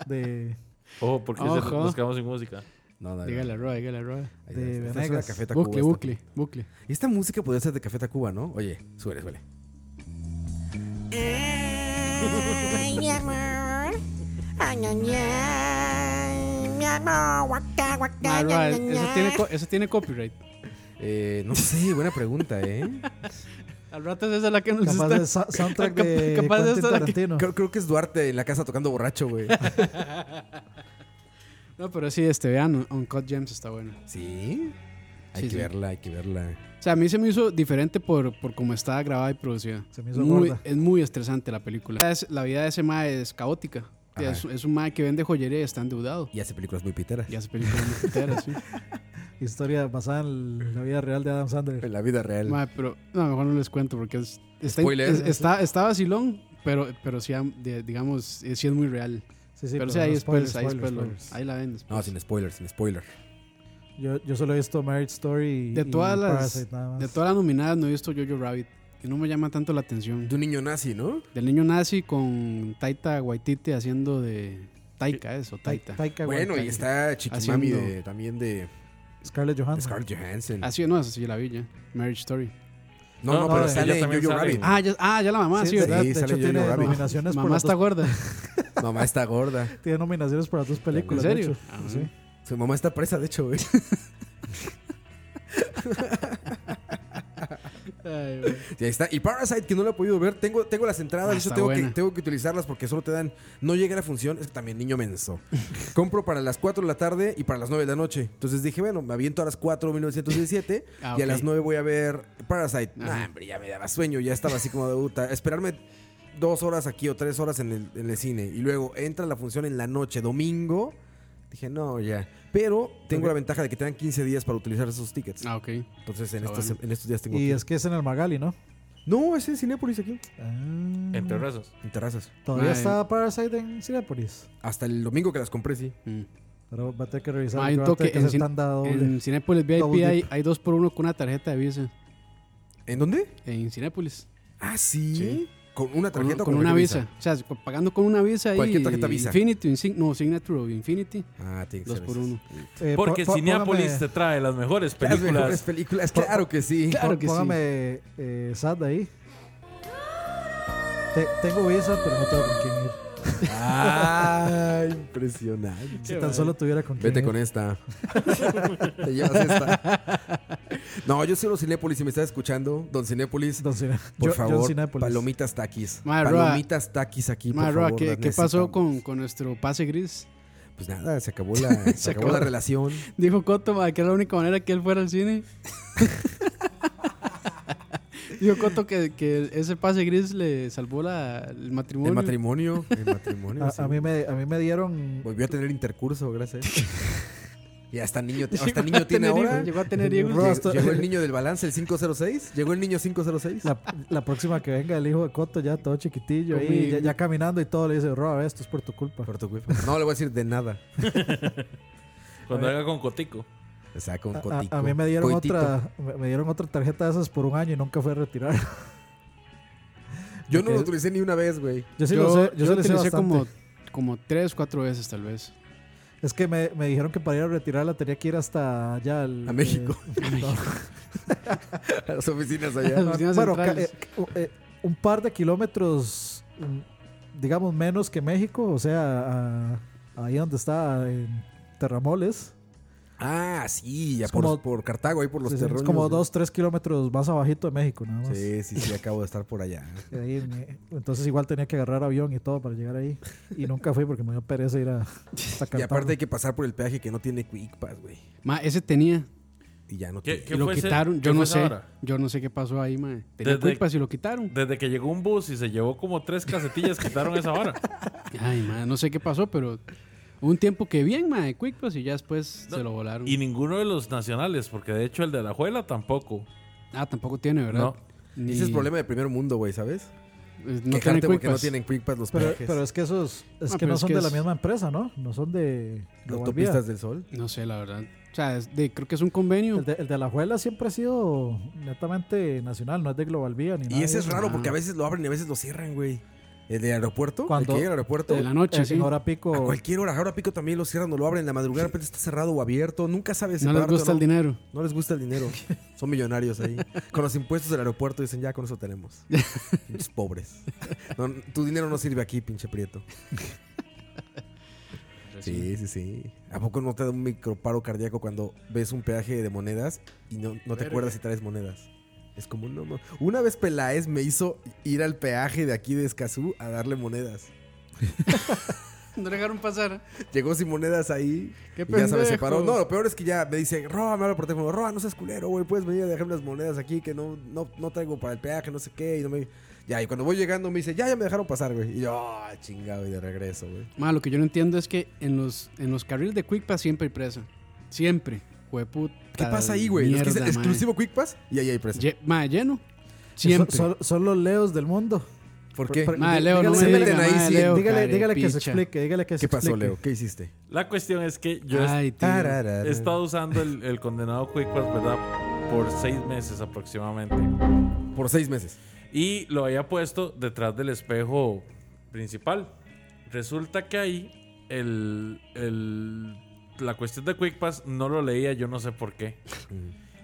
E: De,
F: Ojo, porque se-
C: Ojo.
F: nos quedamos sin música.
D: No, no.
C: Dígale a Roa, dígale a Roa.
E: de Venegas.
C: Bucle, bucle, bucle.
D: Y esta música podría ser de Café Tacuba, ¿no? Oye, suele, suele.
I: Ay, mi amor. Ay, ay, ay. Mi amor. Guaca, guaca,
C: Ma, Roa,
I: ña, ña,
C: eh, eso
I: ña.
C: tiene, co- eso tiene copyright.
D: Eh, no sé, buena pregunta, ¿eh?
C: Al rato es esa la que nos
E: Capaz
C: está...
E: de sa- soundtrack
C: Capaz-
E: de
C: capaz de
E: Quentin
C: esa la que-
E: Tarantino.
D: Creo, creo que es Duarte en la casa tocando borracho, güey.
C: No, pero sí, este, vean, Uncut Gems está bueno.
D: ¿Sí? Hay
C: Sí,
D: que
C: sí.
D: verla, hay que verla.
C: O sea, a mí se me hizo diferente por, por cómo estaba grabada y producida.
E: Se me hizo
C: muy,
E: gorda.
C: es muy estresante la película. Es- la vida de ese mae es caótica. O sea,
D: Ajá.
C: Es, es un mae que vende joyería y está endeudado.
D: Y hace películas muy piteras.
C: Y hace películas muy enteras, sí.
E: Historia basada en la vida real de Adam Sandler.
D: En la vida real.
C: Mae, pero no, mejor no les cuento porque es- está,
D: Spoiler.
C: es- está, está vacilón, pero, pero sí, am- de- digamos, eh, sí es muy real.
E: Sí, sí,
C: pero sí, ahí
E: no,
C: después,
E: spoilers,
C: ahí
E: spoilers,
C: después lo-
E: spoilers.
C: ahí la ven después.
D: No, sin spoiler, sin spoiler.
E: Yo, yo solo he visto Marriage Story y,
C: De
E: y
C: todas las-
E: Parasite, nada más.
C: De todas las nominadas no he visto Jojo Rabbit, que no me llama tanto la atención.
D: De un niño nazi, ¿no?
C: Del niño nazi con Taita Waititi haciendo de Taika, eso,
E: Ta-
C: Taita.
E: Taika
D: Bueno, y
E: Waititi.
D: está Chiquimami
C: Haciendo- Ah,
D: de- también de
E: Scarlett Johansson.
D: Scarlett Johansson.
C: Así, no, esa sí la vi ya. Marriage Story.
D: No,
F: No,
D: no,
F: no,
D: pero
E: ella
D: sale en
F: también
D: Jojo
F: sale.
D: Rabbit.
C: Ah, ya, ah, ya la mamá, sí,
E: de-
C: ¿verdad?
E: De
D: sale
E: hecho,
D: Jojo
E: tiene
D: Rabbit.
E: nominaciones, por
C: Mamá
E: las
C: está
E: dos,
C: gorda.
D: Mamá está gorda.
E: tiene nominaciones para dos películas.
C: ¿En
E: de
C: serio?
E: hecho.
C: Ah,
E: Sí.
D: Su mamá está presa, de hecho, güey.
C: Ay, güey.
D: Y ahí está. Y Parasite, que no lo he podido ver, tengo, tengo las entradas,
C: Ah,
D: de hecho
C: está
D: tengo que,
C: buena.
D: tengo que utilizarlas porque solo te dan. No llega la función, es que también niño menso. Compro para las 4 de la tarde y para las 9 de la noche. Entonces dije, bueno, me aviento a las 4 de 1917
C: Ah,
D: y a
C: ok.
D: las 9 voy a ver Parasite.
C: Ajá.
D: Nah, hombre, ya me daba sueño, ya estaba así como de puta. Esperarme dos horas aquí o tres horas en el, en el cine. Y luego entra la función en la noche, domingo. Dije, no, ya. Pero tengo la ventaja de que te dan 15 días para utilizar esos tickets.
C: Ah, ok.
D: Entonces en,
C: está
D: estos,
C: bueno.
D: en estos días tengo.
E: Y
D: que-
E: es que es en el Magali, ¿no?
D: No, es en Cinépolis aquí.
E: Ah,
F: Entre
C: Mm.
F: razas.
D: En terrazas.
E: Todavía
C: Ay.
E: está Parasite en Cinepolis.
D: Hasta el domingo que las compré, sí.
C: Mm.
E: Pero va a tener que revisar.
C: Hay
E: que
C: un
E: va a tener
C: toque
E: que
C: en,
E: hacer
C: Cin-
E: tanda doble.
C: en Cinépolis VIP
E: Double
C: hay,
E: dip.
C: hay dos por uno con una tarjeta de Visa.
D: ¿En dónde?
C: En Cinépolis.
D: Ah, sí.
C: Sí.
D: ¿Con una
C: Con,
D: tarjeta o
C: con una visa. O sea, con- pagando con una visa ahí.
D: Cualquier tarjeta Visa.
C: Infinity, Insign- no, Signature o Infinity.
D: Ah, tiene que
C: Dos
D: ser
C: por
D: esas.
C: uno.
E: Eh, po-
F: Porque
E: po-
F: Cineapolis
E: póngame-
F: te trae las mejores
D: Las
F: películas.
D: mejores películas, claro que sí.
C: Claro que sí.
E: Póngame eh, Sad ahí. Te- tengo visa, pero no tengo con quién ir.
D: Ah, impresionante.
E: Si tan solo tuviera con quién
D: Vete
E: ir.
D: con esta. Te llevas esta. No, yo soy los Cinépolis si me estás escuchando. Don Cinépolis,
E: Don Cine-
D: por
E: John- John
D: favor.
E: Cinépolis.
D: palomitas taquis.
C: Madre, Roa.
D: palomitas taquis aquí, por
C: Madre, Roa,
D: favor.
C: ¿qué,
D: las
C: qué pasó
D: necesitamos.
C: con, con nuestro pase gris?
D: Pues nada, se acabó la, se acabó la
C: acabó.
D: relación.
C: Dijo Coto ma, que era la única manera que él fuera al cine. Dijo Coto que, que ese pase gris le salvó la, el matrimonio.
D: El matrimonio. El matrimonio. sí.
E: A, a mí me, a mí me dieron.
D: Volvió a tener intercurso, gracias. y hasta niño,
C: Llegó
D: hasta
C: a
D: niño tiene
C: tener
D: ahora.
C: hijos, Llegó a tener hijos.
E: Roa,
D: Llegó-
E: hasta-
D: Llegó el niño del balance, el 506. Llegó el niño 506.
E: La, la próxima que venga el hijo de Coto, ya todo chiquitillo, ahí,
C: Conmigo.
E: ya, ya caminando y todo, le dice: Rob, esto es por tu culpa.
D: Por tu culpa. No le voy a decir de nada.
F: Cuando haga con Cotico.
D: O sea, con
E: A-
D: cotico.
E: a, a mí me dieron
D: coitito.
E: otra me, me dieron otra tarjeta de esas por un año y nunca fue a retirar.
D: Yo no
E: Ok.
D: lo utilicé ni una vez, güey.
E: Yo sí
C: yo
E: lo sé,
C: yo
E: yo, sí
C: lo
E: lo sé
C: utilicé
E: bastante.
C: como, como tres, cuatro veces tal vez.
E: Es que me, me dijeron que para ir a retirarla tenía que ir hasta allá al,
D: A México.
E: eh, no.
D: A las oficinas
C: Las
D: allá.
C: oficinas
E: bueno, ca-
C: centrales.
E: eh, u- eh, un par de kilómetros, mm, digamos, menos que México, o sea, a- ahí donde está en Terramoles.
D: Ah, sí, ya
E: Es
D: por,
E: como-
D: por Cartago, ahí por los
E: Sí, sí,
D: terrenos.
E: es como dos, tres kilómetros más abajito de México, nada más.
D: Sí, sí, sí, acabo de estar por allá.
E: Y ahí, eh, entonces igual tenía que agarrar avión y todo para llegar ahí. Y nunca fui porque me dio pereza ir a, hasta
D: Y
E: Cartago.
D: aparte hay que pasar por el peaje que no tiene Quick Pass, güey.
C: Ma, ese tenía.
D: y ya no
F: ¿Qué-
D: tiene.
F: qué
C: Y lo
F: fue ese-
C: quitaron,
F: qué
C: yo
F: fue
C: no
F: esa
C: sé.
F: vara?
C: Yo no sé qué pasó ahí, mae. Tenía
F: Desde-
C: culpa si lo quitaron.
F: Desde que llegó un bus y se llevó como tres casetillas, quitaron esa vara.
C: Ay, mae, no sé qué pasó, pero un tiempo que bien, mae, Quick Pass y ya después se lo volaron.
F: Y ninguno de los nacionales, porque de hecho el de la Juela tampoco.
C: Ah, tampoco tiene, ¿verdad?
F: No.
C: Ni-
D: Ese es problema de primer mundo, güey, ¿sabes?
C: eh, No tiene
D: Quejarte
C: Quick
D: porque no
C: Pass.
D: tienen Quick Pass los
E: Pero,
D: peajes.
E: pero es que esos es
C: Ah,
E: que
C: pero
E: no
C: es
E: son
C: que
E: de la
C: es-
E: misma empresa, ¿no? No son de de Guardia.
D: Autopistas del Sol.
C: No sé, la verdad. O sea, es de- creo que es un convenio.
E: El de, el de la Juela siempre ha sido netamente nacional, no es de Global Vía ni nada.
D: Y ese es
E: de eso.
D: raro porque a veces lo abren y a veces lo cierran, güey. El de aeropuerto,
E: Cuando-
D: el que llega al aeropuerto.
C: de la noche,
E: Eh,
C: sí.
E: En hora pico.
D: A cualquier hora, ahora pico también lo cierran o lo abren. En la madrugada de repente está cerrado o abierto. Nunca sabes. si
C: No les
D: pararte o
C: gusta el dinero.
D: No les gusta el dinero. Son millonarios ahí. Con los impuestos del aeropuerto dicen, ya con eso tenemos. Pinches pobres. No, tu dinero no sirve aquí, pinche prieto. Sí, sí, sí. ¿A poco no te da un microparo cardíaco cuando ves un peaje de monedas y no, no te acuerdas si traes monedas? Es como un no. Una vez Peláez me hizo ir al peaje de aquí de Escazú a darle monedas.
C: No dejaron pasar.
D: Llegó sin monedas ahí.
C: Qué
D: y ya sabes, se paró.
C: pendejo.
D: No, lo peor es que ya me dice, Roa, me habla por teléfono, Roa, no seas culero, güey, puedes venir a dejarme las monedas aquí que no, no, no traigo para el peaje, no sé qué. Y no me... Ya, y cuando voy llegando me dice, ya, ya me dejaron pasar, güey. Y yo, ah, chingado, y de regreso, güey.
C: Ma, lo que yo no entiendo es que en los, en los carriles de Quick Pass siempre hay presa. Siempre. Hueputa.
D: ¿Qué pasa ahí, güey? Los que dicen
C: mierda, ma.
D: exclusivo Quick Pass y ahí hay presa.
C: Lle- ma, lleno.
E: son-
C: Siempre.
E: Son, son los leos del mundo.
D: ¿Por qué?
E: Por- por-
C: Ma, Leo, no
E: dígale-
C: me
D: meten
C: diga,
D: ahí,
C: ma,
D: sí.
C: Leo,
E: dígale, dígale que se
C: carepicha.
E: explique, dígale que se
D: ¿Qué pasó,
E: explique.
D: Leo? ¿Qué hiciste?
F: La cuestión es que yo he-
C: Ay, tío.
D: Tararara.
F: he estado usando el, el condenado Quick Pass, ¿verdad? Por seis meses aproximadamente.
D: Por seis meses.
F: Y lo había puesto detrás del espejo principal. Resulta que ahí el, el- la cuestión de Quick Pass no lo leía, yo no sé por qué.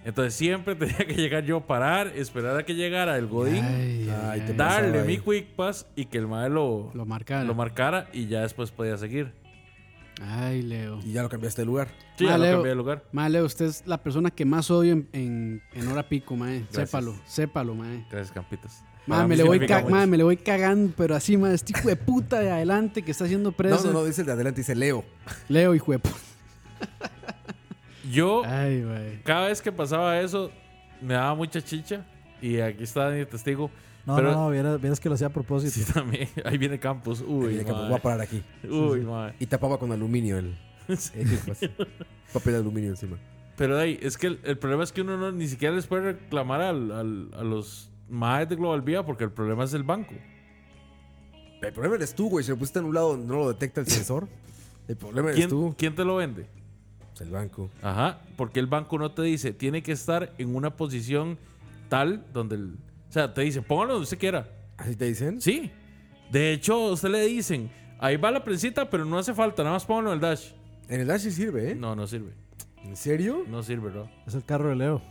F: Entonces siempre tenía que llegar yo a parar, esperar a que llegara el Godín,
C: Ay,
D: Ay,
C: ay,
D: te
C: ay.
D: pasaba
F: darle
D: ahí.
F: mi Quick Pass y que el mae lo,
C: Lo marcaron.
F: lo marcara y ya después podía seguir.
C: Ay, Leo.
D: Y ya lo cambiaste de lugar.
F: Sí, ya
C: Ah,
F: lo
C: Leo.
F: cambié de lugar.
C: Ma, Leo, usted es la persona que más odio en, en, en hora pico, mae. Sépalo, sépalo, mae.
F: Gracias, Campitas.
C: Ma,
F: Para
C: me,
F: mí
C: le voy
F: significa
C: ca-
F: mucho.
C: ma, me le voy cagando, pero así, ma, este hijo de puta de adelante que está haciendo
D: No,
C: preso.
D: no, no, dice el de adelante, dice Leo.
C: Leo, hijo de puta.
F: Yo,
C: Ay, mae.
F: cada vez que pasaba eso, me daba mucha chicha. Y aquí está mi testigo.
E: No,
F: pero
E: no, no, vieras, vieras que lo hacía a propósito.
F: Sí, también. Ahí viene Campos. Uy,
D: Mira que, pues,
F: mae.
D: voy a parar aquí.
F: Uy, mae.
D: Y tapaba con aluminio el. el Quick Pass. Papel de aluminio encima.
F: Pero de ahí, es que el, el problema es que uno no, ni siquiera les puede reclamar al- al- a los maes de Global Vía porque el problema es el banco.
D: El problema eres tú, güey. Si lo pusiste en un lado donde no lo detecta el sensor, el problema eres
F: ¿Quién,
D: Pues tú.
F: quién te lo vende?
D: Pues el banco.
F: Ajá, porque el banco no te dice, tiene que estar en una posición tal donde el. O sea, te dice, póngalo donde usted quiera.
D: ¿Así te dicen?
F: Sí. De hecho, a usted le dicen, ahí va la prensita, pero no hace falta, nada más póngalo en el dash.
D: En el dash sí sirve, ¿eh?
F: No, no sirve.
D: ¿En serio?
F: No sirve, ¿no?
E: Es el carro de Leo.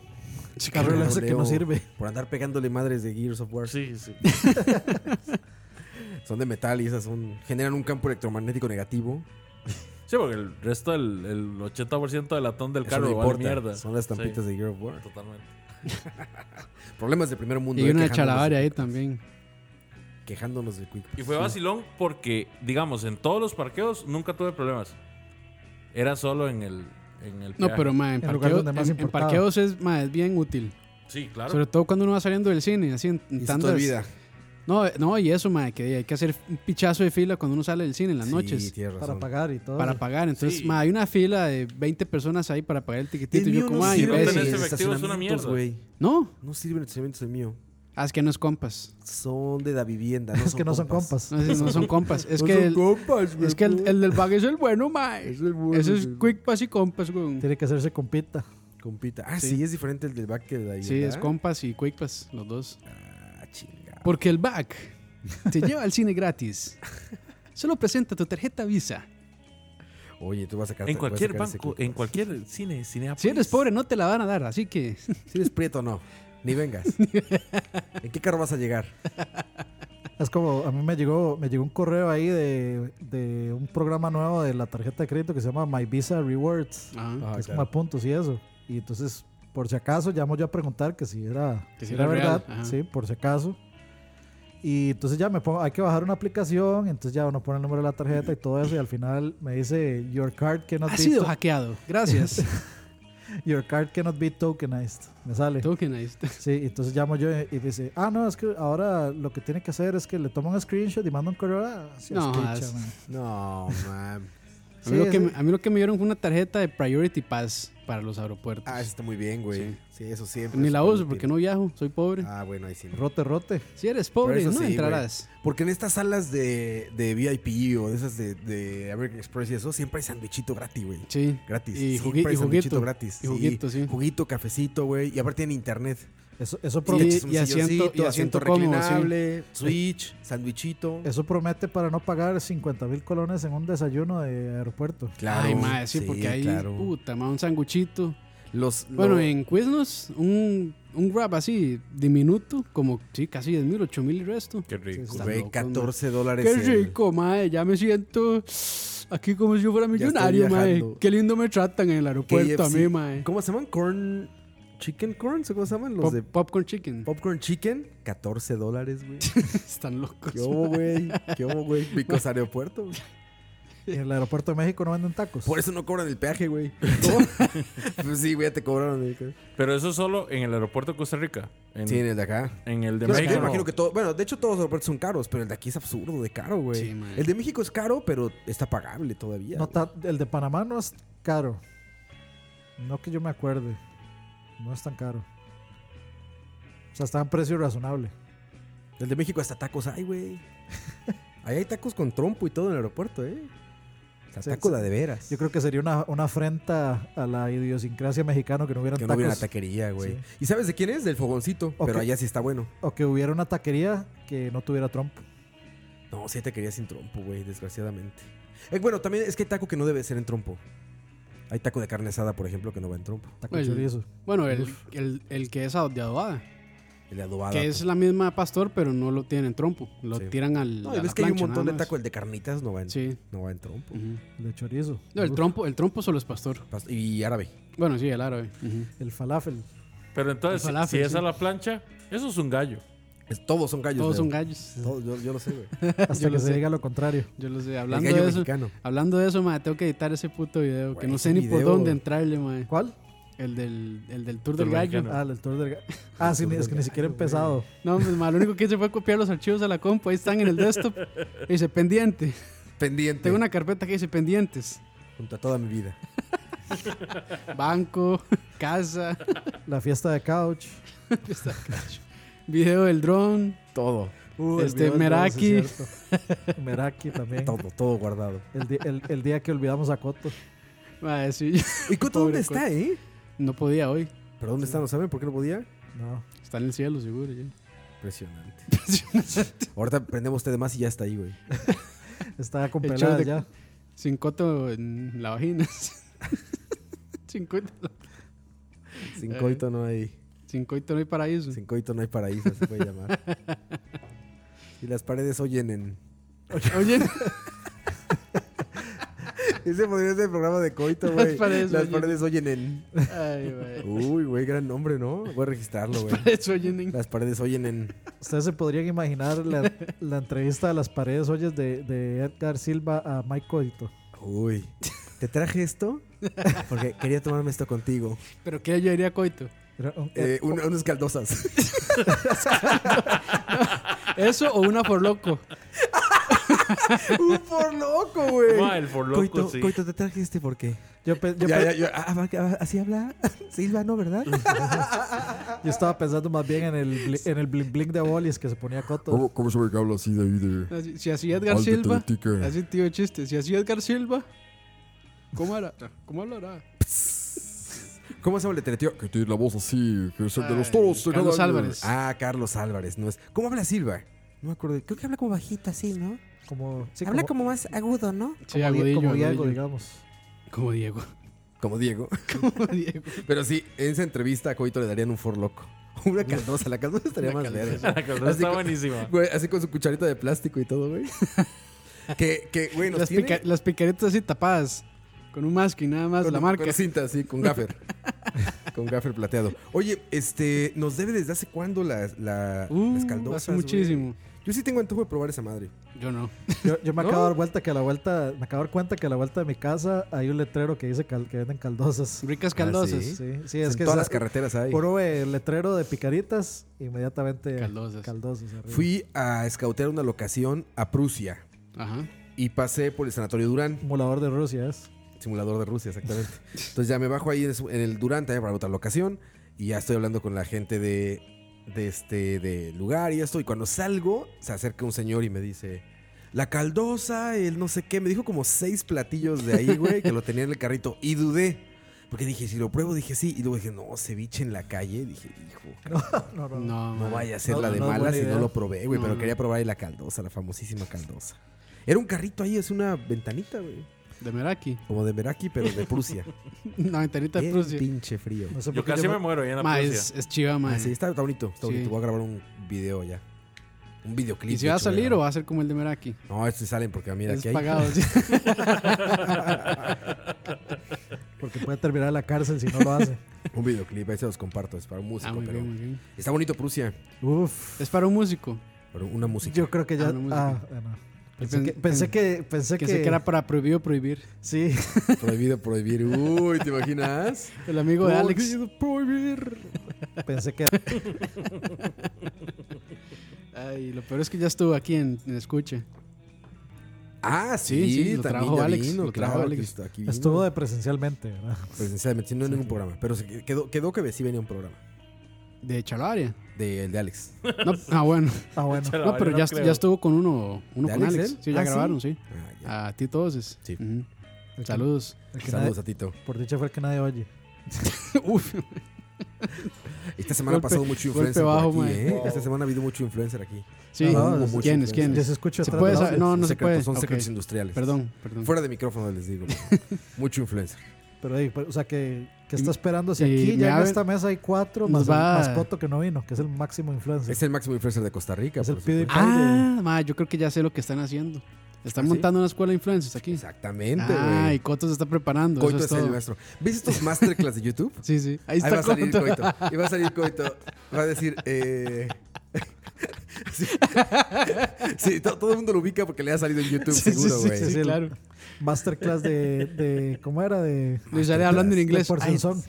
C: Sí,
E: Carro de Leo ese que
D: Leo,
E: no sirve.
D: Por andar pegándole madres de Gears of War.
F: Sí, sí.
D: Son de metal y esas son. generan un campo electromagnético negativo.
F: Sí, porque el resto del el 80% del latón del
D: Eso
F: carro
D: no
F: vale
D: importa.
F: mierda.
D: Son las estampitas
F: Sí,
D: de Gears of War.
F: Totalmente.
D: Problemas de primer mundo.
C: Y
D: ¿eh?
C: una
D: Quejándonos
C: chalabaria
D: de-
C: ahí también.
D: Quejándonos de Quick.
F: Y fue
D: Sí.
F: vacilón porque, digamos, en todos los parqueos nunca tuve problemas. Era solo en el. En el
C: No,
F: peaje.
C: pero, ma, en,
E: El lugar
C: parqueo-
E: donde más
C: en- en
E: importaba.
C: parqueos es, ma, es bien útil.
F: Sí, claro.
C: Sobre todo cuando uno va saliendo del cine, así en, en
D: Y se te
C: tandas.
D: olvida.
C: No, eh, no, y eso, ma, que hay que hacer un pichazo de fila cuando uno sale del cine en las
D: Sí,
C: noches
D: tienes
E: Para
D: razón.
E: pagar y todo.
C: para pagar. Entonces,
F: Sí.
C: ma, hay una fila de 20 personas ahí para pagar el tiquetito.
D: El
C: Y yo
D: mío
C: como,
D: no
C: ay,
D: sirve en
F: imbécil.
D: los
C: imbéciles.
F: Ese efectivo es una
D: estacionamientos,
F: mierda.
D: güey.
C: No,
D: No sirve en estacionamientos el mío.
C: ah, es que no es compas.
D: Son de la vivienda. No
E: Es
D: son
E: que no son compas.
C: No, es- no son compas. Es
D: No
C: que
D: son
C: el,
D: compas, güey.
C: es que el, el del bag es el bueno, ma.
D: Es el bueno,
C: Ese es
D: güey.
C: quick pass y compas, güey.
E: Tiene que hacerse compita.
D: Compita. Ah, sí. es diferente el del back que de ahí.
C: Sí, es
D: ¿verdad?
C: compas y quick pass, los dos.
D: Ah, chinga.
C: Porque el back te lleva al cine gratis. Solo presenta tu tarjeta Visa.
D: Oye, tú vas a sacar.
F: en
D: vas a
F: cualquier
D: sacar ese
F: banco,
D: Quick
F: en
D: Pass.
F: cualquier cine, cine
C: Si
D: Pues.
C: eres pobre, no te la van a dar, así que.
D: Si eres prieto, no. Ni vengas. ¿En qué carro vas a llegar?
E: Es como, a mí me llegó, me llegó un correo ahí de, de un programa nuevo de la tarjeta de crédito que se llama My Visa Rewards.
D: Ah.
C: Ajá.
E: que es como a puntos y eso. Y entonces, por si acaso, llamo yo a preguntar que si era,
C: Que
E: si
C: si
E: era
C: era real,
E: verdad.
C: ajá.
E: Sí, por si acaso. Y entonces ya me pongo, hay que bajar una aplicación, entonces ya uno pone el número de la tarjeta y todo eso, y al final me dice, your card cannot
C: Ha
E: be
C: sido
E: to-"
C: hackeado. Gracias.
E: Your card cannot be tokenized. Me sale.
C: Tokenized.
E: Sí, entonces llamo yo y dice, ah, no, es que ahora lo que tiene que hacer es que le toma un screenshot y manda un correo. Ah, sí,
C: No,
E: picha,
C: es-
E: man.
D: No, man.
C: A mí, lo
E: Sí,
C: que,
E: sí.
C: me- a mí lo que me dieron fue una tarjeta de Priority Pass para los aeropuertos.
D: Ah, eso está muy bien, güey. Sí, eso siempre.
C: Ni
D: es
C: la
D: súper
C: uso
D: útil.
C: porque no viajo, soy pobre.
D: Ah, bueno, ahí sí. no.
E: Rote, rote.
C: Si eres
D: Pero
C: pobre,
D: eso
C: no
D: sí, güey.
C: entrarás.
D: Porque en estas salas de, de VIP o de esas de, de American Express y eso, siempre hay sandwichito gratis, güey.
C: Sí.
D: Gratis.
C: Y, jugui-
D: Siempre hay
C: y
D: sandwichito
C: juguito.
D: gratis.
C: Y juguito, sí.
D: Juguito, cafecito, güey. Y aparte tienen internet.
E: Eso, eso,
C: Y-
E: pro-
D: Te echas un
C: y asiento-
D: silloncito,
C: y asiento cómodo, sí.
D: reclinable, Switch, sandwichito.
E: eso promete para no pagar 50 mil colones en un desayuno de aeropuerto.
D: Claro.
C: Ay, madre, sí, porque hay
D: claro.
C: puta, ma, un sanguchito.
D: Los,
C: Bueno,
D: lo-
C: en Quiznos, un, un grab así, diminuto, como sí, casi 10 mil, 8 mil y resto.
F: Qué rico.
C: están
D: güey,
C: locos,
D: 14 dólares.
C: Qué
D: el-
C: rico, madre, ya me siento aquí como si yo fuera
D: estoy
C: millonario, madre.
D: viajando.
C: Qué lindo me tratan en el aeropuerto a
D: KFC.
C: mí, madre.
D: ¿Cómo se llaman? Corn. Chicken corns, ¿cómo se llaman? Los
C: Pop-
D: de
C: popcorn chicken.
D: Popcorn Chicken, 14 dólares, güey.
C: Están locos.
D: ¿Qué hubo, güey? ¿Qué hubo, güey? Picos aeropuerto. güey.
E: En el aeropuerto de México no venden tacos.
D: Por eso no cobran el peaje, güey. ¿Cómo? pues sí, güey, ya te cobraron. güey.
F: Pero eso solo en el aeropuerto de Costa Rica. En,
D: Sí, en el de acá.
F: en el de
D: Claro,
F: México.
D: yo me imagino que todo. Bueno, de hecho, todos los aeropuertos son caros, pero el de aquí es absurdo de caro, güey.
C: Sí, man.
D: el de México es caro, pero está pagable todavía.
E: No
D: güey.
E: ta- el de Panamá no es caro. No que yo me acuerde. No es tan caro. O sea, está a un precio razonable.
D: El de México hasta tacos hay, güey. Ahí hay tacos con trompo y todo en el aeropuerto, ¿eh? O sea,
E: Sí,
D: tacos
E: sí.
D: de de veras.
E: Yo creo que sería una, una afrenta a la idiosincrasia mexicana que no hubieran
D: que no
E: tacos.
D: hubiera una taquería, güey.
E: Sí.
D: ¿Y sabes de quién es? Del fogoncito.
E: Ok.
D: Pero allá sí está bueno.
E: o que hubiera una taquería que no tuviera trompo.
D: No, sí te quería sin trompo, güey, desgraciadamente. Eh, bueno, también es que hay taco que no debe ser en trompo. Hay taco de carne asada, por ejemplo, que no va en trompo.
E: Taco
C: Bueno,
E: chorizo.
C: Bueno, el, el, el que es de adobada,
D: El de adobada.
C: que es la misma pastor, pero no lo tienen en trompo, lo
D: Sí.
C: tiran al.
D: No,
C: a la
D: ves que hay un
C: plancha,
D: montón
C: nada
D: de
C: más.
D: taco. El de carnitas no va en,
C: Sí.
D: no va en trompo.
C: ujú.
E: El de chorizo.
C: No, el
E: Uf,
C: trompo, el trompo solo es pastor.
D: Pas- Y árabe.
C: Bueno, sí, el árabe. ujú.
E: El falafel.
F: Pero entonces,
C: El falafel,
F: si es
C: sí.
F: a la plancha, eso es un gallo.
D: Es- todos son gallos.
C: Todos son
D: Leo.
C: gallos.
D: Todos, yo, yo lo sé, güey. El
E: Hasta
C: Yo
E: que
C: lo
E: se
C: sé.
E: diga lo contrario.
C: Yo lo sé. Hablando
D: gallo
C: de eso,
D: mexicano.
C: hablando de eso, ma, tengo que editar ese puto video,
D: Güey,
C: que no
D: ese
C: sé ni por
D: video-
C: dónde entrarle, ma.
E: ¿Cuál?
C: El del, el del tour
F: Tour
C: del gallo.
F: mexicano.
E: Ah, el tour del... ga- Ah, sí,
D: tour
E: es
D: del
E: que ni siquiera he empezado.
C: No, pues, ma, lo único que hice fue copiar los archivos a la compu. Ahí están en el desktop. Y dice pendiente.
D: Pendiente.
C: Tengo una carpeta que dice pendientes.
D: Junto a toda mi vida.
C: Banco, casa,
E: La fiesta de couch.
C: video del dron.
D: Todo.
E: Uh, el
C: Este,
E: video del
C: Meraki.
E: dron, sí, cierto. Meraki también.
D: Todo, todo guardado.
E: El, di- el- el día que olvidamos a Coto.
C: Ma, Ah, sí,
D: ¿Y Coto dónde
C: Pobre
D: está, eh?
C: no podía hoy.
D: ¿Pero dónde está? ¿No saben por qué no podía?
E: No.
C: Está en el cielo, seguro. ya.
D: Impresionante. Ahorita prendemos usted de más y ya está ahí, güey.
E: Estaba con
C: El
E: pelada
C: show de-
E: ya.
C: Sin coto en la vagina. Sin coito,
D: Sin coito no hay.
C: sin coito no hay paraíso.
D: Sin coito no hay paraíso, se puede llamar. Y las paredes oyen en.
C: Oye,
D: Ese podría ser el programa de coito, güey.
C: Las paredes
D: Las
C: oyen.
D: paredes oyen en.
C: ay, güey.
D: Uy, güey, gran nombre, ¿no? Voy a registrarlo, güey.
C: Eso, oye, nen.
D: Las paredes oyen en.
E: Ustedes se podrían imaginar la, la entrevista de las paredes ollas de, de Edgar Silva a Mike Coito.
D: Uy. ¿Te traje esto? Porque quería tomarme esto contigo.
C: Pero que yo diría coito.
E: Era un-
D: Eh, un- unas caldosas.
C: Eso o una por loco.
D: ¡Un ¡Uh, por loco, güey!
F: Ma, el forloco,
D: coito,
F: sí.
D: coito, te traje este por qué.
E: Yo, pe- yo
D: Ya,
E: pe-
D: ya, ya. Ah, ah, ah, así habla Silva, ¿no, verdad?
E: yo estaba pensando más bien en el, bli- en el bling bling de Wallis que se ponía Coto.
J: ¿Cómo se ve que habla así de ahí de
C: Así- Si así Edgar
J: Alto
C: Silva.
J: Tica?
C: Así, tío, chiste. Si así Edgar Silva. ¿Cómo hará? ¿Cómo hablará?
D: ¿Cómo se llama el de Teletío?
J: Que tiene la voz así, que es el de
C: Ay,
J: los toros. de
C: Carlos
J: cada año.
C: Álvarez.
D: Ah, Carlos Álvarez, no es. ¿Cómo habla Silva? No me acuerdo. Creo que habla como bajito así, ¿no?
E: Como, sí,
I: Habla como más agudo, ¿no?
C: Sí,
E: como, Di-
C: agudillo,
E: como Diego,
C: agudillo.
E: digamos.
C: Como Diego.
D: Como Diego.
C: Como Diego.
D: Pero sí, en esa entrevista a Coito le darían un forloco. Una caldosa. La caldosa estaría
C: Una
D: más verga.
C: caldosa.
F: La cosa
D: Así
F: está
D: co-
F: buenísima.
D: Güey, así con su cucharita de plástico y todo, güey. que, que, güey, nos
C: Las,
D: tiene...
C: pica- las picaretas así tapadas. Con un masking nada más,
D: con-
C: la marca.
D: Con cinta, así, con gaffer. Con gaffer plateado. Oye, este, nos debe desde hace cuándo las, la-
C: Uh,
D: las caldosas.
C: hace
D: güey?
C: muchísimo.
D: Yo sí tengo antojo de probar esa madre.
C: Yo no.
E: Yo, yo me acabo de dar vuelta que a la vuelta, me acabo de dar cuenta que a la vuelta de mi casa hay un letrero que dice cal- que venden caldosas.
C: Ricas caldosas.
D: Ah, ¿sí?
E: Sí, sí, es
D: en
E: que
D: todas
E: sa-
D: las carreteras hay.
E: puro eh, el letrero de picaritas, inmediatamente
C: Caldosas.
E: caldosas arriba.
D: Fui a escautear una locación a Prusia
C: Ajá.
D: y pasé por el Sanatorio Durán.
E: Emulador de Rusia es.
D: Simulador de Rusia, exactamente. Entonces ya me bajo ahí en el- en el Durán también para otra locación. Y ya estoy hablando con la gente de, de este de lugar y esto. Y cuando salgo, se acerca un señor y me dice. La caldosa, el no sé qué. Me dijo como seis platillos de ahí, güey, que lo tenía en el carrito. Y dudé. Porque dije, si lo pruebo, dije sí. Y luego dije, no, ceviche en la calle. Dije, hijo,
E: No, no, no.
C: No,
D: Oh, no
C: man.
D: vaya a ser
E: No,
D: la de
E: no es buena
D: malas y no
E: idea.
D: lo probé, güey.
C: No,
D: pero
C: no.
D: quería probar ahí la caldosa, la famosísima caldosa. Era un carrito ahí, es una ventanita, güey.
C: De Meraki.
D: Como de Meraki, pero de Prusia.
C: Una ventanita de
D: Bien
C: Prusia.
D: pinche frío.
E: No sé
F: Yo
E: por qué
F: casi
E: yo
F: me muero ahí en la
C: Ma,
F: Prusia.
C: es, es chiva, ma.
D: Ah, sí, está, está bonito. Está
C: Sí.
D: bonito. Voy a grabar un video ya. Un videoclip.
C: ¿Y si
D: de
C: va a
D: hecho, voy
C: salir o
D: grabar.
C: va a ser como el de Meraki?
D: No, estos salen porque mira,
C: es
D: aquí hay.
C: pagado. sí.
E: Porque puede terminar en la cárcel si no lo hace.
D: Un videoclip, ahí se los comparto. Es para un músico,
C: Ah, muy
D: pero.
C: bien, muy bien.
D: Está bonito Prusia.
E: Uf.
C: Es para un músico.
D: Pero una música.
E: Yo creo que ya.
C: Ah, no, música.
E: Ah, ah, no. Pensé,
C: Pen-
E: que, pensé
C: pen-
E: que. Pensé
C: Que
E: que.
C: sé que era para prohibido prohibir.
E: Sí.
D: Prohibido prohibir. Uy, ¿te imaginas?
C: El amigo de Alex.
D: Prohibido prohibir.
E: Pensé que.
C: Ay, lo peor es que ya estuvo aquí en, en Escucha.
D: Ah, sí,
C: Sí, sí, lo
D: también
C: trajo
D: ya
C: Alex,
D: vino,
C: lo
D: claro,
C: trajo
D: aquí
C: Alex.
D: está- aquí vino.
E: Estuvo de presencialmente, ¿verdad?
D: Presencialmente, sí, no en ningún programa. Pero se quedó, quedó que sí venía un programa.
C: De Chalaria.
D: De, el de Alex.
C: No, ah, bueno.
E: Ah, bueno.
F: Chalabaria,
C: No, pero
F: no
C: ya,
F: creo.
C: ya estuvo con uno, uno
D: ¿De
C: con
D: Alex
C: Alex.
D: él?
C: Sí, ya
E: Ah, ¿sí?
C: grabaron, sí.
D: Ah, ya.
C: A ti todos. es.
D: Sí.
C: Ujú.
E: El que-
C: Saludos.
E: el que
D: Saludos
E: nadie-
D: a Tito.
E: por dicha fue el que nadie oye.
C: Uf,
D: Esta semana
C: Golpe-
D: ha pasado mucho
C: golpe
D: influencer por
C: bajo,
D: aquí,
C: man.
D: ¿eh? Esta semana ha habido mucho influencer aquí.
C: sí.
E: Ajá,
D: hubo mucho influencer.
C: ¿Quiénes?
E: Ya
C: ¿Quiénes?
E: se escucha
C: ¿Se
E: atrás
C: puede
E: del
C: saber?
E: audio,
C: No, no se
D: secretos,
C: puede.
D: Son
C: Ok.
D: secretos industriales.
C: Perdón, perdón.
D: Fuera de micrófono les digo. mucho influencer.
E: Pero, ey, pero, o sea, que, que está
C: Y-
E: esperando. Si
C: y
E: aquí ya en
C: Meaver-
E: esta mesa hay cuatro,
C: nos
E: más, el-
C: va-
E: más Poto que no vino, que es el máximo influencer.
D: Es el máximo influencer de Costa Rica.
E: Es el
D: por supuesto.
E: PewDiePie.
C: Ah, ma, yo creo que ya sé lo que están haciendo.
D: ¿Ah,
C: Están
D: sí?
C: montando una escuela de influencers aquí.
D: Exactamente,
C: Ah, y
D: güey.
C: Coto se está preparando.
D: Coito
C: eso
D: es,
C: es
D: el
C: todo.
D: nuestro. ¿Ves estos masterclass de YouTube?
C: Sí, sí. Ahí
D: Ahí va
C: está
D: a salir
C: Coto.
D: Coito. Y va a salir Coito. Va a decir. Eh... sí, Sí, to- todo el mundo lo ubica porque le ha salido en YouTube,
C: Sí, sí,
D: seguro,
C: sí,
D: güey.
C: sí,
E: Es el
C: claro.
E: Masterclass de, de. ¿Cómo era? De.
C: Le estaré hablando en
E: de
C: inglés.
E: Por
C: I,
E: Sansón.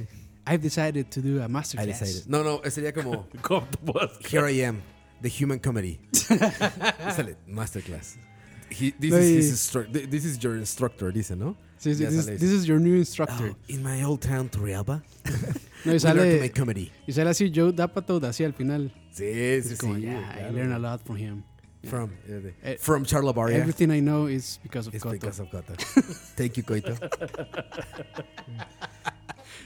C: I've decided to do a
D: I
C: masterclass.
D: decided. No, no, sería como
F: ¿Cómo tú puedes?
D: Here I am, the human comedy. Sale masterclass. He- this,
C: No,
D: is
C: y-
D: his instru- th- this is your instructor, dice, ¿no?
C: Sí, sí.
D: Ya
C: This,
D: sale
C: this is your new instructor.
D: Oh, in my old town, Turrialba,
C: No,
D: we learned to
C: y sale,
D: make comedy.
C: y sale así Joe Dapatow así al final.
D: Sí, sí,
C: Es
D: sí.
C: como, yeah, I
D: claro.
C: learn a lot from him.
D: From, eh, de-
C: Eh,
D: from Charlavaria.
C: Everything I know is because of
D: It's
C: Coto.
D: because of Coto. Thank you, Coito.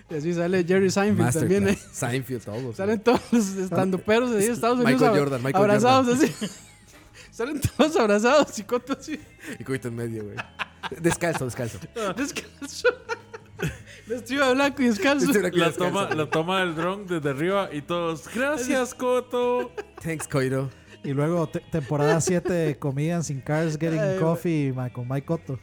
C: Y así sale Jerry Seinfeld también.
D: Masterclass.
C: ¿eh?
D: Seinfeld, todos.
C: Salen todos los estanduperos de ahí de Estados
D: Michael
C: Unidos. ab-
D: Jordan, Michael
C: abrazados así. Salen todos abrazados y Coto así.
D: Y Coito en medio, güey. Descalzo, descalzo.
C: Descalzo. Vestido de blanco y descalzo.
D: Estoy aquí
F: La
D: descalzo.
F: toma, la toma del dron desde arriba y todos. Gracias, Coto.
D: Thanks, Coito.
E: Y luego te- temporada 7 de Comedians in Cars Getting Coffee ma, con Mike Cotto.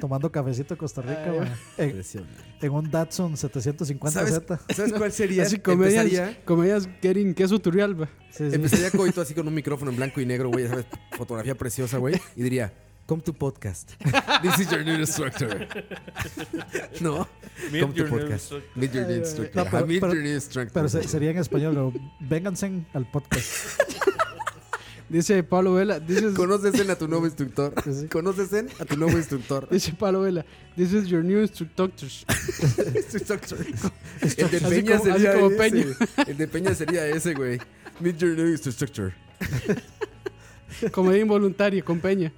E: Tomando cafecito en Costa Rica ma, en,
D: Impresionante.
E: en un Datsun 750Z.
D: ¿Sabes, ¿Sabes cuál sería?
C: Así comedias,
D: Empezaría-
C: comedias getting queso turrialba.
E: Sí, sí.
D: Empezaría Coito así con un micrófono en blanco y negro, güey, ya sabes, fotografía preciosa, güey, y diría, come to podcast. This is your new instructor. no,
F: Meet
D: come to
F: your new
D: podcast.
F: instructor.
D: Meet your new instructor.
E: No, pero-
D: Ah, meet
E: pero-
D: your new instructor.
E: Pero se- sería en español. como, Vénganse al podcast.
C: Dice Pablo Vela, this is-
D: Conócesen a tu nuevo instructor.
E: Sí.
D: Conócesen a tu nuevo instructor.
C: dice Pablo Vela, this is your new instructor.
D: Este Instructor. El de
C: Así
D: Peña
C: como- así
D: sería
C: como
D: ese. El de Peña sería ese, güey. Meet your new instructor.
C: Comedia involuntaria con Peña.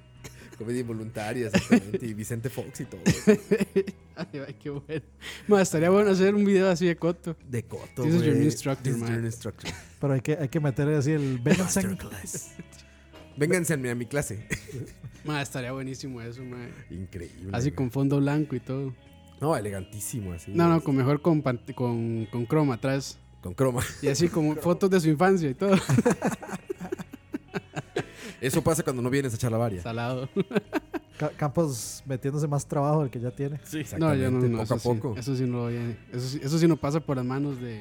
D: Comedia involuntaria, exactamente. Y Vicente Fox y todo.
C: Ay, ay, qué bueno. Ma, estaría bueno hacer un video así de coto.
D: De Coto,
C: This is your
D: güey.
C: new instructor,
D: This is
C: man.
D: your new instructor.
E: Pero hay que, hay que meter así el Vénganse.
D: Vénganse a mi, a mi clase.
C: Ma, estaría buenísimo eso, ma.
D: Increíble.
C: Así
D: güey.
C: con fondo blanco y todo.
D: No, elegantísimo así.
C: No, no, con mejor con, pan- con, con croma atrás.
D: Con croma.
C: Y así como fotos de su infancia y todo.
D: Eso pasa cuando no vienes a Charlavaria.
C: Salado.
E: Ca- Campos metiéndose más trabajo del que ya tiene.
F: Sí.
C: No, yo no,
D: Exactamente,
C: no,
D: poco
C: eso
D: a poco.
C: Sí, eso sí no lo viene. Eso sí, eso sí no pasa por las manos de,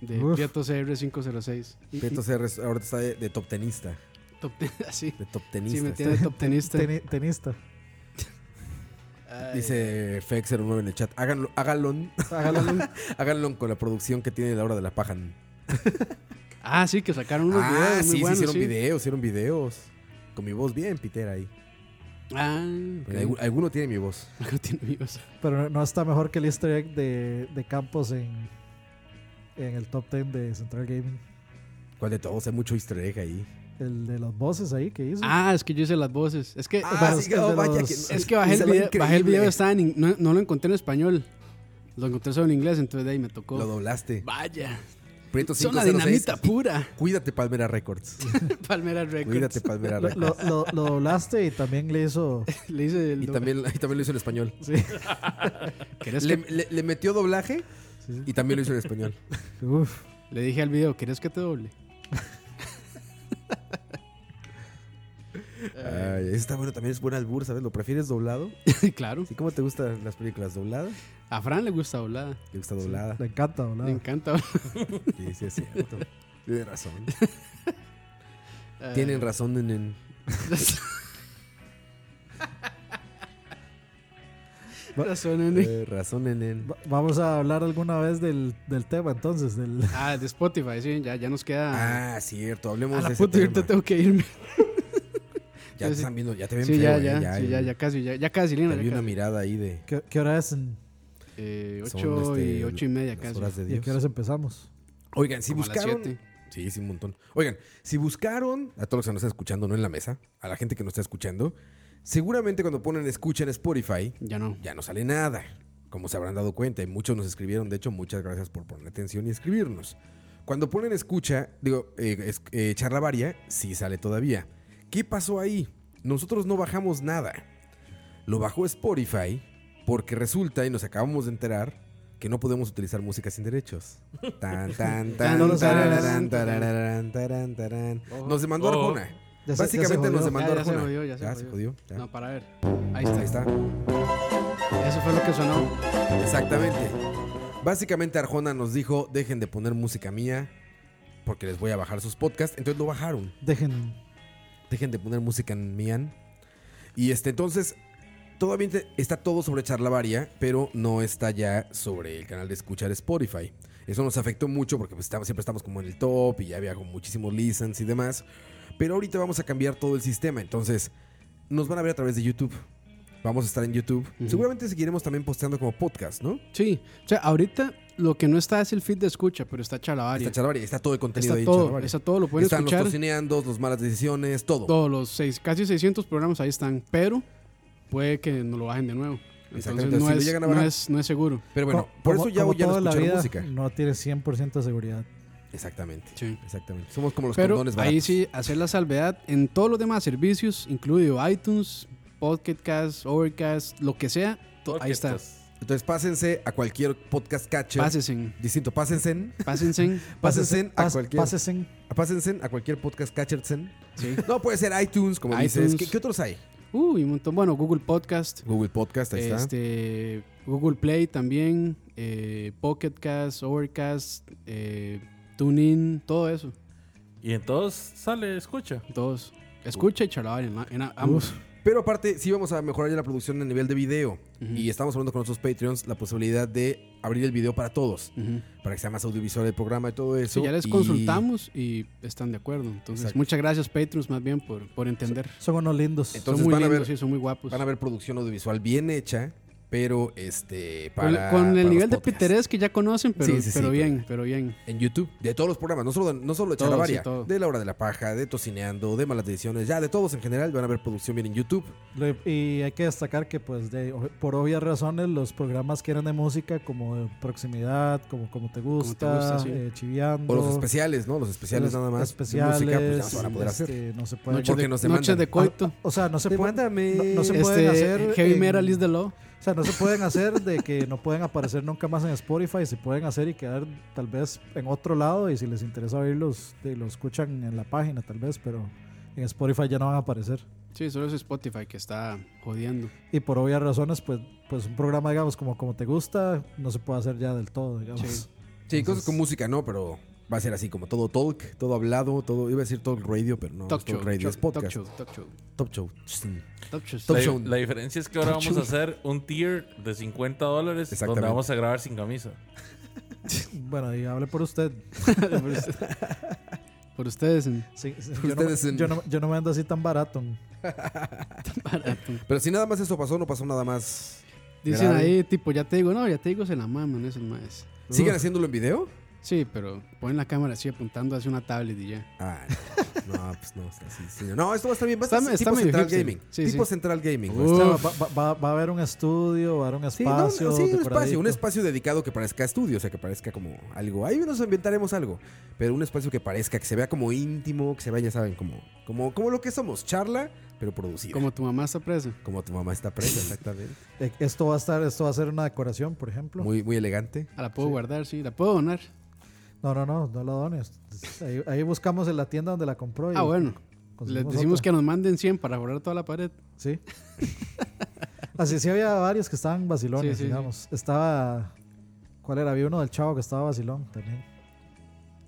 C: de
E: Uf.
C: Prieto CR506. Y- y
D: Beto Serres ahorita está de, de top tenista.
C: top ten- así.
D: De top
C: Sí,
D: tenista.
C: me tiene top tenista.
E: Teni- tenista.
C: Ay.
D: Dice Fex09 en el chat. Háganlo, háganlo, háganlo con la producción que tiene la hora de la paja.
C: Ah, sí, que sacaron unos
D: ah,
C: videos
D: sí,
C: muy
D: sí,
C: buenos.
D: hicieron
C: sí.
D: videos, hicieron videos. Con mi voz bien, Pitera ahí.
C: Ah,
D: Mira,
C: ok.
D: algu- Alguno tiene mi voz.
C: Algo tiene vivos.
E: Pero no- no está mejor que el easter egg de, de Campos en, en el top 10 de Central Gaming.
D: ¿Cuál de todos? Hay mucho easter egg ahí.
E: El de las voces ahí que hizo.
C: Ah, es que yo hice las voces. Es que,
D: Ah, sí,
E: el de
D: oh, vaya
E: los-
D: que-
C: es que bajé, el
D: Ese lo
C: video, bajé el
D: increíble.
C: video, estaba en in- no, no lo encontré en español. Lo encontré solo en inglés, entonces de ahí me tocó.
D: Lo doblaste.
C: Vaya.
D: Prieto
C: Son la
D: 506.
C: dinamita pura.
D: Cuídate, Palmera Records.
C: Palmera Records.
D: Cuídate, Palmera
E: Lo,
D: Records.
E: lo, lo- lo doblaste y también le hizo.
C: Le hice el
D: Y
C: doble-
D: también, y también lo hizo en español.
C: ¿Querés
D: le,
C: que-
D: le- le metió doblaje
E: Sí,
D: y también lo hizo en español.
E: Uf.
C: le dije al video, ¿querés que te doble?
D: Ay, ese está bueno, también es buen albur, ¿sabes? ¿Lo prefieres doblado?
C: claro.
D: ¿Sí? ¿Cómo te gustan las películas? ¿Doblada?
C: A Fran le gusta doblada.
D: ¿Te gusta doblada?
E: Le encanta
C: Le
E: doblar.
C: encanta.
D: Sí, sí, es cierto. Tiene razón.
C: Eh.
D: Tienen razón en. en-
C: razón, Nene.
D: eh, razón en. en-
E: Va- Vamos a hablar alguna vez del, del tema entonces. Del,
C: Ah, de Spotify, sí, ya, ya nos queda.
D: Ah, cierto, hablemos
C: a la
D: de ese
C: puta, y ahorita
D: tema.
C: tengo que irme.
D: Ya te
C: sí.
D: están viendo, ya te ven
C: Sí,
D: feo,
C: ya,
D: eh,
C: ya, sí,
D: eh.
C: ya, ya casi, ya, ya casi,
D: Te
C: Lina.
D: vi una mirada ahí de.
E: ¿qué, qué hora es? en-
C: Eh,
D: son,
C: 8 y
D: este,
C: 8 y media
D: las
C: casi.
D: horas de
E: ¿Y a
D: Dios.
E: qué horas empezamos?
D: Oigan, si
C: Como a las
D: buscaron.
C: siete.
D: Sí, sí, un montón. Oigan, si buscaron, a todos los que nos están escuchando, no en la mesa, a la gente que nos está escuchando, seguramente cuando ponen escucha en Spotify,
C: Ya no.
D: ya no sale nada. Como se habrán dado cuenta, y muchos nos escribieron, de hecho, muchas gracias por poner atención y escribirnos. Cuando ponen escucha, digo, eh, es- eh, charla varia, sí sale todavía. ¿Qué pasó ahí? Nosotros no bajamos nada. Lo bajó Spotify porque resulta, y nos acabamos de enterar, que no podemos utilizar música sin derechos. Tan, tan, tan,
E: no lo sabes.
D: tararán, tararán, tararán, tararán. Nos demandó
F: Ojo.
D: Arjona.
E: Ya se- ya se
D: Básicamente nos
E: jodió.
D: demandó
C: Ya- ya se
D: Arjona.
C: jodió, ya se jodió.
D: ya.
C: No, para ver. Ahí está.
D: Ahí está.
C: Eso fue lo que sonó.
D: Exactamente. Básicamente Arjona nos dijo, dejen de poner música mía porque les voy a bajar sus podcasts. Entonces lo bajaron.
E: Dejen.
D: Dejen de poner música mía. Y este, entonces, todavía te- está todo sobre Charlavaria, pero no está ya sobre el canal de escuchar Spotify. Eso nos afectó mucho porque pues, estamos- siempre estamos como en el top y ya había como muchísimos listens y demás. Pero ahorita vamos a cambiar todo el sistema. Entonces, nos van a ver a través de YouTube. Vamos a estar en YouTube.
C: Ujú.
D: Seguramente seguiremos también posteando como podcast, ¿no?
C: Sí, o sea, ahorita lo que no está es el feed de escucha, pero está Chalabaria.
D: Está Charlavaria, está todo el contenido
C: Está
D: de
C: todo,
D: Charlavaria.
C: está todo, lo pueden
D: Están
C: escuchar.
D: los tocineandos, los malas decisiones, todo.
C: Todos los seis, casi 600 programas ahí están, pero puede que nos lo bajen de nuevo. Entonces
D: Exactamente,
C: no,
D: si lo
C: es,
D: llegan a
C: no,
D: bajar.
C: es, no es seguro.
D: Pero bueno,
E: Co-
D: por
E: como-
D: eso ya
E: como
D: voy a no
E: toda la
D: escuchar
E: vida,
D: música.
E: No tiene 100% de seguridad.
D: Exactamente.
C: Mm. Sí.
D: Exactamente. Somos como los
C: Pero
D: condones baratos.
C: ahí sí, hacer la salvedad en todos los demás servicios, incluido iTunes, Podcast, Overcast, lo que sea, to- ahí está.
F: Podcast.
D: Entonces pásense a cualquier podcast catcher.
C: Pásense,
D: Distinto, pásense.
C: pásense.
D: Pásense a
E: pas-
D: cualquier.
E: pásense.
D: Pásense a cualquier podcast catcher.
C: Sí.
D: No, puede ser iTunes, como
C: iTunes.
D: dices. ¿Qué, qué otros hay?
C: Uy, un montón. Bueno, Google Podcast,
D: Google Podcast, ahí está.
C: este, Google Play también, eh, Pocket Cast, Overcast, eh, TuneIn, todo eso.
F: Y entonces sale, escucha.
C: Todos. Escucha y charlar en, en a- ambos.
D: Pero aparte, sí vamos a mejorar ya la producción a nivel de video. Y estamos hablando con nuestros Patreons la posibilidad de abrir el video para todos.
C: Ujú.
D: Para que sea más audiovisual el programa y todo eso.
C: Sí, ya les
D: Y-
C: consultamos y están de acuerdo. Entonces,
D: Exacto.
C: muchas gracias, Patreons, más bien por, por entender.
E: Son unos lindos.
D: Entonces-
C: son muy
D: van a
C: lindos,
D: ver-
C: sí, son muy guapos.
D: Van a ver producción audiovisual bien hecha, pero este
C: Con-
D: para
C: con,
D: para
C: el
D: los
C: nivel de
D: podcasts.
C: piterés que ya conocen, pero,
D: Sí, sí, sí, pero-
C: pero bien, pero bien.
D: en YouTube de todos los programas, no solo de, no solo de
C: Todo,
D: Charlavaria,
C: sí, todo.
D: de la hora de la paja, de tocineando, de malas decisiones, ya de todos en general van a ver producción bien en YouTube.
E: Lo- Y hay que destacar que, pues, de- o- por obvias razones, los programas que eran de música, como de proximidad, como, como te gusta,
C: gusta, sí.
E: eh, chiviando.
D: O los especiales, ¿no? Los especiales
E: los
D: nada más. de
E: Especiales.
D: música, pues ya no se van a poder hacer.
E: este, No se pueden
C: Noches,
D: porque
C: de,
D: nos demandan.
C: noches de coito.
E: O sea, no se pueden. No, no se pueden
C: este,
E: hacer.
C: Heavy
D: eh,
E: en-
C: Metal is the Law.
E: O sea, no se pueden hacer de que no pueden aparecer nunca más en Spotify, se pueden hacer y quedar tal vez en otro lado y si les interesa oírlos, de- lo escuchan en la página tal vez, pero en Spotify ya no van a aparecer.
C: Sí, solo es Spotify que está jodiendo.
E: Y por obvias razones, pues, pues un programa, digamos, como, como te gusta, no se puede hacer ya del todo, digamos.
C: Sí.
D: Sí, cosas con música no, pero va a ser así como todo talk, todo hablado, todo. Iba a decir talk radio, pero no.
C: Talk
D: es talk
C: show,
D: radio,
C: show,
D: es podcast.
C: taltop show, Mm. top show,
D: Top show.
C: top show.
D: Top
F: La,
D: show.
F: la diferencia es que ahora vamos a hacer un tier de 50 dólares donde
D: Exactamente.
F: vamos a grabar sin camisa.
E: Bueno, y hable por usted.
C: por, usted- por ustedes. en-
E: Sí, sí,
D: Por
E: yo, no,
D: ustedes en-
E: yo no- yo no me ando así tan barato.
D: Pero si nada más eso pasó, no pasó nada más.
C: Dicen
D: Grave.
C: ahí, tipo, ya te digo, no, ya te digo, se la maman esos maes.
D: ¿Siguen haciéndolo en video?
C: Sí, pero ponen la cámara así apuntando hacia una tablet y ya.
D: Ah, no, no, pues no, está así, sí, No, esto va a estar bien. Va a
C: Está-
D: estar tipo
C: está medio
D: Central
C: hipster.
D: Gaming.
C: Sí,
D: tipo
C: sí.
D: Central Gaming. güey.
E: O
C: Uf.
E: sea, va, va- va- va a haber un estudio, va a haber un
D: Sí, no,
E: espacio.
D: sí, un espacio,
E: decoradito.
D: un espacio dedicado que parezca estudio, o sea, que parezca como algo. Ahí nos inventaremos algo, pero un espacio que parezca, que se vea como íntimo, que se vea, ya saben, como, como, como lo que somos, charla, pero producida. Como,
C: Como tu mamá está presa.
D: tu mamá está presa, exactamente.
E: Eh, Esto va a estar, esto va a ser una decoración, por ejemplo.
D: Muy, muy elegante.
C: Ah, la puedo guardar, sí, la puedo donar.
E: No, no, no, no la dones. Ahí, ahí buscamos en la tienda donde la compró. y
C: Ah, bueno. Les
E: conseguimos
C: decimos
E: otra.
C: que nos manden 100 para borrar toda la pared.
E: Sí. Así sí había varios que estaban
C: Sí,
E: vacilones,
C: sí, sí.
E: digamos. Estaba. ¿Cuál era? Había uno del chavo que estaba vacilón también.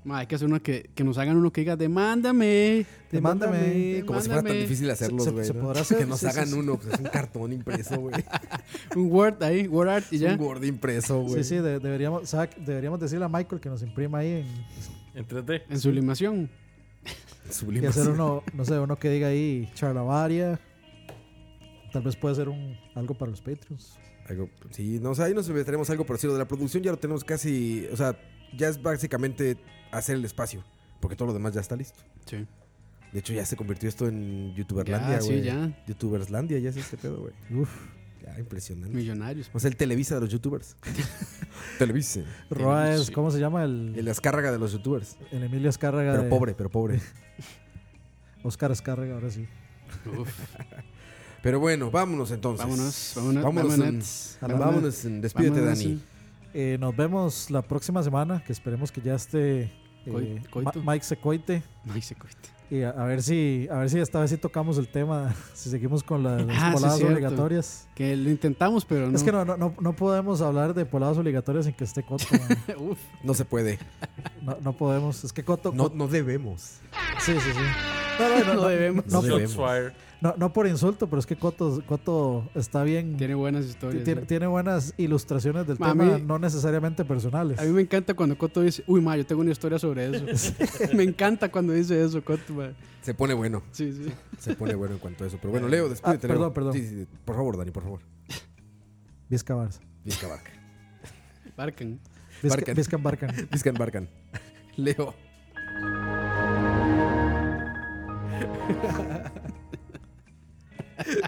C: Ma, hay que hacer uno que, que nos hagan uno que diga, demándame.
E: Demándame".
D: Como si fuera tan
C: demándame".
D: difícil hacerlos,
E: se-
D: güey.
E: se
D: ¿no?
E: podrá hacer,
D: Que nos
E: sí, sí,
D: hagan
E: sí.
D: uno, pues es un cartón impreso, güey.
C: Un Word ahí, Word Art y
D: Es
C: ya.
D: un gordo impreso, Oh, güey.
E: Sí, sí, de- deberíamos, ¿sabe qué? deberíamos decirle a Michael que nos imprima ahí en-
F: En 3D.
C: En sublimación.
E: y
D: Sublimación.
E: hacer uno, no sé, uno que diga ahí charlavaria. Tal vez puede ser un, algo para los Patreons.
D: Algo- sí, no, o sea, ahí nos inventaremos algo, pero sí, lo de la producción ya lo tenemos casi, o sea, ya es básicamente hacer el espacio, porque todo lo demás ya está listo.
C: Sí.
D: De hecho, ya se convirtió esto en YouTuberlandia,
C: Ya, sí,
D: güey.
C: ya.
D: YouTuberslandia, ya es este pedo, güey. Uf, ya impresionante.
C: Millonarios.
D: O sea, el Televisa de los YouTubers. Televisa.
E: Roaes,
C: sí.
E: ¿cómo se llama? El,
D: El Azcárraga de los YouTubers.
E: el Emilio Escárraga.
D: Pero
E: de-
D: pobre, pero pobre.
E: Oscar Escárraga, ahora sí.
C: Uf,
D: Pero bueno, vámonos entonces.
C: vámonos, vámonos,
D: Vámonos. en-
C: vámonos.
D: Vámonos. en- Despídete,
C: Vámonos,
D: Dani.
C: sí.
E: Eh, nos vemos la próxima semana, que esperemos que ya esté eh,
C: Coi- coito.
E: Ma- Mike se coite.
C: Ay, se cuesta.
E: Y a, a ver si a ver si esta vez sí tocamos el tema, si seguimos con la- las
C: Ah, sí,
E: poladas
C: cierto.
E: obligatorias.
C: Que lo intentamos, pero no.
E: Es que no, no, no, no podemos hablar de poladas obligatorias sin que esté Coto. man.
C: Uf,
D: No se puede.
E: No, no podemos. Es que Coto...
D: No,
E: Coto-
D: no debemos.
E: sí, sí, sí. No, no, no,
C: no
E: no,
C: debemos.
D: No
F: Shots
D: debemos.
F: fired.
E: no- no por insulto, pero es que Coto, Coto está bien...
C: Tiene buenas
E: ti-
C: historias.
E: Tiene,
C: ¿eh?
E: tiene buenas ilustraciones del
C: Ma, a
E: tema,
C: mí-
E: no necesariamente personales.
C: A mí me encanta cuando Coto dice, uy, ma, yo tengo una historia sobre eso. me encanta cuando dice eso, Coto, ma.
D: Se pone bueno.
C: Sí, sí.
D: Se pone bueno en cuanto a eso. Pero bueno, Leo, despídete.
E: Ah, perdón,
D: Leo.
E: perdón.
D: Sí, sí, por favor, Dani, por favor.
E: Vizca Barça.
D: Vizca Barca.
C: Barcan.
E: Vizca-
D: Barcan.
E: Vizca Barcan.
D: Vizca embarcan. Leo.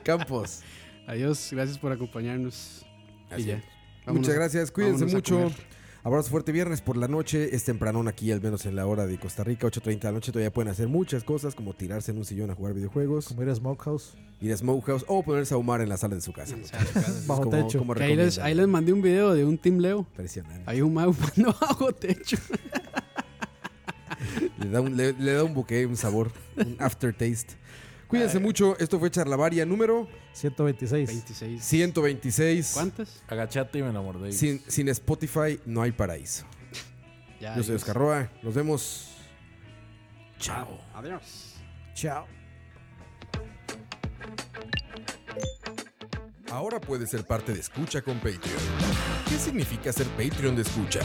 D: Campos.
C: Adiós, gracias por acompañarnos.
D: Así
C: y ya.
D: es.
C: Vámonos
D: Muchas
C: a-
D: gracias, cuídense
C: vámonos a
D: mucho.
C: comer.
D: Abrazo fuerte viernes por la noche, es tempranón aquí, al menos en la hora de Costa Rica, 8.30 de la noche, todavía pueden hacer muchas cosas, como tirarse en un sillón a jugar videojuegos,
E: Como ir a Smokehouse.
D: ir a Smokehouse o ponerse a humar en la sala de su casa. Es
E: Bajo
D: como-
E: techo.
D: como
C: Que ahí, les,
D: recomiendan.
C: ahí les mandé un video de un Team Leo.
D: Impresionante.
C: Ahí un ma fumando bajo techo.
D: Le da un, le, le da un bouquet, un sabor, un aftertaste. Cuídense mucho, esto fue Charlavaria número
E: 126.
C: 26.
D: 126.
C: ¿Cuántas?
F: Agachate y me la mordéis.
D: Sin, sin Spotify no hay paraíso.
C: Ya,
D: Yo soy
C: adiós.
D: Oscar Roa, nos vemos. Chao.
C: Adiós.
E: Chao.
G: Ahora puedes ser parte de Escucha con Patreon. ¿Qué significa ser Patreon de Escucha?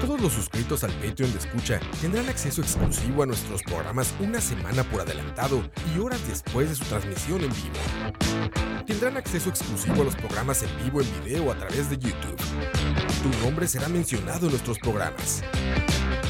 G: Todos los suscritos al Patreon de Escucha tendrán acceso exclusivo a nuestros programas una semana por adelantado y horas después de su transmisión en vivo. Tendrán acceso exclusivo a los programas en vivo en video a través de YouTube. Tu nombre será mencionado en nuestros programas.